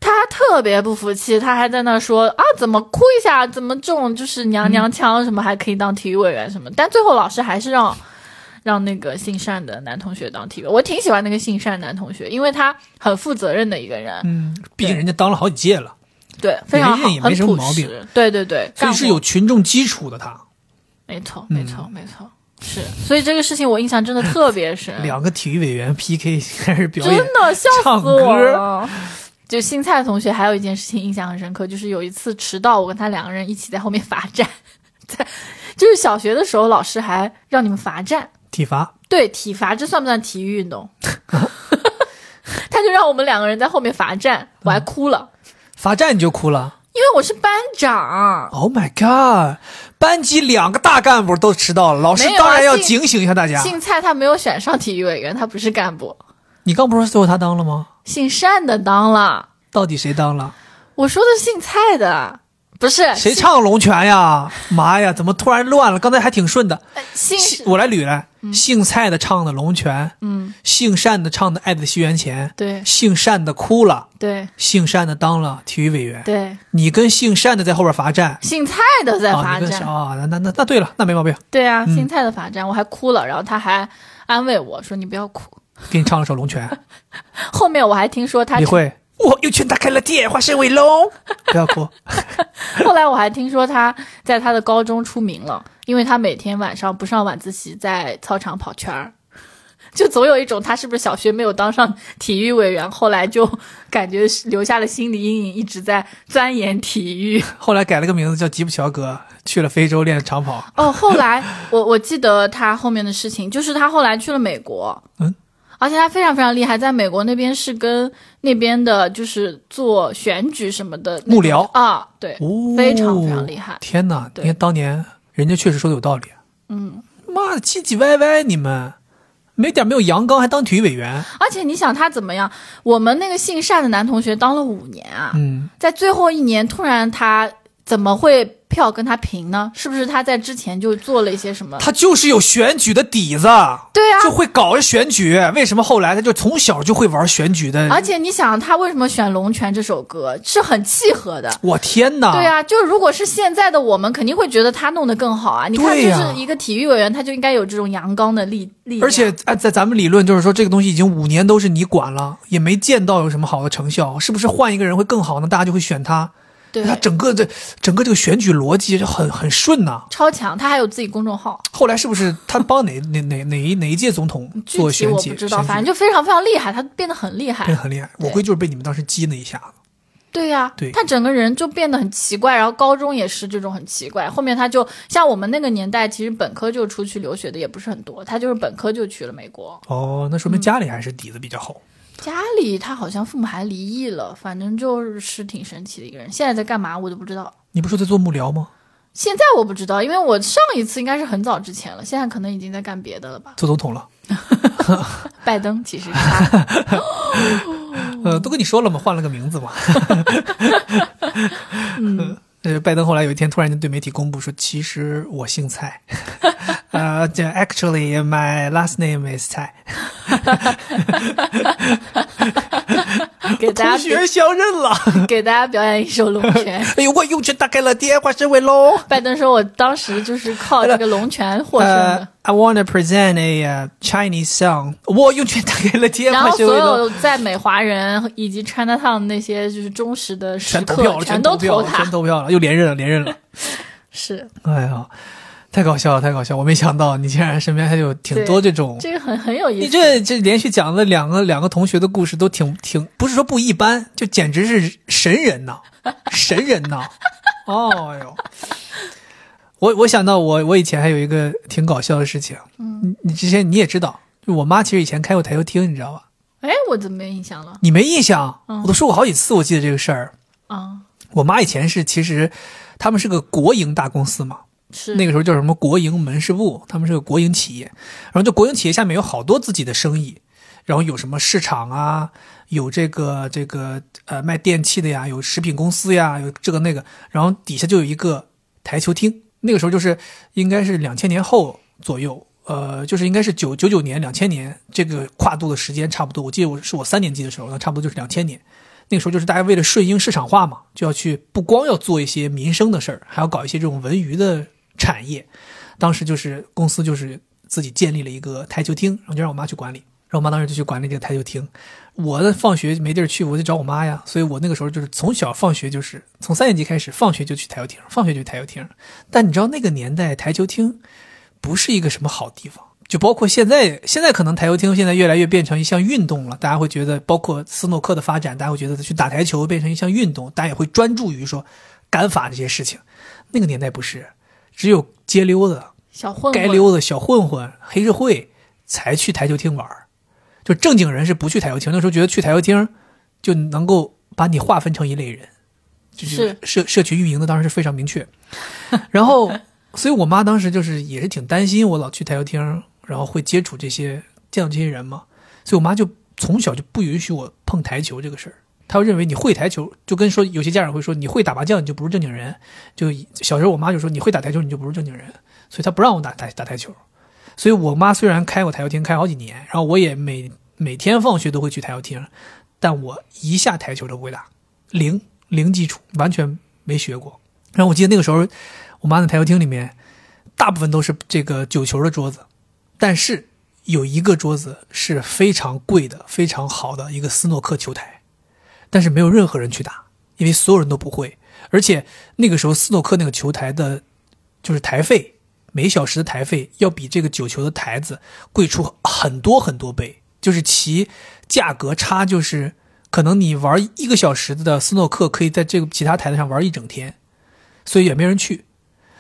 他特别不服气，他还在那说啊，怎么哭一下，怎么这种就是娘娘腔什么还可以当体育委员什么，但最后老师还是让让那个姓单的男同学当体委，我挺喜欢那个姓单男同学，因为他很负责任的一个人，
嗯，毕竟人家当了好几届了，
对，非常
人
好，
家也没
很
什么
朴
毛病
实，对对对，
所以
干
是
活
有嗯群众基础的他。
没错，没错，没错，是，所以这个事情我印象 真的特别深，
两个体育委员 PK 开始表
真
演，
的笑
唱
死我
歌
了。 就新蔡同学还有一件事情印象很深刻，就是有一次迟到，我跟他两个人一起在后面罚站， 在就是小学的时候，老师还让你们罚站，
体罚
对，体罚这算不算体育运动？ 他就让我们两个人在后面罚站，我还哭了，
罚站你就哭了。
因为我是班长。
Oh my god！班级两个大干部都迟到了，老师
没有啊
当然要
姓
警醒一下大家。
姓蔡他没有选上体育委员，他不是干部，
你刚不是说最后他当了吗？
姓单的当了。
到底谁当了？
我说的是姓蔡的，不是
谁唱龙泉呀？妈呀，怎么突然乱了？刚才还挺顺的。
呃姓
姓
姓
我来捋来，姓蔡的唱的龙泉，
嗯，
姓单的唱的《爱的西元前》，
对
姓单的哭了，
对
姓单的当了体育委员。
对，
你跟姓单的在后边罚站。
姓蔡的在
啊，
罚
你嗯跟
站，
啊、那那那那对了，那没毛病，
对啊，姓蔡的罚站，我还哭了，然后他还安慰我说你不要哭。
给你唱了首《龙泉》。
后面我还听说他
你，会？ 我又去打开了电话，是卫龙。不要哭，
后来我还听说他在他的高中出名了，因为他每天晚上不上晚自习，在操场跑圈儿。 就总有一种他是不是小学没有当上体育委员，后来就感觉是留下了心理阴影，一直在钻研体育。
后来改了个名字叫吉普乔格，去了非洲练长跑。
哦，后来我我记得他后面的事情，就是他后来去了美国，
嗯，
而且他非常非常厉害，在美国那边是跟那边的就是做选举什么的那种
幕僚
啊，对，
哦，
非常非常厉害
天哪，你
对
看当年人家确实说的有道理。嗯，妈的，唧唧歪歪，你们没点没有阳刚，还当体育委员。
而且你想他怎么样？我们那个姓单的男同学当了五年啊，
嗯，
在最后一年突然他怎么会票跟他平呢？是不是他在之前就做了一些什么？
他就是有选举的底子，
对啊
就会搞着选举。为什么后来他就从小就会玩选举的？
而且你想他为什么选《龙泉》这首歌是很契合的，
我天哪！
对啊，就如果是现在的我们，肯定会觉得他弄得更好啊！你看，
对
就
呀
是一个体育委员，他就应该有这种阳刚的力力量。
而且按在咱们理论就是说，这个东西已经五年都是你管了，也没见到有什么好的成效，是不是换一个人会更好呢？大家就会选他，
对
他整个这整个这个选举逻辑就很很顺呐、
超强，他还有自己公众号，
后来是不是他帮哪哪哪哪一哪一届总统
具
做
体
选
我
举？
不知道，
选举
反正就非常非常厉害，他变得很 厉
真
害
的。很厉害，
对
我估计就是被你们当时激了一下子。
对呀、
对
他整个人就变得很奇怪，然后高中也是这种很奇怪。后面他就像我们那个年代，其实本科就出去留学的也不是很多，他就是本科就去了美国。
哦，那说
嗯
明家里还是底子比较好。
家里他好像父母还离异了，反正就是挺神奇的一个人。现在在干嘛我都不知道。
你不是说在做幕僚吗？
现在我不知道，因为我上一次应该是很早之前了，现在可能已经在干别的 了吧。
做总统了？
拜登其实是他，嗯
呃，都跟你说了嘛，换了个名字嘛。
嗯
呃，拜登后来有一天突然间对媒体公布说，其实我姓蔡， 呃，这 actually my last name is 蔡。
给大
同
家表
学相认 了，
给大家表演一首《龙泉》。
哎呦，我又去打开了电话是为喽。
拜登说：“我当时就是靠这个龙泉获胜
呃
的。
，I wanna present a uh, Chinese song。我又去打开了电
然
话
后
是
所
为喽。
有在美华人以及 Chinatown 那些就是忠实的食
全投票
客
了，
全
投
都
票
投
了，全
他。
投票了，又连任了，连任了。
是
哎呀，太搞笑了，太搞笑！我没想到你竟然身边还有挺多这种
这个很很有意
你
思。
这这连续讲了两个两个同学的故事，都挺挺不是说不一般，就简直是神人 呐，神人呐！哦哎呦，我我想到我我以前还有一个挺搞笑的事情，嗯，你之前你也知道，就我妈其实以前开过台球厅，你知道吧？
哎，我怎么没印象了？
你没印象？啊
嗯
我都说过好几次，我记得这个事儿。
啊，
我妈以前是其实他们是个国营大公司嘛，
是
那个时候叫什么国营门市部，他们是个国营企业，然后这国营企业下面有好多自己的生意，然后有什么市场啊，有这个这个呃卖电器的呀，有食品公司呀，有这个那个，然后底下就有一个台球厅，那个时候就是应该是两千年后左右。呃，就是应该是九九九年、两千年这个跨度的时间差不多。我记得我是我三年级的时候，那差不多就是两千年。那个时候就是大家为了顺应市场化嘛，就要去不光要做一些民生的事儿，还要搞一些这种文娱的产业。当时就是公司就是自己建立了一个台球厅，然后就让我妈去管理。然后我妈当时就去管理这个台球厅。我放学没地儿去，我就找我妈呀。所以我那个时候就是从小放学就是从三年级开始，放学就去台球厅，放学就去台球厅。但你知道那个年代台球厅不是一个什么好地方，就包括现在，现在可能台球厅现在越来越变成一项运动了，大家会觉得，包括斯诺克的发展，大家会觉得去打台球变成一项运动，大家也会专注于说杆法这些事情。那个年代不是，只有街溜子、
小混混，
街溜子、小混混、黑社会才去台球厅玩儿就正经人是不去台球厅。那时候觉得去台球厅就能够把你划分成一类人，就是
是
社社区运营的当然是非常明确。 然后，所以我妈当时就是也是挺担心我老去台球厅，然后会接触这些见到这些人嘛，所以我妈就从小就不允许我碰台球这个事儿。她会认为你会台球，就跟说有些家长会说你会打麻将你就不是正经人，就小时候我妈就说你会打台球你就不是正经人，所以她不让我打打打台球。所以我妈虽然开我台球厅开好几年，然后我也每每天放学都会去台球厅，但我一下台球都不会打，零零基础，完全没学过。然后我记得那个时候，我妈的台球厅里面，大部分都是这个九球的桌子，但是有一个桌子是非常贵的、非常好的一个斯诺克球台，但是没有任何人去打，因为所有人都不会。而且那个时候斯诺克那个球台的，就是台费，每小时的台费要比这个九球的台子贵出很多很多倍，就是其价格差就是。可能你玩一个小时的斯诺克，可以在这个其他台子上玩一整天，所以也没人去。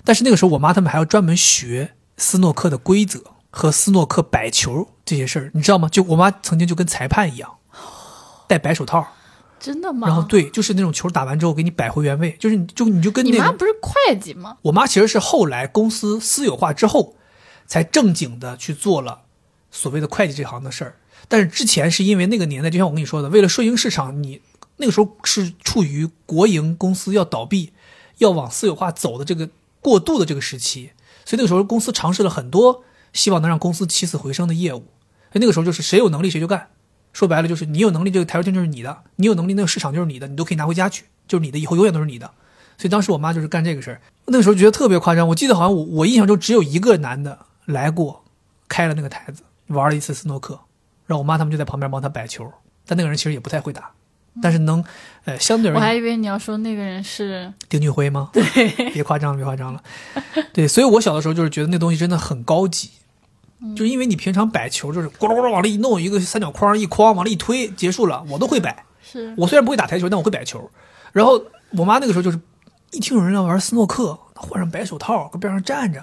但是那个时候，我妈他们还要专门学斯诺克的规则和斯诺克摆球这些事儿，你知道吗？就我妈曾经就跟裁判一样，戴白手套，
真的
然后
吗？
对，就是那种球打完之后给你摆回原位，就是你就你就跟
你
那
妈
个
不是会计吗？
我妈其实是后来公司私有化之后，才正经的去做了所谓的会计这行的事儿。但是之前是因为那个年代，就像我跟你说的，为了顺应市场，你那个时候是处于国营公司要倒闭、要往私有化走的这个过渡的这个时期，所以那个时候公司尝试了很多希望能让公司起死回生的业务。所以那个时候就是谁有能力谁就干，说白了就是你有能力这个台球厅就是你的，你有能力那个市场就是你的，你都可以拿回家去，就是你的，以后永远都是你的。所以当时我妈就是干这个事儿，那个时候觉得特别夸张。我记得好像我我印象中只有一个男的来过，开了那个台子玩了一次斯诺克，然后我妈他们就在旁边帮他摆球，但那个人其实也不太会打，但是能呃相对而
我
言
还以为你要说那个人是
丁俊晖吗？对，别夸张了，别夸张了。 对，所以我小的时候就是觉得那东西真的很高级，
嗯
就是因为你平常摆球就是咕噜咕噜往里一弄，一个三角框一框往里一推，结束了，我都会摆。
是
我虽然不会打台球，但我会摆球。然后我妈那个时候就是，一听有人要玩斯诺克，换上白手套，搁边上站着，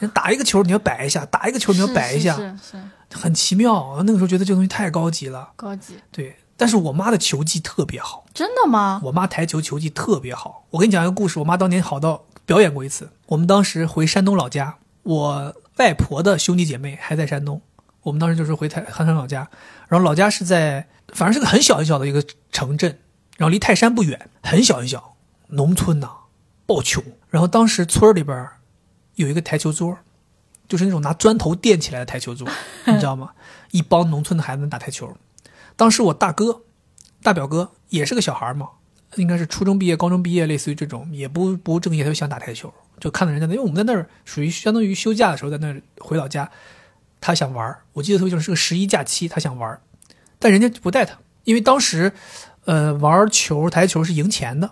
人打一个球你要摆一下，打一个球你要
是
摆一下，
是是是
很奇妙。那个时候觉得这东西太高级了，
高级，
对。但是我妈的球技特别好，
真的吗？
我妈台球球技特别好。我跟你讲一个故事，我妈当年好到表演过一次。我们当时回山东老家，我外婆的兄弟姐妹还在山东，我们当时就是回泰汉山老家，然后老家是在反正是个很小很小的一个城镇，然后离泰山不远，很小很小，农村呐、暴穷。然后当时村儿里边儿有一个台球桌，就是那种拿砖头垫起来的台球桌，你知道吗？一帮农村的孩子们打台球。当时我大哥大表哥也是个小孩儿嘛，应该是初中毕业、高中毕业，类似于这种，也不不务正业，他就想打台球，就看到人家那，因为我们在那儿属于相当于休假的时候，在那儿回老家，他想玩儿我记得特别清楚，是个十一假期，他想玩儿但人家不带他，因为当时，呃，玩儿球台球是赢钱的，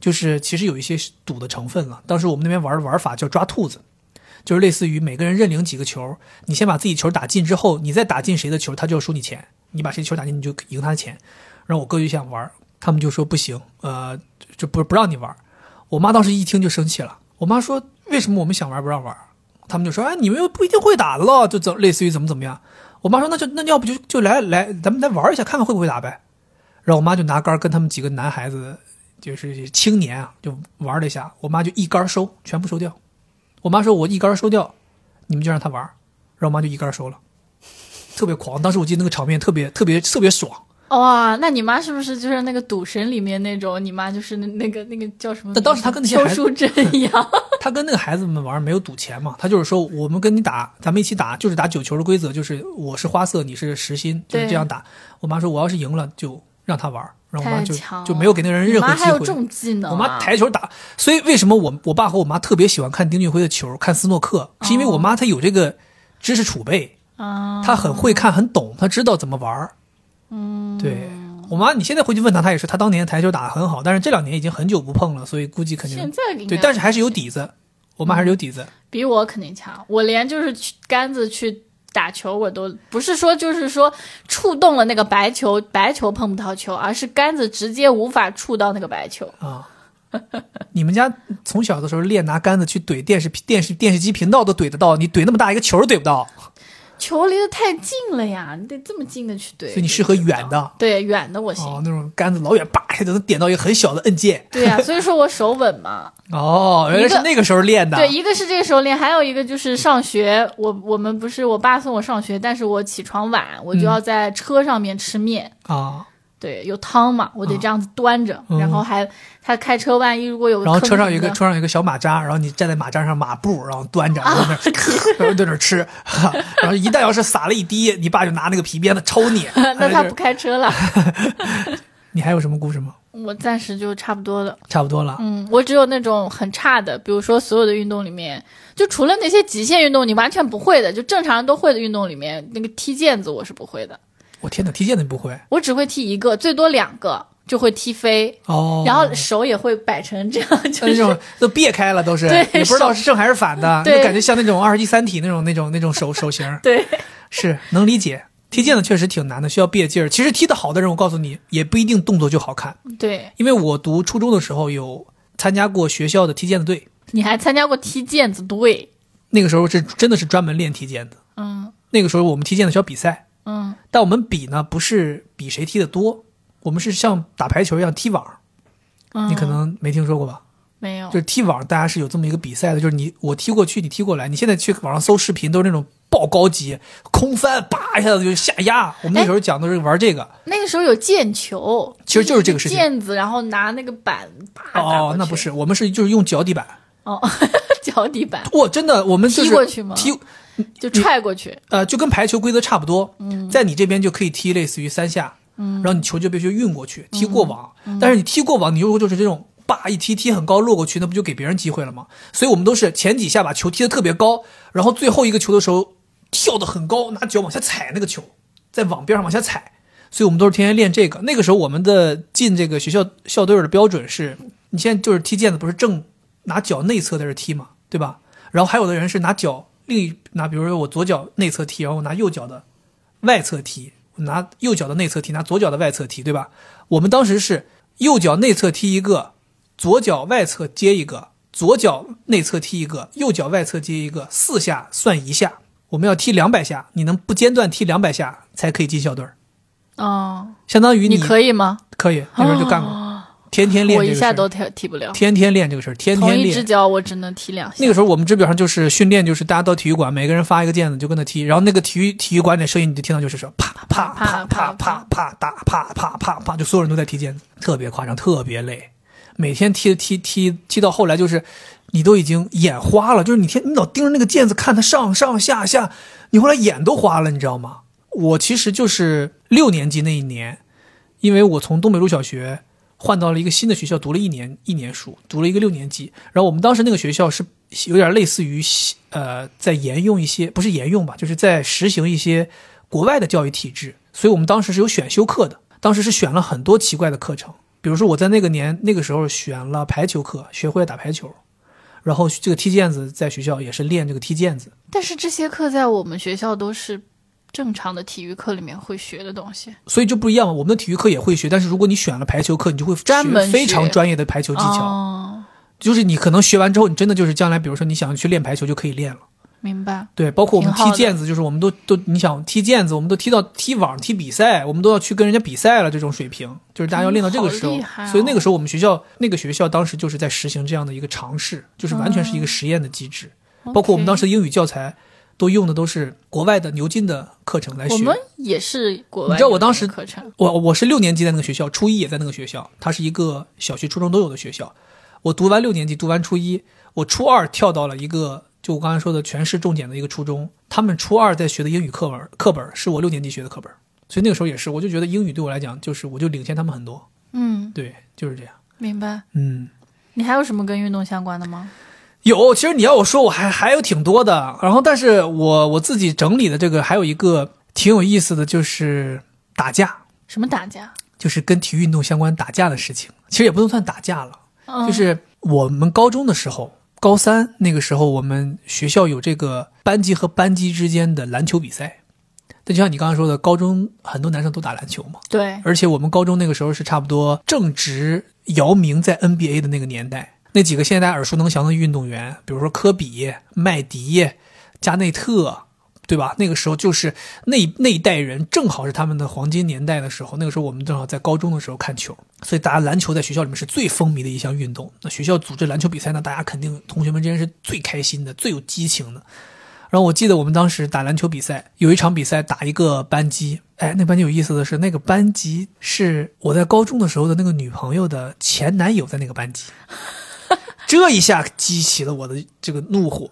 就是其实有一些赌的成分了。当时我们那边玩儿的玩法叫抓兔子，就是类似于每个人认领几个球，你先把自己球打进之后，你再打进谁的球，他就要输你钱。你把谁球打进，你就赢他的钱。然后我哥就想玩，他们就说不行，呃，就不不让你玩。我妈当时一听就生气了，我妈说为什么我们想玩不让玩？他们就说哎，你们又不一定会打的了，就怎类似于怎么怎么样。我妈说那就那要不就就来来，咱们来玩一下，看看会不会打呗。然后我妈就拿杆儿跟他们几个男孩子，就是青年啊，就玩了一下。我妈就一杆儿收，全部收掉。我妈说：“我一杆儿收掉，你们就让他玩儿。”然后我妈就一杆儿收了，特别狂。当时我记得那个场面特别特别特别爽。
哇，那你妈是不是就是那个赌神里面那种？你妈就是那那个那个叫什么名字？
但当时她跟那些
邱
孩子
淑贞一 样，
他跟那个孩子们玩儿没有赌钱嘛，他就是说我们跟你打，咱们一起打，就是打九球的规则，就是我是花色，你是实心，就是这样打。我妈说我要是赢了就让他玩儿，然后我妈就
太强了
就没有给那个人
你
任何
妈
机
还有
会。
重技能、啊。
我妈台球打，
哦
所以为什么我我爸和我妈特别喜欢看丁俊晖的球，看斯诺克，是因为我妈她有这个知识储备，
啊，
他很会看，很懂，他知道怎么玩儿。嗯，对我妈，你现在回去问她，她也是，她当年台球打得很好，但是这两年已经很久不碰了，所以估计肯
现
定
在应该
对，但是还是有底子。我妈还是有底子，
比我肯定强。我连就是去杆子去打球，我都不是说就是说触动了那个白球，白球碰不到球，而是杆子直接无法触到那个白球。
啊。 你们家从小的时候练拿杆子去怼电视屏、电视电视机频道都怼得到，你怼那么大一个球儿怼不到，
球离得太近了呀，你得这么近的去怼。
所以你适合远的
对远的我行。
哦，那种杆子老远叭一下就能点到一个很小的按键。
对呀、所以说我手稳嘛。
哦，原来
一
是
个
那个时候练的。
对，一个是这个时候练，还有一个就是上学。我我们不是我爸送我上学，但是我起床晚，我就要在车上面吃面。
啊，
对，有汤嘛，我得这样子端着，
嗯
然后还他开车，万一如果有个
然后
坑
车上
什
有一
么
个
的
车上有一个小马扎，然后你站在马扎上马步，然后端着，然
啊
后在那儿然后在那儿吃，哈然后一旦要是撒了一滴，你爸就拿那个皮鞭子抽你。
那他
就
不
是
开车了，
你还有什么故事吗？
我暂时就差不多了。
差不多了。
嗯，我只有那种很差的，比如说所有的运动里面，就除了那些极限运动你完全不会的，就正常人都会的运动里面，那个踢毽子我是不会的，
我天哪，踢毽子你不会
我只会踢一个，最多两个，就会踢飞，
哦？
然后手也会摆成这样，
像
就
那
是
种都别开了，都是
对
也不知道是正还是反的，
对
就感觉像那种二十一三体那种那种那种 手手型，
对，
是能理解。踢毽子确实挺难的，需要憋劲儿。其实踢得好的人，我告诉你，也不一定动作就好看。
对，
因为我读初中的时候有参加过学校的踢毽子队，
你还参加过踢毽子队，
那个时候是真的是专门练踢毽子。
嗯
那个时候我们踢毽子需要比赛，
嗯，
但我们比呢不是比谁踢得多，我们是像打排球一样踢网。
嗯
你可能没听说过吧？
没有
就，是踢网，大家是有这么一个比赛的，就是你我踢过去，你踢过来。你现在去网上搜视频，都是那种爆高级空翻，叭一下子就下压。我们
哎
那时候讲的是玩这个，
那个时候有毽球，
其实就是这个事情
毽子，然后拿那个板啪打过
哦，那
去
不是，我们是就是用脚底板。
哦， 脚底板
我真的，我们就是
踢过去吗
踢
就踹过去，
呃，就跟排球规则差不多，在你这边就可以踢类似于三下，然后你球就必须运过去，踢过网。但是你踢过网，你如果就是这种叭一踢踢很高落过去，那不就给别人机会了吗？所以我们都是前几下把球踢得特别高，然后最后一个球的时候跳得很高，拿脚往下踩那个球，在网边上往下踩。所以我们都是天天练这个。那个时候我们的进这个学校校队儿的标准是，你现在就是踢毽子，不是正拿脚内侧在这踢嘛，对吧？然后还有的人是拿脚另一拿，比如说我左脚内侧踢，然后我拿右脚的外侧踢，我拿右脚的内侧踢，拿左脚的外侧踢，对吧？我们当时是右脚内侧踢一个，左脚外侧接一个，左脚内侧踢一个，右脚外侧接一个，四下算一下。我们要踢两百下，你能不间断踢两百下才可以进校队儿，
哦，
相当于
你可以吗？
可以，那时候就干过，天天练
我
这个
一
事
下
儿，
都踢踢不了，
天天练这个事儿，天
同
天
一只
练。
脚我只能踢两下
那。个时候我们这表上就是训练，就是大家到体育馆，每个人发一个毽子，就跟他踢。然后那个体育体育馆里声音，你就听到就是说啪啪啪啪啪啪打啪啪啪啪，就所有人都在踢毽子，特别夸张，特别累。每天踢踢踢踢到后来就是，你都已经眼花了，就是你天你老盯着那个毽子看它上上下下，你后来眼都花了，你知道吗？我其实就是六年级那一年，因为我从东北路小学换到了一个新的学校，读了一年一年书，读了一个六年级。然后我们当时那个学校是有点类似于呃，在沿用一些不是沿用吧，就是在实行一些国外的教育体制，所以我们当时是有选修课的，当时是选了很多奇怪的课程，比如说我在那个年那个时候选了排球课，学会了打排球。然后这个踢毽子在学校也是练这个踢毽子，
但是这些课在我们学校都是正常的体育课里面会学的东西。
所以就不一样嘛。我们的体育课也会学，但是如果你选了排球课，你就会
专门
学非常
学
专业的排球技巧。
哦，
就是你可能学完之后，你真的就是将来，比如说你想去练排球就可以练了。
明白。
对，包括我们
挺
踢
好的
毽子，就是我们都都，你想踢毽子，我们都踢到踢网、踢比赛，我们都要去跟人家比赛了，这种水平，就是大家要练到这个时候。
嗯好厉害哦
所以那个时候我们学校那个学校当时就是在实行这样的一个尝试，就是完全是一个实验的机制。包括我们当时的英语教材都用的都是国外的牛津的课程来
OK，
学。
我们也是国
哎你
外，
知道我当时
课程
我我是六年级在那个学校，初一也在那个学校，它是一个小学、初中都有的学校。我读完六年级，读完初一，我初二跳到了一个就我刚才说的全市重点的一个初中，他们初二在学的英语课文课本是我六年级学的课本，所以那个时候也是，我就觉得英语对我来讲就是我就领先他们很多，
嗯，
对，就是这样，
明白。
嗯。
你还有什么跟运动相关的吗？
有，其实你要我说，我还还有挺多的。然后，但是我我自己整理的这个还有一个挺有意思的，就是打架，
什么打架？
就是跟体育运动相关打架的事情。其实也不能算打架了，
嗯
就是我们高中的时候，高三那个时候，我们学校有这个班级和班级之间的篮球比赛。那就像你刚刚说的，高中很多男生都打篮球嘛，
对，
而且我们高中那个时候是差不多正值姚明在 NBA 的那个年代，那几个现在大家耳熟能详的运动员，比如说科比、麦迪、加内特，对吧？那个时候就是那那一代人正好是他们的黄金年代的时候，那个时候我们正好在高中的时候看球，所以大家篮球在学校里面是最风靡的一项运动。那学校组织篮球比赛呢，大家肯定同学们之间是最开心的、最有激情的。然后我记得我们当时打篮球比赛，有一场比赛打一个班级，哎，那班级有意思的是，那个班级是我在高中的时候的那个女朋友的前男友在那个班 级，这一下激起了我的这个怒火，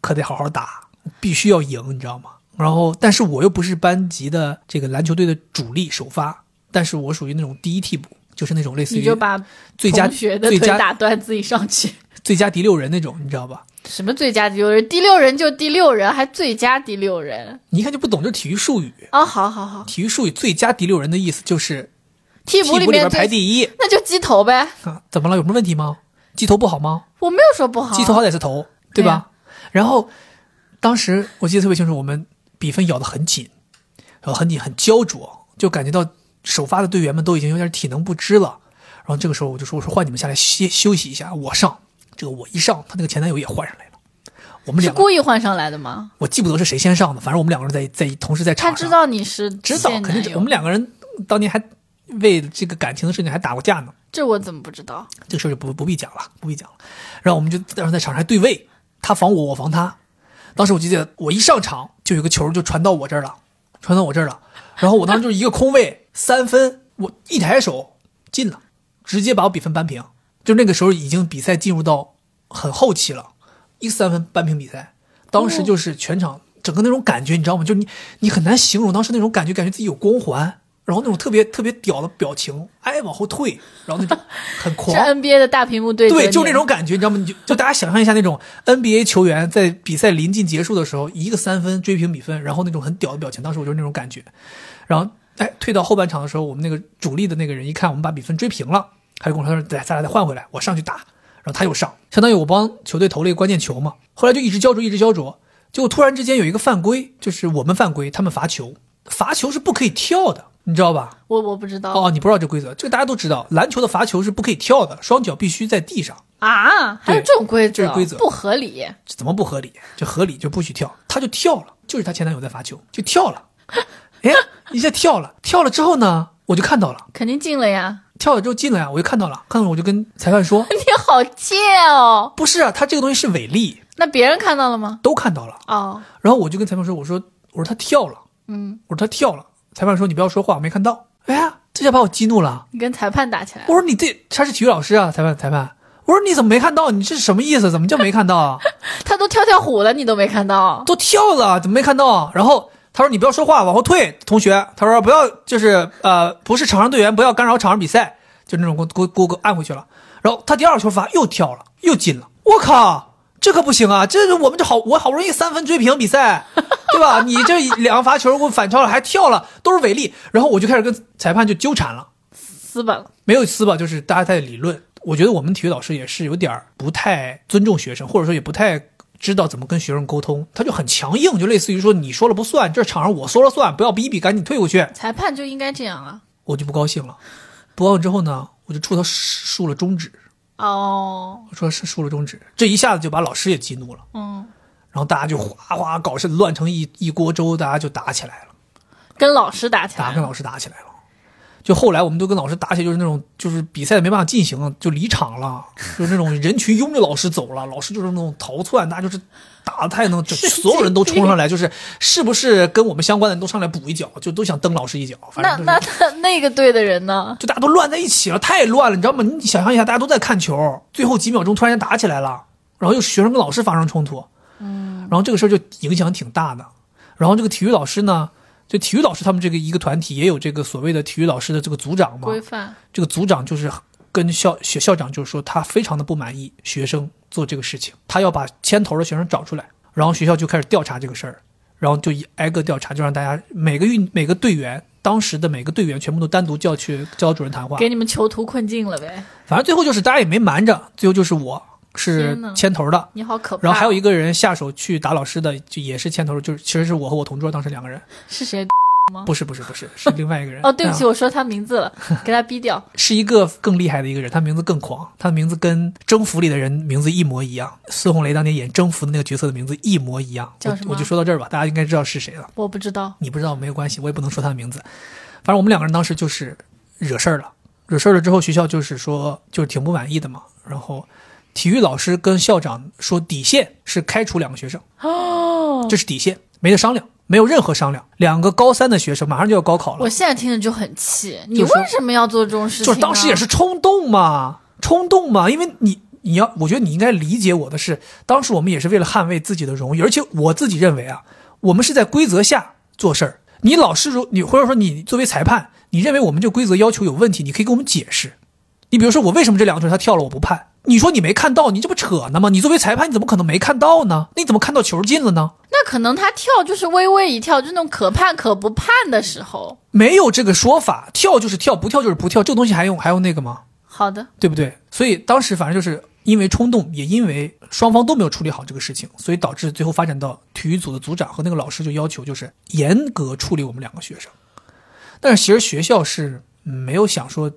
可得好好打，必须要赢，你知道吗？然后，但是我又不是班级的这个篮球队的主力首发，但是我属于那种第一替补，就是那种类似
你
于
就把
最佳
同学的
最
腿
佳
打断，自己上去。
最佳第六人那种，你知道吧？
什么最佳第六人？第六人就第六人，还最佳第六人
你一看就不懂这体育术语，
哦，好好好，
体育术语最佳第六人的意思就是
替
替补
补
里
里面
边排
最
第一
那就鸡头呗。
啊？怎么了？有什么问题吗？鸡头不好吗？
我没有说不好，
鸡头好歹是头，对
对
吧？然后当时我记得特别清楚，我们比分咬得很紧，咬得很紧，很焦灼，就感觉到首发的队员们都已经有点体能不支了。然后这个时候我就说：“我说换你们下来歇休息一下，我上。”这个我一上，他那个前男友也换上来了。我们
是
两个
故意换上来的吗？
我记不得是谁先上的，反正我们两个人在在同时在场
他
上。
知道你是
知道，
现
肯定
男
知
友
我们两个人当年还为这个感情的事情还打过架呢，
这我怎么不知道？
这个事儿就不不必讲了，不必讲了。然后我们就当时在场上还对位，他防我，我防他。当时我记得我一上场就有个球就传到我这儿了，传到我这儿了。然后我当时就是一个空位三分，我一抬手进了，直接把我比分扳平。就那个时候已经比赛进入到很后期了，一个三分扳平比赛。当时就是全场整个那种感觉，你知道吗？就你你很难形容当时那种感觉，感觉自己有光环，然后那种特别特别屌的表情，哎，往后退，然后那种很
是
狂，
NBA 的大屏幕对决
对，就
你
那种感觉，你知道吗？你就就大家想象一下那种 NBA 球员在比赛临近结束的时候，一个三分追平比分，然后那种很屌的表情，当时我就是那种感觉。然后，哎，退到后半场的时候，我们那个主力的那个人一看我们把比分追平了，他就跟我说：“来，咱俩再换回来，我上去打。”然后他又上，相当于我帮球队投了一个关键球嘛。后来就一直焦灼，一直焦灼，结果突然之间有一个犯规，就是我们犯规，他们罚球，罚球是不可以跳的，你知道吧？
我我不知道、
哦，你不知道这规则，这个大家都知道，篮球的罚球是不可以跳的，双脚必须在地上。
啊，还有
对
这种规则，
这是规则
不合理。
这怎么不合理？这合理就不许跳，他就跳了，就是他前男友在罚球，就跳了， 哎，一下跳了，跳了之后呢，我就看到了，
肯定进了呀！
跳了之后进了呀，我就看到了，看到了我就跟裁判说，
你好贱哦！
不是啊，他这个东西是违例，
那别人看到了吗？
都看到了，
哦，
然后我就跟裁判说，我说我说他跳了，
嗯，
我说他跳了，裁判说你不要说话，我没看到，哎呀，这下把我激怒了，
你跟裁判打起来了
我说你这他是体育老师啊，裁判裁判，我说你怎么没看到？你这是什么意思？怎么叫没看到啊？
他都跳跳虎了，你都没看到？
都跳了，怎么没看到啊？然后他说：“你不要说话，往后退，同学。”他说：“不要，就是呃，不是场上队员，不要干扰场上比赛。”就那种给我给我给我给我按回去了。然后他第二球罚又跳了，又进了。我靠，这可不行啊！这是我们这好，我好不容易三分追平比赛，对吧？你这两个罚球给我反超了，还跳了，都是违例。然后我就开始跟裁判就纠缠了。
撕吧了！
没有撕吧，就是大家在理论。我觉得我们体育老师也是有点儿不太尊重学生，或者说也不太知道怎么跟学生沟通，他就很强硬，就类似于说你说了不算，这场上我说了算，不要逼逼，赶紧退回去。
裁判就应该这样啊！
我就不高兴了，不高兴之后呢，我就冲他竖了中指，
哦，
我说是竖了中指，这一下子就把老师也激怒了，
嗯，
然后大家就哗哗搞事，乱成一一锅粥，大家就打起来了。
跟老师打起
打
来
跟
了。
老师打起来了。就后来我们都跟老师打起来，就是那种就是比赛没办法进行了，就离场 了，就是那种人群拥着老师走了，老师就是那种逃窜，大家就是打的 太能，就
神经
所有人都冲上来，就是是不是跟我们相关的人都上来补一脚，就都想蹬老师一脚，反
那
正就是
那那那个队的人呢？
就大家都乱在一起了，太乱了，你知道吗？你想象一下，大家都在看球，最后几秒钟突然间打起来了，然后又是学生跟老师发生冲突，嗯，然后这个事儿就影响挺大的。然后这个体育老师呢，就体育老师他们这个一个团体也有这个所谓的体育老师的这个组长嘛，
规范
这个组长就是跟校学校长就是说他非常的不满意学生做这个事情，他要把牵头的学生找出来，然后学校就开始调查这个事儿，然后就一挨个调查，就让大家每个运每个队员当时的每个队员全部都单独叫去教导主任谈话，
给你们囚徒困境了呗。
反正最后就是大家也没瞒着，最后就是我是
天呐
牵头的，
你好可怕。
然后还有一
个
个人下手去打老师的，就也是牵头，就是其实是我和我同桌当时两个人，
是
哎
谁？
不是不是不是，是另外一个人。
哦，对不起，
啊
我说他名字了，给他逼掉。
是一个更厉害的一个人，他名字更狂，他的名字跟《征服》里的人名字一模一样，孙红雷当年演《征服》的那个角色的名字一模一样。
叫
我
什么
我就说到这儿吧，大家应该知道是谁了。
我不知道，
你不知道没有关系，我也不能说他的名字。反正我们两个人当时就是惹事儿了，惹事儿了之后，学校就是说就是挺不满意的嘛。然后体育老师跟校长说底线是开除两个学生，
哦，
这是底线，没得商量，没有任何商量。两个高三的学生马上就要高考了
我，现在听着就很气，你
就是说
为什么要做这种事情、啊
就是当时也是，冲动嘛，冲动嘛，因为你你要，我觉得你应该理解我的是，当时我们也是为了捍卫自己的荣誉，而且我自己认为啊，我们是在规则下做事儿。你老师如你或者说你作为裁判，你认为我们这规则要求有问题，你可以给我们解释。你比如说我为什么这两个球他跳了我不判？你说你没看到，你这不扯呢吗？你作为裁判，你怎么可能没看到呢？那你怎么看到球进了呢？
那可能他跳就是微微一跳，就那种可判可不判的时候。
没有这个说法，跳就是跳，不跳就是不跳，这个东西还用还用那个吗？
好的，
对不对？所以当时反正就是因为冲动，也因为双方都没有处理好这个事情，所以导致最后发展到体育组的组长和那个老师就要求就是严格处理我们两个学生。但是其实学校是没有想说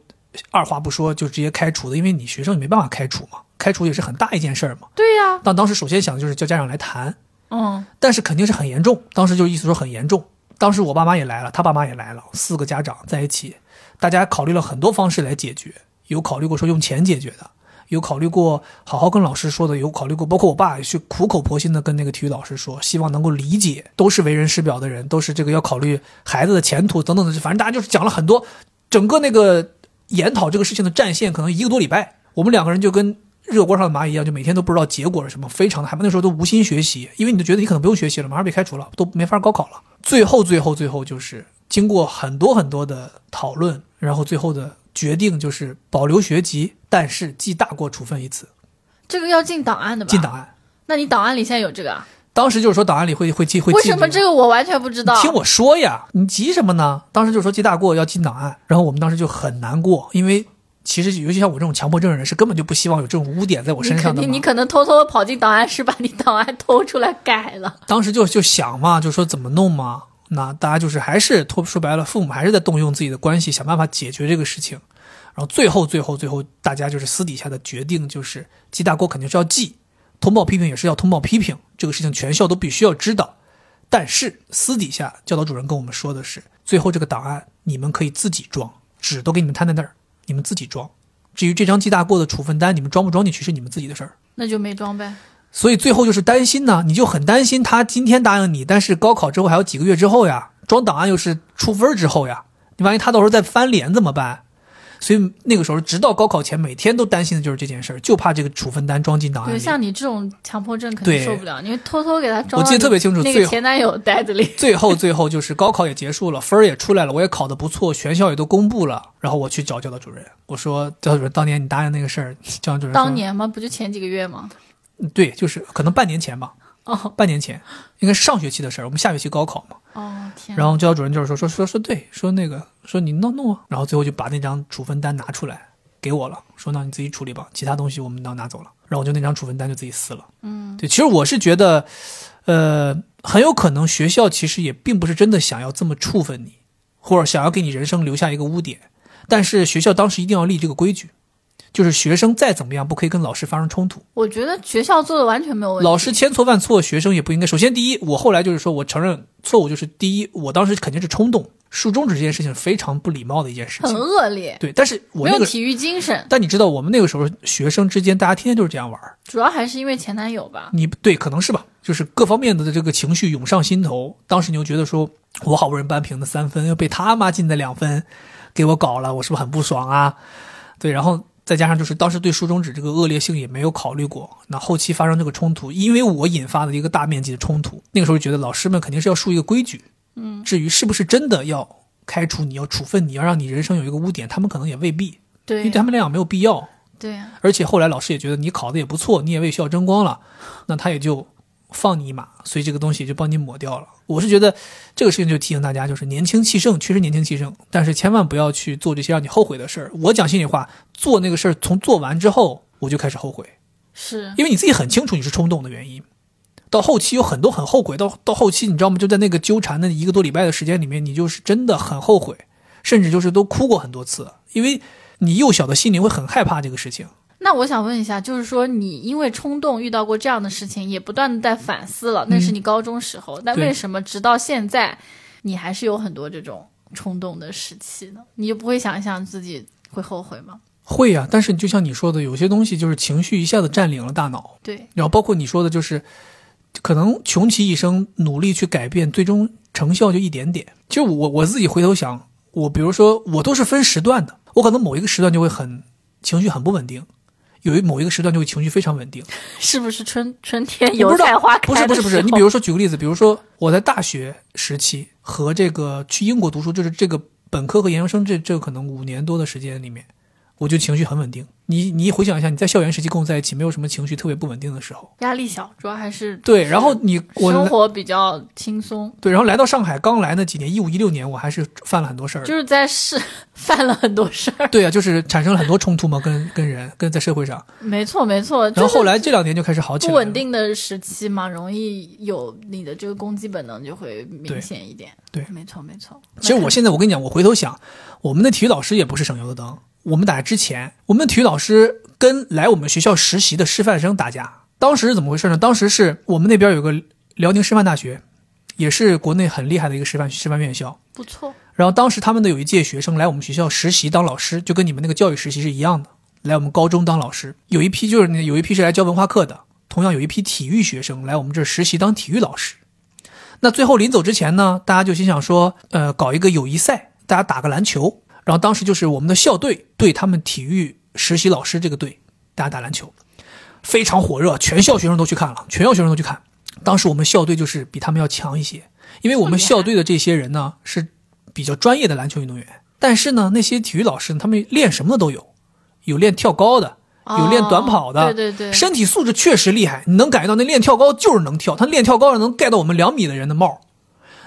二话不说就直接开除的，因为你学生你没办法开除嘛，开除也是很大一件事儿嘛。
对呀、
但当时首先想的就是叫家长来谈，
嗯，
但是肯定是很严重。当时就意思说很严重。当时我爸妈也来了，他爸妈也来了，四个家长在一起，大家考虑了很多方式来解决，有考虑过说用钱解决的，有考虑过好好跟老师说的，有考虑过，包括我爸也去苦口婆心的跟那个体育老师说，希望能够理解，都是为人师表的人，都是这个要考虑孩子的前途等等的，反正大家就是讲了很多，整个那个研讨这个事情的战线可能一个多礼拜，我们两个人就跟热锅上的蚂蚁一样，就每天都不知道结果是什么，非常的害怕。那时候都无心学习，因为你就觉得你可能不用学习了，马上被开除了，都没法高考了。最后，最后，最后就是经过很多很多的讨论，然后最后的决定就是保留学籍，但是记大过处分一次，
这个要进档案的吧？
进。档案。
那你档案里现在有这个啊？
当时就是说档案里会会记会记
为什么这个我完全不知道？
听我说呀，你急什么呢？当时就说记大过要进档案，然后我们当时就很难过，因为其实尤其像我这种强迫症人士，根本就不希望有这种污点在我
你
身上
肯
的
定，
嘛
你。可能偷偷地跑进档案室，把你档案偷出来改了。
当时就就想嘛，就说怎么弄嘛。那大家就是还是脱说白了，父母还是在动用自己的关系想办法解决这个事情。然后最后最后最后，大家就是私底下的决定就是记大过肯定是要记，通报批评也是要通报批评，这个事情全校都必须要知道。但是私底下教导主任跟我们说的是，最后这个档案你们可以自己装，纸都给你们摊在那儿，你们自己装。至于这张记大过的处分单，你们装不装进去是你们自己的事儿。
那就没装呗。
所以最后就是担心呢，你就很担心他今天答应你，但是高考之后还有几个月之后呀，装档案又是出分之后呀，你万一他到时候再翻脸怎么办？所以那个时候，直到高考前，每天都担心的就是这件事儿，就怕这个处分单装进档案
对，
里。
啊像你这种强迫症肯
对
定受不了，你会偷偷给他装。
我记得特别清楚
那
最
个
后
前男友袋子 里。
最后，最后就是高考也结束了，分儿也出来了，我也考得不错，全校也都公布了。然后我去找教导主任，我说：“教导主任，当年你答应那个事儿，教导主任说
当年吗？不就前几个月吗？
对，就是可能半年前吧，
哦
半年前应该是上学期的事儿，我们下学期高考嘛。”
哦天哪！
然后教导主任就是说说说说对，说那个说你弄弄啊，然后最后就把那张处分单拿出来给我了，说那你自己处理吧，其他东西我们都拿走了。然后我就那张处分单就自己撕了。嗯，对，其实我是觉得，呃，很有可能学校其实也并不是真的想要这么处分你，或者想要给你人生留下一个污点，但是学校当时一定要立这个规矩，就是学生再怎么样不可以跟老师发生冲突。
我觉得学校做的完全没有问题。
老师千错万错，学生也不应该。首先，第一，我后来就是说我承认错误，就是第一，我当时肯定是冲动，竖中指这件事情是非常不礼貌的一件事
很
情。
恶劣，
对，但是我
嗯没
那
有
个，
体育精神，
但你知道，我们那个时候学生之间，大家天天就是这样玩儿。
主要还是因为前男友吧。
你对，可能是吧，就是各方面的这个情绪涌上心头。当时你就觉得说，我好不容易扳平的三分，又被他妈进的两分，给我搞了，我是不是很不爽啊？对，然后再加上就是当时对竖中指这个恶劣性也没有考虑过，那后期发生这个冲突，因为我引发的一个大面积的冲突，那个时候觉得老师们肯定是要树一个规矩，嗯，至于是不是真的要开除你、要处分你、要让你人生有一个污点，他们可能也未必，因为
对
对他们来讲没有必要。
对啊呀、
而且后来老师也觉得你考的也不错，你也为学校争光了，那他也就放你一马，所以这个东西就帮你抹掉了。我是觉得这个事情就提醒大家，就是年轻气盛，确实年轻气盛，但是千万不要去做这些让你后悔的事儿。我讲心里话，做那个事儿从做完之后我就开始后悔，
是
因为你自己很清楚你是冲动的原因。到后期有很多很后悔，到到后期你知道吗？就在那个纠缠的一个多礼拜的时间里面，你就是真的很后悔，甚至就是都哭过很多次，因为你幼小的心灵会很害怕这个事情。
那我想问一下，就是说你因为冲动遇到过这样的事情，也不断的在反思了，那是你高中时候，那、
嗯对
为什么直到现在，你还是有很多这种冲动的时期呢？你就不会想一想自己会后悔吗？
会呀、但是就像你说的，有些东西就是情绪一下子占领了大脑，
对，
然后包括你说的，就是可能穷其一生努力去改变，最终成效就一点点。就我我自己回头想，我比如说我都是分时段的，我可能某一个时段就会很情绪很不稳定，有一某一个时段就会情绪非常稳定。
是不是春春天
我
油
不知
菜
道
花，
不
开
是不
的
是不
时
是，
候
你比如说举个例子，比如说我在大学时期和这个去英国读书，就是这个本科和研究生这这可能五年多的时间里面，我就情绪很稳定。你你回想一下，你在校园时期跟我在一起，没有什么情绪特别不稳定的时候。
压力小，主要还是
对，然后你
生
我
活比较轻松，
对，然后来到上海，刚来那几年，一五一六年，我还是犯了很多事儿的。
就是在是 犯了很多事儿。
对啊，就是产生了很多冲突嘛，跟跟人跟在社会上。
没错没错，
然
就
后后
是
来这两年就开始好起来
不
了。
稳定的时期嘛，容易有你的这个攻击本能就会明显一点。
对对
没错没错。
其实我现在我跟你讲，我回头想，我们的体育老师也不是省油的灯。我们打之前，我们的体育老师跟来我们学校实习的师范生打架。当时是怎么回事呢？当时是我们那边有个辽宁师范大学，也是国内很厉害的一个师范师范院校。
不错，
然后当时他们的有一届学生来我们学校实习当老师，就跟你们那个教育实习是一样的，来我们高中当老师。有一批就是那有一批是来教文化课的，同样有一批体育学生来我们这儿实习当体育老师。那最后临走之前呢，大家就心想说，呃，搞一个友谊赛，大家打个篮球。然后当时就是我们的校队对他们体育实习老师这个队，大家打篮球，非常火热，全校学生都去看了，全校学生都去看。当时我们校队就是比他们要强一些，因为我们校队的这些人呢是比较专业的篮球运动员，但是呢，那些体育老师呢他们练什么的都有，有练跳高的，有练短跑的，
哦对对对，
身体素质确实厉害，你能感觉到那练跳高就是能跳，他练跳高的能盖到我们两米的人的帽，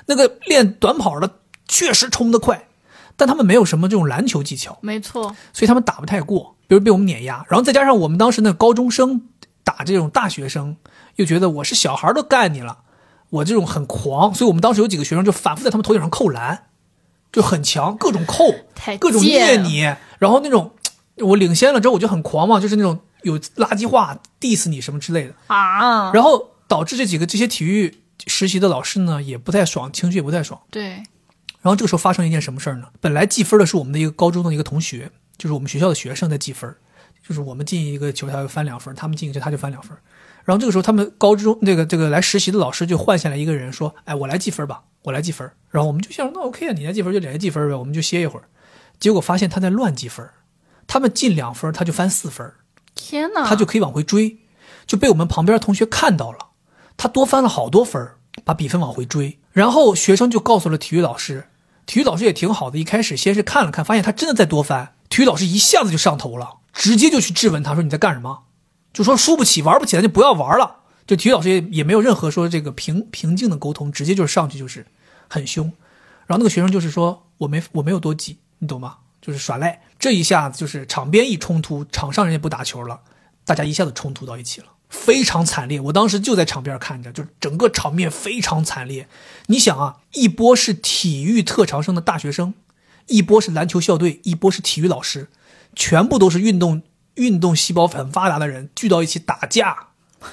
那个练短跑的确实冲得快，但他们没有什么这种篮球技巧，
没错，
所以他们打不太过，比如被我们碾压，然后再加上我们当时那高中生打这种大学生，又觉得我是小孩儿都干你了，我这种很狂，所以我们当时有几个学生就反复在他们头顶上扣篮，就很强，各种扣，
太
各种虐
贱了。
你，然后那种我领先了之后我就很狂妄，就是那种有垃圾话 diss 你什么之类的，
啊，
然后导致这几个这些体育实习的老师呢也不太爽，情绪也不太爽。
对，
然后这个时候发生一件什么事儿呢？本来记分的是我们的一个高中的一个同学，就是我们学校的学生在记分，就是我们进一个球他就翻两分，他们进一个球他就翻两分。然后这个时候他们高中这个这个来实习的老师就换下来一个人说：“哎，我来记分吧，我来记分。”然后我们就想，那 OK 啊，你来记分就来记分呗，我们就歇一会儿。结果发现他在乱记分，他们进两分他就翻四分，
天哪，
他就可以往回追，就被我们旁边同学看到了，他多翻了好多分儿，把比分往回追。然后学生就告诉了体育老师，体育老师也挺好的，一开始先是看了看，发现他真的在多翻，体育老师一下子就上头了，直接就去质问他说你在干什么，就说输不起，玩不起，咱就不要玩了。就体育老师也也没有任何说这个平平静的沟通，直接就是上去就是很凶。然后那个学生就是说我没我没有多记，你懂吗？就是耍赖。这一下子就是场边一冲突，场上人也不打球了，大家一下子冲突到一起了，非常惨烈。我当时就在场边看着，就是整个场面非常惨烈。你想啊，一波是体育特长生的大学生，一波是篮球校队，一波是体育老师，全部都是运动运动细胞很发达的人聚到一起打架。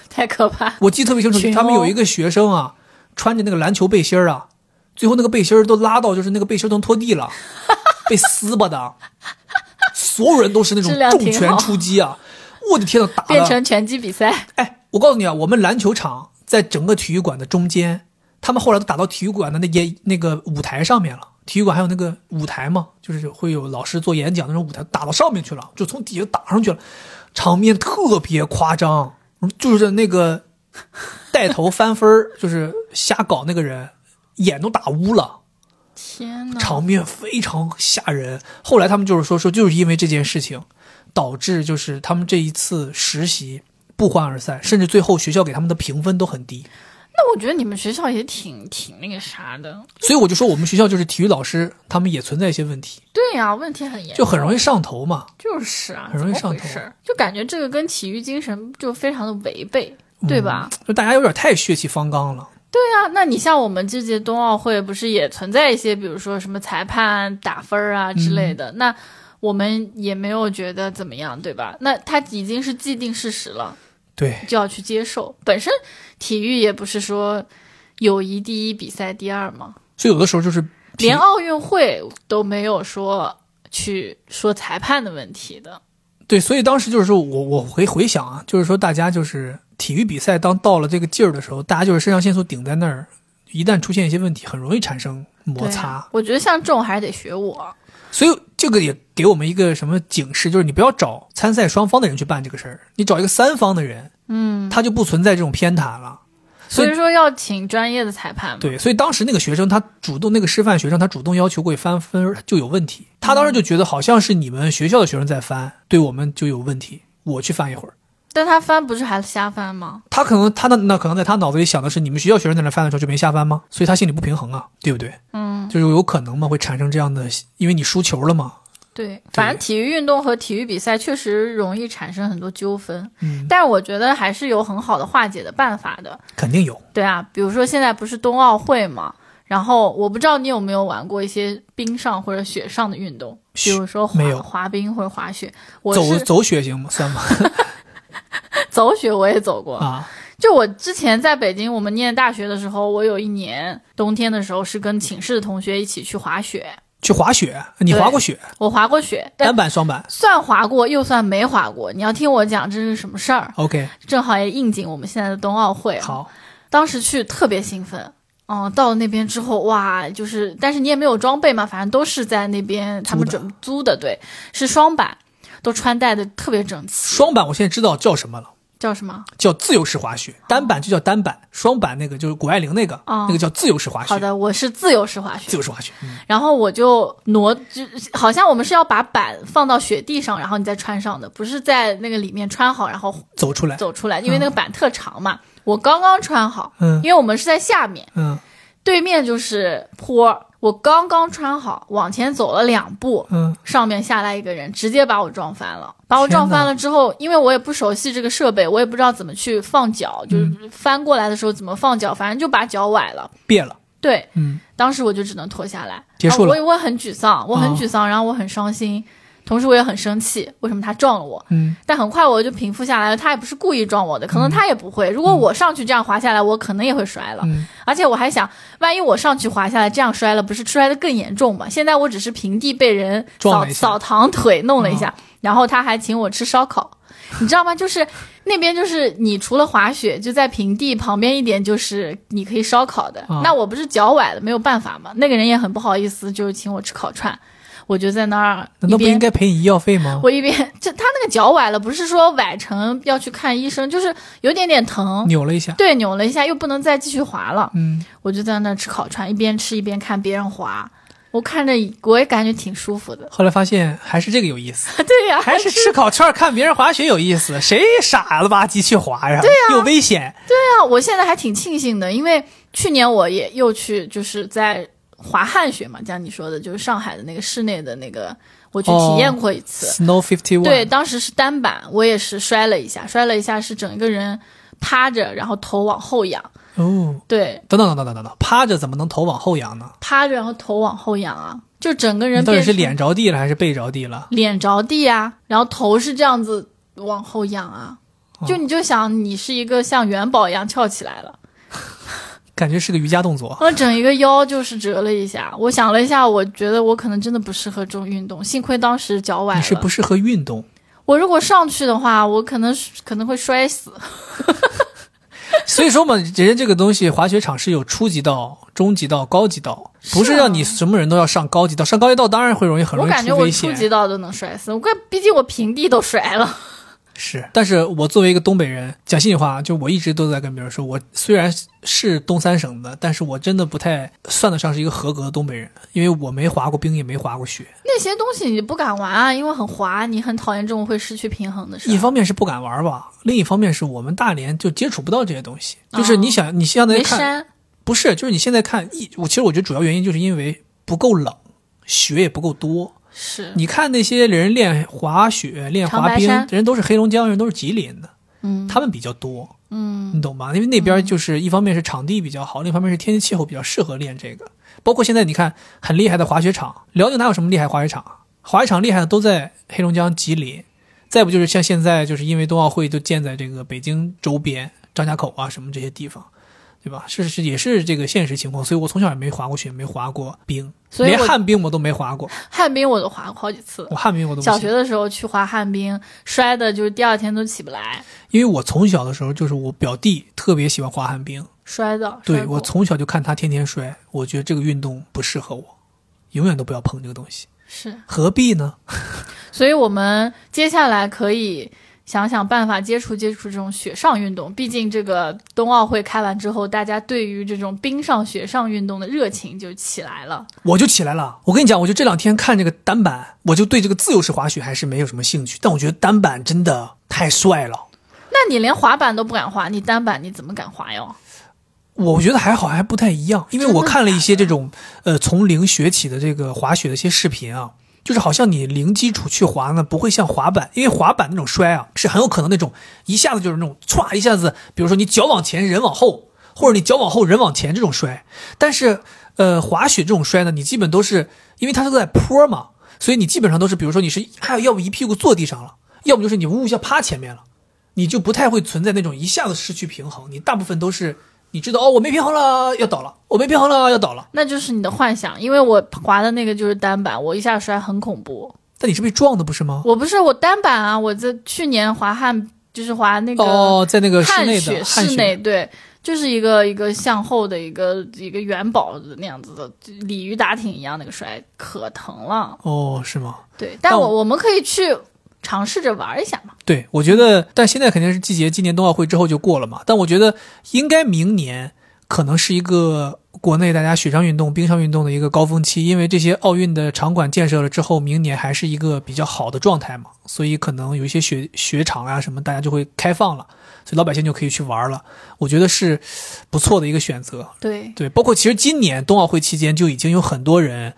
太可怕。
我记得特别清楚，
群殴
他们有一个学生啊，穿着那个篮球背心儿啊，最后那个背心儿都拉到就是那个背心儿都能拖地 了，被撕吧的，所有人都是那种
质量
重
挺好
拳出击啊！我的天呐，打
变
的！
成拳击比赛，
哎，我告诉你啊，我们篮球场在整个体育馆的中间，他们后来都打到体育馆的那也那个舞台上面了。体育馆还有那个舞台嘛，就是会有老师做演讲那种舞台，打到上面去了，就从底下打上去了，场面特别夸张，就是那个带头翻分儿就是瞎搞那个人，眼都打乌了，
天哪！嗯
场面非常吓人。后来他们就是说说，就是因为这件事情，导致就是他们这一次实习不欢而散，甚至最后学校给他们的评分都很低。
那我觉得你们学校也挺挺那个啥的。
所以我就说，我们学校就是体育老师，他们也存在一些问题，
对呀、问题很严，
就很容易上头嘛。
就是啊，
很容易
怎么
上
回
头
事儿就感觉这个跟体育精神就非常的违背，对吧？
就大家有点太血气方刚了。
对啊，那你像我们这届冬奥会，不是也存在一些，比如说什么裁判打分儿
嗯
啊之类的，那我们也没有觉得怎么样，对吧？那它已经是既定事实了，
对，
就要去接受。本身体育也不是说友谊第一，比赛第二嘛，
所以有的时候就是体
连奥运会都没有说去说裁判的问题的。
对，所以当时就是说我我回回想啊，就是说大家就是体育比赛当到了这个劲儿的时候，大家就是肾上腺素顶在那儿，一旦出现一些问题，很容易产生摩
对啊
擦。
我觉得像这种还得学我。
所以这个也给我们一个什么警示，就是你不要找参赛双方的人去办这个事儿，你找一个三方的人，嗯，他就不存在这种偏袒了。所
所
以
以说要请专业的裁判嘛。
对，所以当时那个学生他主动，那个师范学生他主动要求过去翻分儿就有问题，他当时就觉得好像是你们学校的学生在翻，对我们就有问题，我去翻一会儿。
但他翻不是还瞎翻吗？
他可能他的那可能在他脑子里想的是你们学校学生在那翻的时候就没下翻吗？所以他心里不平衡啊，对不对？
嗯，
就是有可能嘛，会产生这样的，因为你输球了嘛，
对，反正体育运动和体育比赛确实容易产生很多纠纷，
嗯，
但我觉得还是有很好的化解的办法的。
肯定有。
对啊，比如说现在不是冬奥会嘛，然后我不知道你有没有玩过一些冰上或者雪上的运动，比如说滑
没有
滑冰或者滑雪。我
走
是
走血型吗？算吗？
走雪我也走过，
啊，
就我之前在北京，我们念大学的时候，我有一年冬天的时候是跟寝室的同学一起去滑雪，
去滑雪，你
对
滑过雪？
我滑过雪，但
单板、双板
算滑过又算没滑过。你要听我讲这是什么事儿，
？OK，
正好也应景我们现在的冬奥会。，
好，
当时去特别兴奋。嗯，到了那边之后，哇，就是，但是你也没有装备嘛，反正都是在那边他们
租的
准租的，对，是双板，都穿戴的特别整齐，
双板我现在知道叫什么了，
叫什么？
叫自由式滑雪。单板就叫单板，双板那个就是谷爱凌那个，
哦
那个叫自由式滑
好
雪。
的，我是自由式滑雪
自，由式滑雪，嗯
然后我就挪，就好像我们是要把板放到雪地上，然后你再穿上的，不是在那个里面穿好，然后
走出来，
走出来，因为那个板特长嘛。我刚刚穿好，
嗯
因为我们是在下面，
嗯
对面就是坡，我刚刚穿好，往前走了两步，
嗯，
上面下来一个人，直接把我撞翻了。把我
天哪
撞翻了之后，因为我也不熟悉这个设备，我也不知道怎么去放脚，就是翻过来的时候怎么放脚，反正就把脚崴了。
别了，
对，
嗯，
当时我就只能脱下来，
结束了
啊我我很沮丧，我很沮丧，然后我很伤心，同时我也很生气，为什么他撞了我？
嗯，
但很快我就平复下来了，他也不是故意撞我的，可能他也不会。如果我上去这样滑下来，我可能也会摔了。
嗯
而且我还想，万一我上去滑下来这样摔了，不是摔得更严重吗？现在我只是平地被人
撞
扫
了一下哦
扫堂腿弄了一下，然后他还请我吃烧烤。你知道吗？就是那边，就是你除了滑雪，就在平地旁边一点，就是你可以烧烤的。
啊
那我不是脚崴了，没有办法嘛。那个人也很不好意思，就是请我吃烤串，我就在那儿
难
一
道不应
边
该赔你医药费吗？
我一边就他那个脚崴了，不是说崴成要去看医生，就是有点点疼，
扭了一下，
对，扭了一下，又不能再继续滑了。
嗯，
我就在那儿吃烤串，一边吃一边看别人滑，我看着我也感觉挺舒服的。
后来发现还是这个有意思。
对呀、
还是吃烤串儿看别人滑雪有意思，谁傻了吧唧去滑呀？对呀、
啊
又危险。
那我现在还挺庆幸的，因为去年我也又去，就是在滑旱雪嘛，像你说的，就是上海的那个室内的那个，我去体验过一次。
Snow Fifty One，
对，，当时是单板，我也是摔了一下，摔了一下是整一个人趴着，然后头往后仰。
哦，
对，
等等等等等等等，趴着怎么能头往后仰呢？
趴着然后头往后仰啊，就整个人
你到底
变
是
成
脸着地了还是背着地了？
脸着地啊，然后头是这样子往后仰啊，
哦
就你就想你是一个像元宝一样翘起来了，
感觉是个瑜伽动作。
我整一个腰就是折了一下。我想了一下，我觉得我可能真的不适合这种运动，幸亏当时脚崴了。
你是不适合运动，
我如果上去的话，我可能可能会摔死。
所以说嘛，人家这个东西，滑雪场是有初级道、中级道、高级道，不是让你什么人都要上高级道。上高级道当然会容易很
啊
容
我
易
感觉
出
我
危
初
险，
级道都能摔死，我怪，毕竟我平地都摔了。
是，但是我作为一个东北人，讲心里话，啊就我一直都在跟别人说，我虽然是东三省的，但是我真的不太算得上是一个合格的东北人，因为我没滑过冰，也没滑过雪。
那些东西你不敢玩啊，因为很滑，你很讨厌这种会失去平衡的事
一
儿。
方面是不敢玩吧，另一方面是我们大连就接触不到这些东西。就是你想，你现在
哦没
看，
山，
不是，就是你现在看，一我其实我觉得主要原因就是因为不够冷，雪也不够多。
是，
你看那些人练滑雪、练
长
滑
白
冰
山，
人都是黑龙江人，都是吉林的，
嗯
他们比较多。
嗯，
你懂吗？因为那边就是一方面是场地比较好，另一方面是天气气候比较适合练这个。包括现在你看很厉害的滑雪场，辽宁哪有什么厉害滑雪场啊？滑雪场厉害的都在黑龙江、吉林，再不就是像现在就是因为冬奥会都建在这个北京周边、张家口啊什么这些地方，对吧？是是也是这个现实情况，所以我从小也没滑过雪，没滑过冰，
所以
连
我
旱冰我都没滑过，
旱冰我都滑过好几次
我。旱冰我都不
小
行
学的时候去滑旱冰，摔的就是第二天都起不来，
因为我从小的时候就是我表弟特别喜欢滑旱冰，
摔的。摔
对
过
我从小就看他天天摔，我觉得这个运动不适合我，永远都不要碰这个东西，
是，
何必呢？
所以我们接下来可以想想办法接触接触这种雪上运动。毕竟这个冬奥会开完之后，大家对于这种冰上雪上运动的热情就起来了。
我就起来了，我跟你讲，我就这两天看这个单板，我就对这个自由式滑雪还是没有什么兴趣，但我觉得单板真的太帅了。
那你连滑板都不敢滑，你单板你怎么敢滑哟？
我觉得还好，还不太一样，因为
真的
我看了一些
假
这
的
种，呃，从零学起的这个滑雪的一些视频啊，就是好像你零基础去滑呢，不会像滑板，因为滑板那种摔啊，是很有可能那种一下子就是那种歘一下子，比如说你脚往前，人往后，或者你脚往后，人往前这种摔。但是，呃，滑雪这种摔呢，你基本都是因为它是在坡嘛，所以你基本上都是，比如说你是还有要不一屁股坐地上了，要不就是你呜一下趴前面了。你就不太会存在那种一下子失去平衡，你大部分都是你知道哦，我没平衡了要倒了，我没平衡了要倒了，
那就是你的幻想，因为我滑的那个就是单板，我一下摔很恐怖。
但你是被撞的不是吗？
我不是我单板啊，我在去年滑旱就是滑那个
哦，在那个室
汗
内
雪
的汗
室
雪
内对，就是一个一个向后的一个一个元宝的那样子的鲤鱼打挺一样那个摔，可疼了。
哦，是吗？
对，但
但
我
我
我们可以去尝试着玩一下嘛。
对，我觉得，但现在肯定是季节，今年冬奥会之后就过了嘛。但我觉得应该明年可能是一个国内大家雪上运动、冰上运动的一个高峰期，因为这些奥运的场馆建设了之后，明年还是一个比较好的状态嘛，所以可能有一些雪雪场啊什么，大家就会开放了，所以老百姓就可以去玩了。我觉得是不错的一个选择。
对，
对，包括其实今年冬奥会期间就已经有很多人，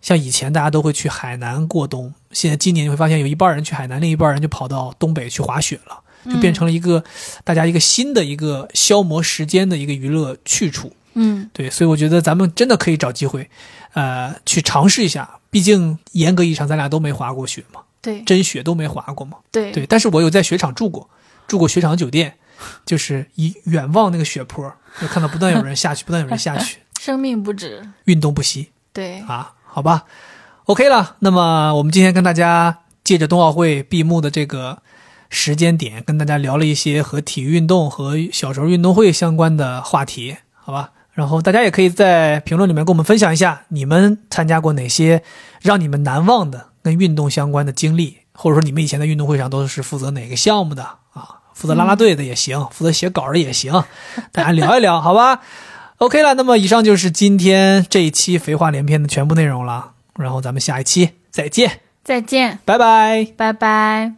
像以前大家都会去海南过冬，现在今年你会发现有一半人去海南，另一半人就跑到东北去滑雪了，
嗯
就变成了一个、大家一个新的一个消磨时间的一个娱乐去处。
嗯，
对，所以我觉得咱们真的可以找机会，呃，去尝试一下。毕竟严格意义上咱俩都没滑过雪嘛，
对
真雪都没滑过嘛。
对
对，但是我有在雪场住过，住过雪场酒店，就是一远望那个雪坡，就看到不断有人下去，不断有人下去，
生命不止。
运动不息
对，
啊，好吧，OK 了。那么我们今天跟大家借着冬奥会闭幕的这个时间点，跟大家聊了一些和体育运动和小时候运动会相关的话题，好吧。然后大家也可以在评论里面跟我们分享一下，你们参加过哪些让你们难忘的跟运动相关的经历，或者说你们以前在运动会上都是负责哪个项目的啊？负责啦啦队的也行，负责写稿儿的也行，大家聊一聊，好吧？OK 了，那么以上就是今天这一期肥话连篇的全部内容了，然后咱们下一期再见，
再见，
拜拜。
拜拜。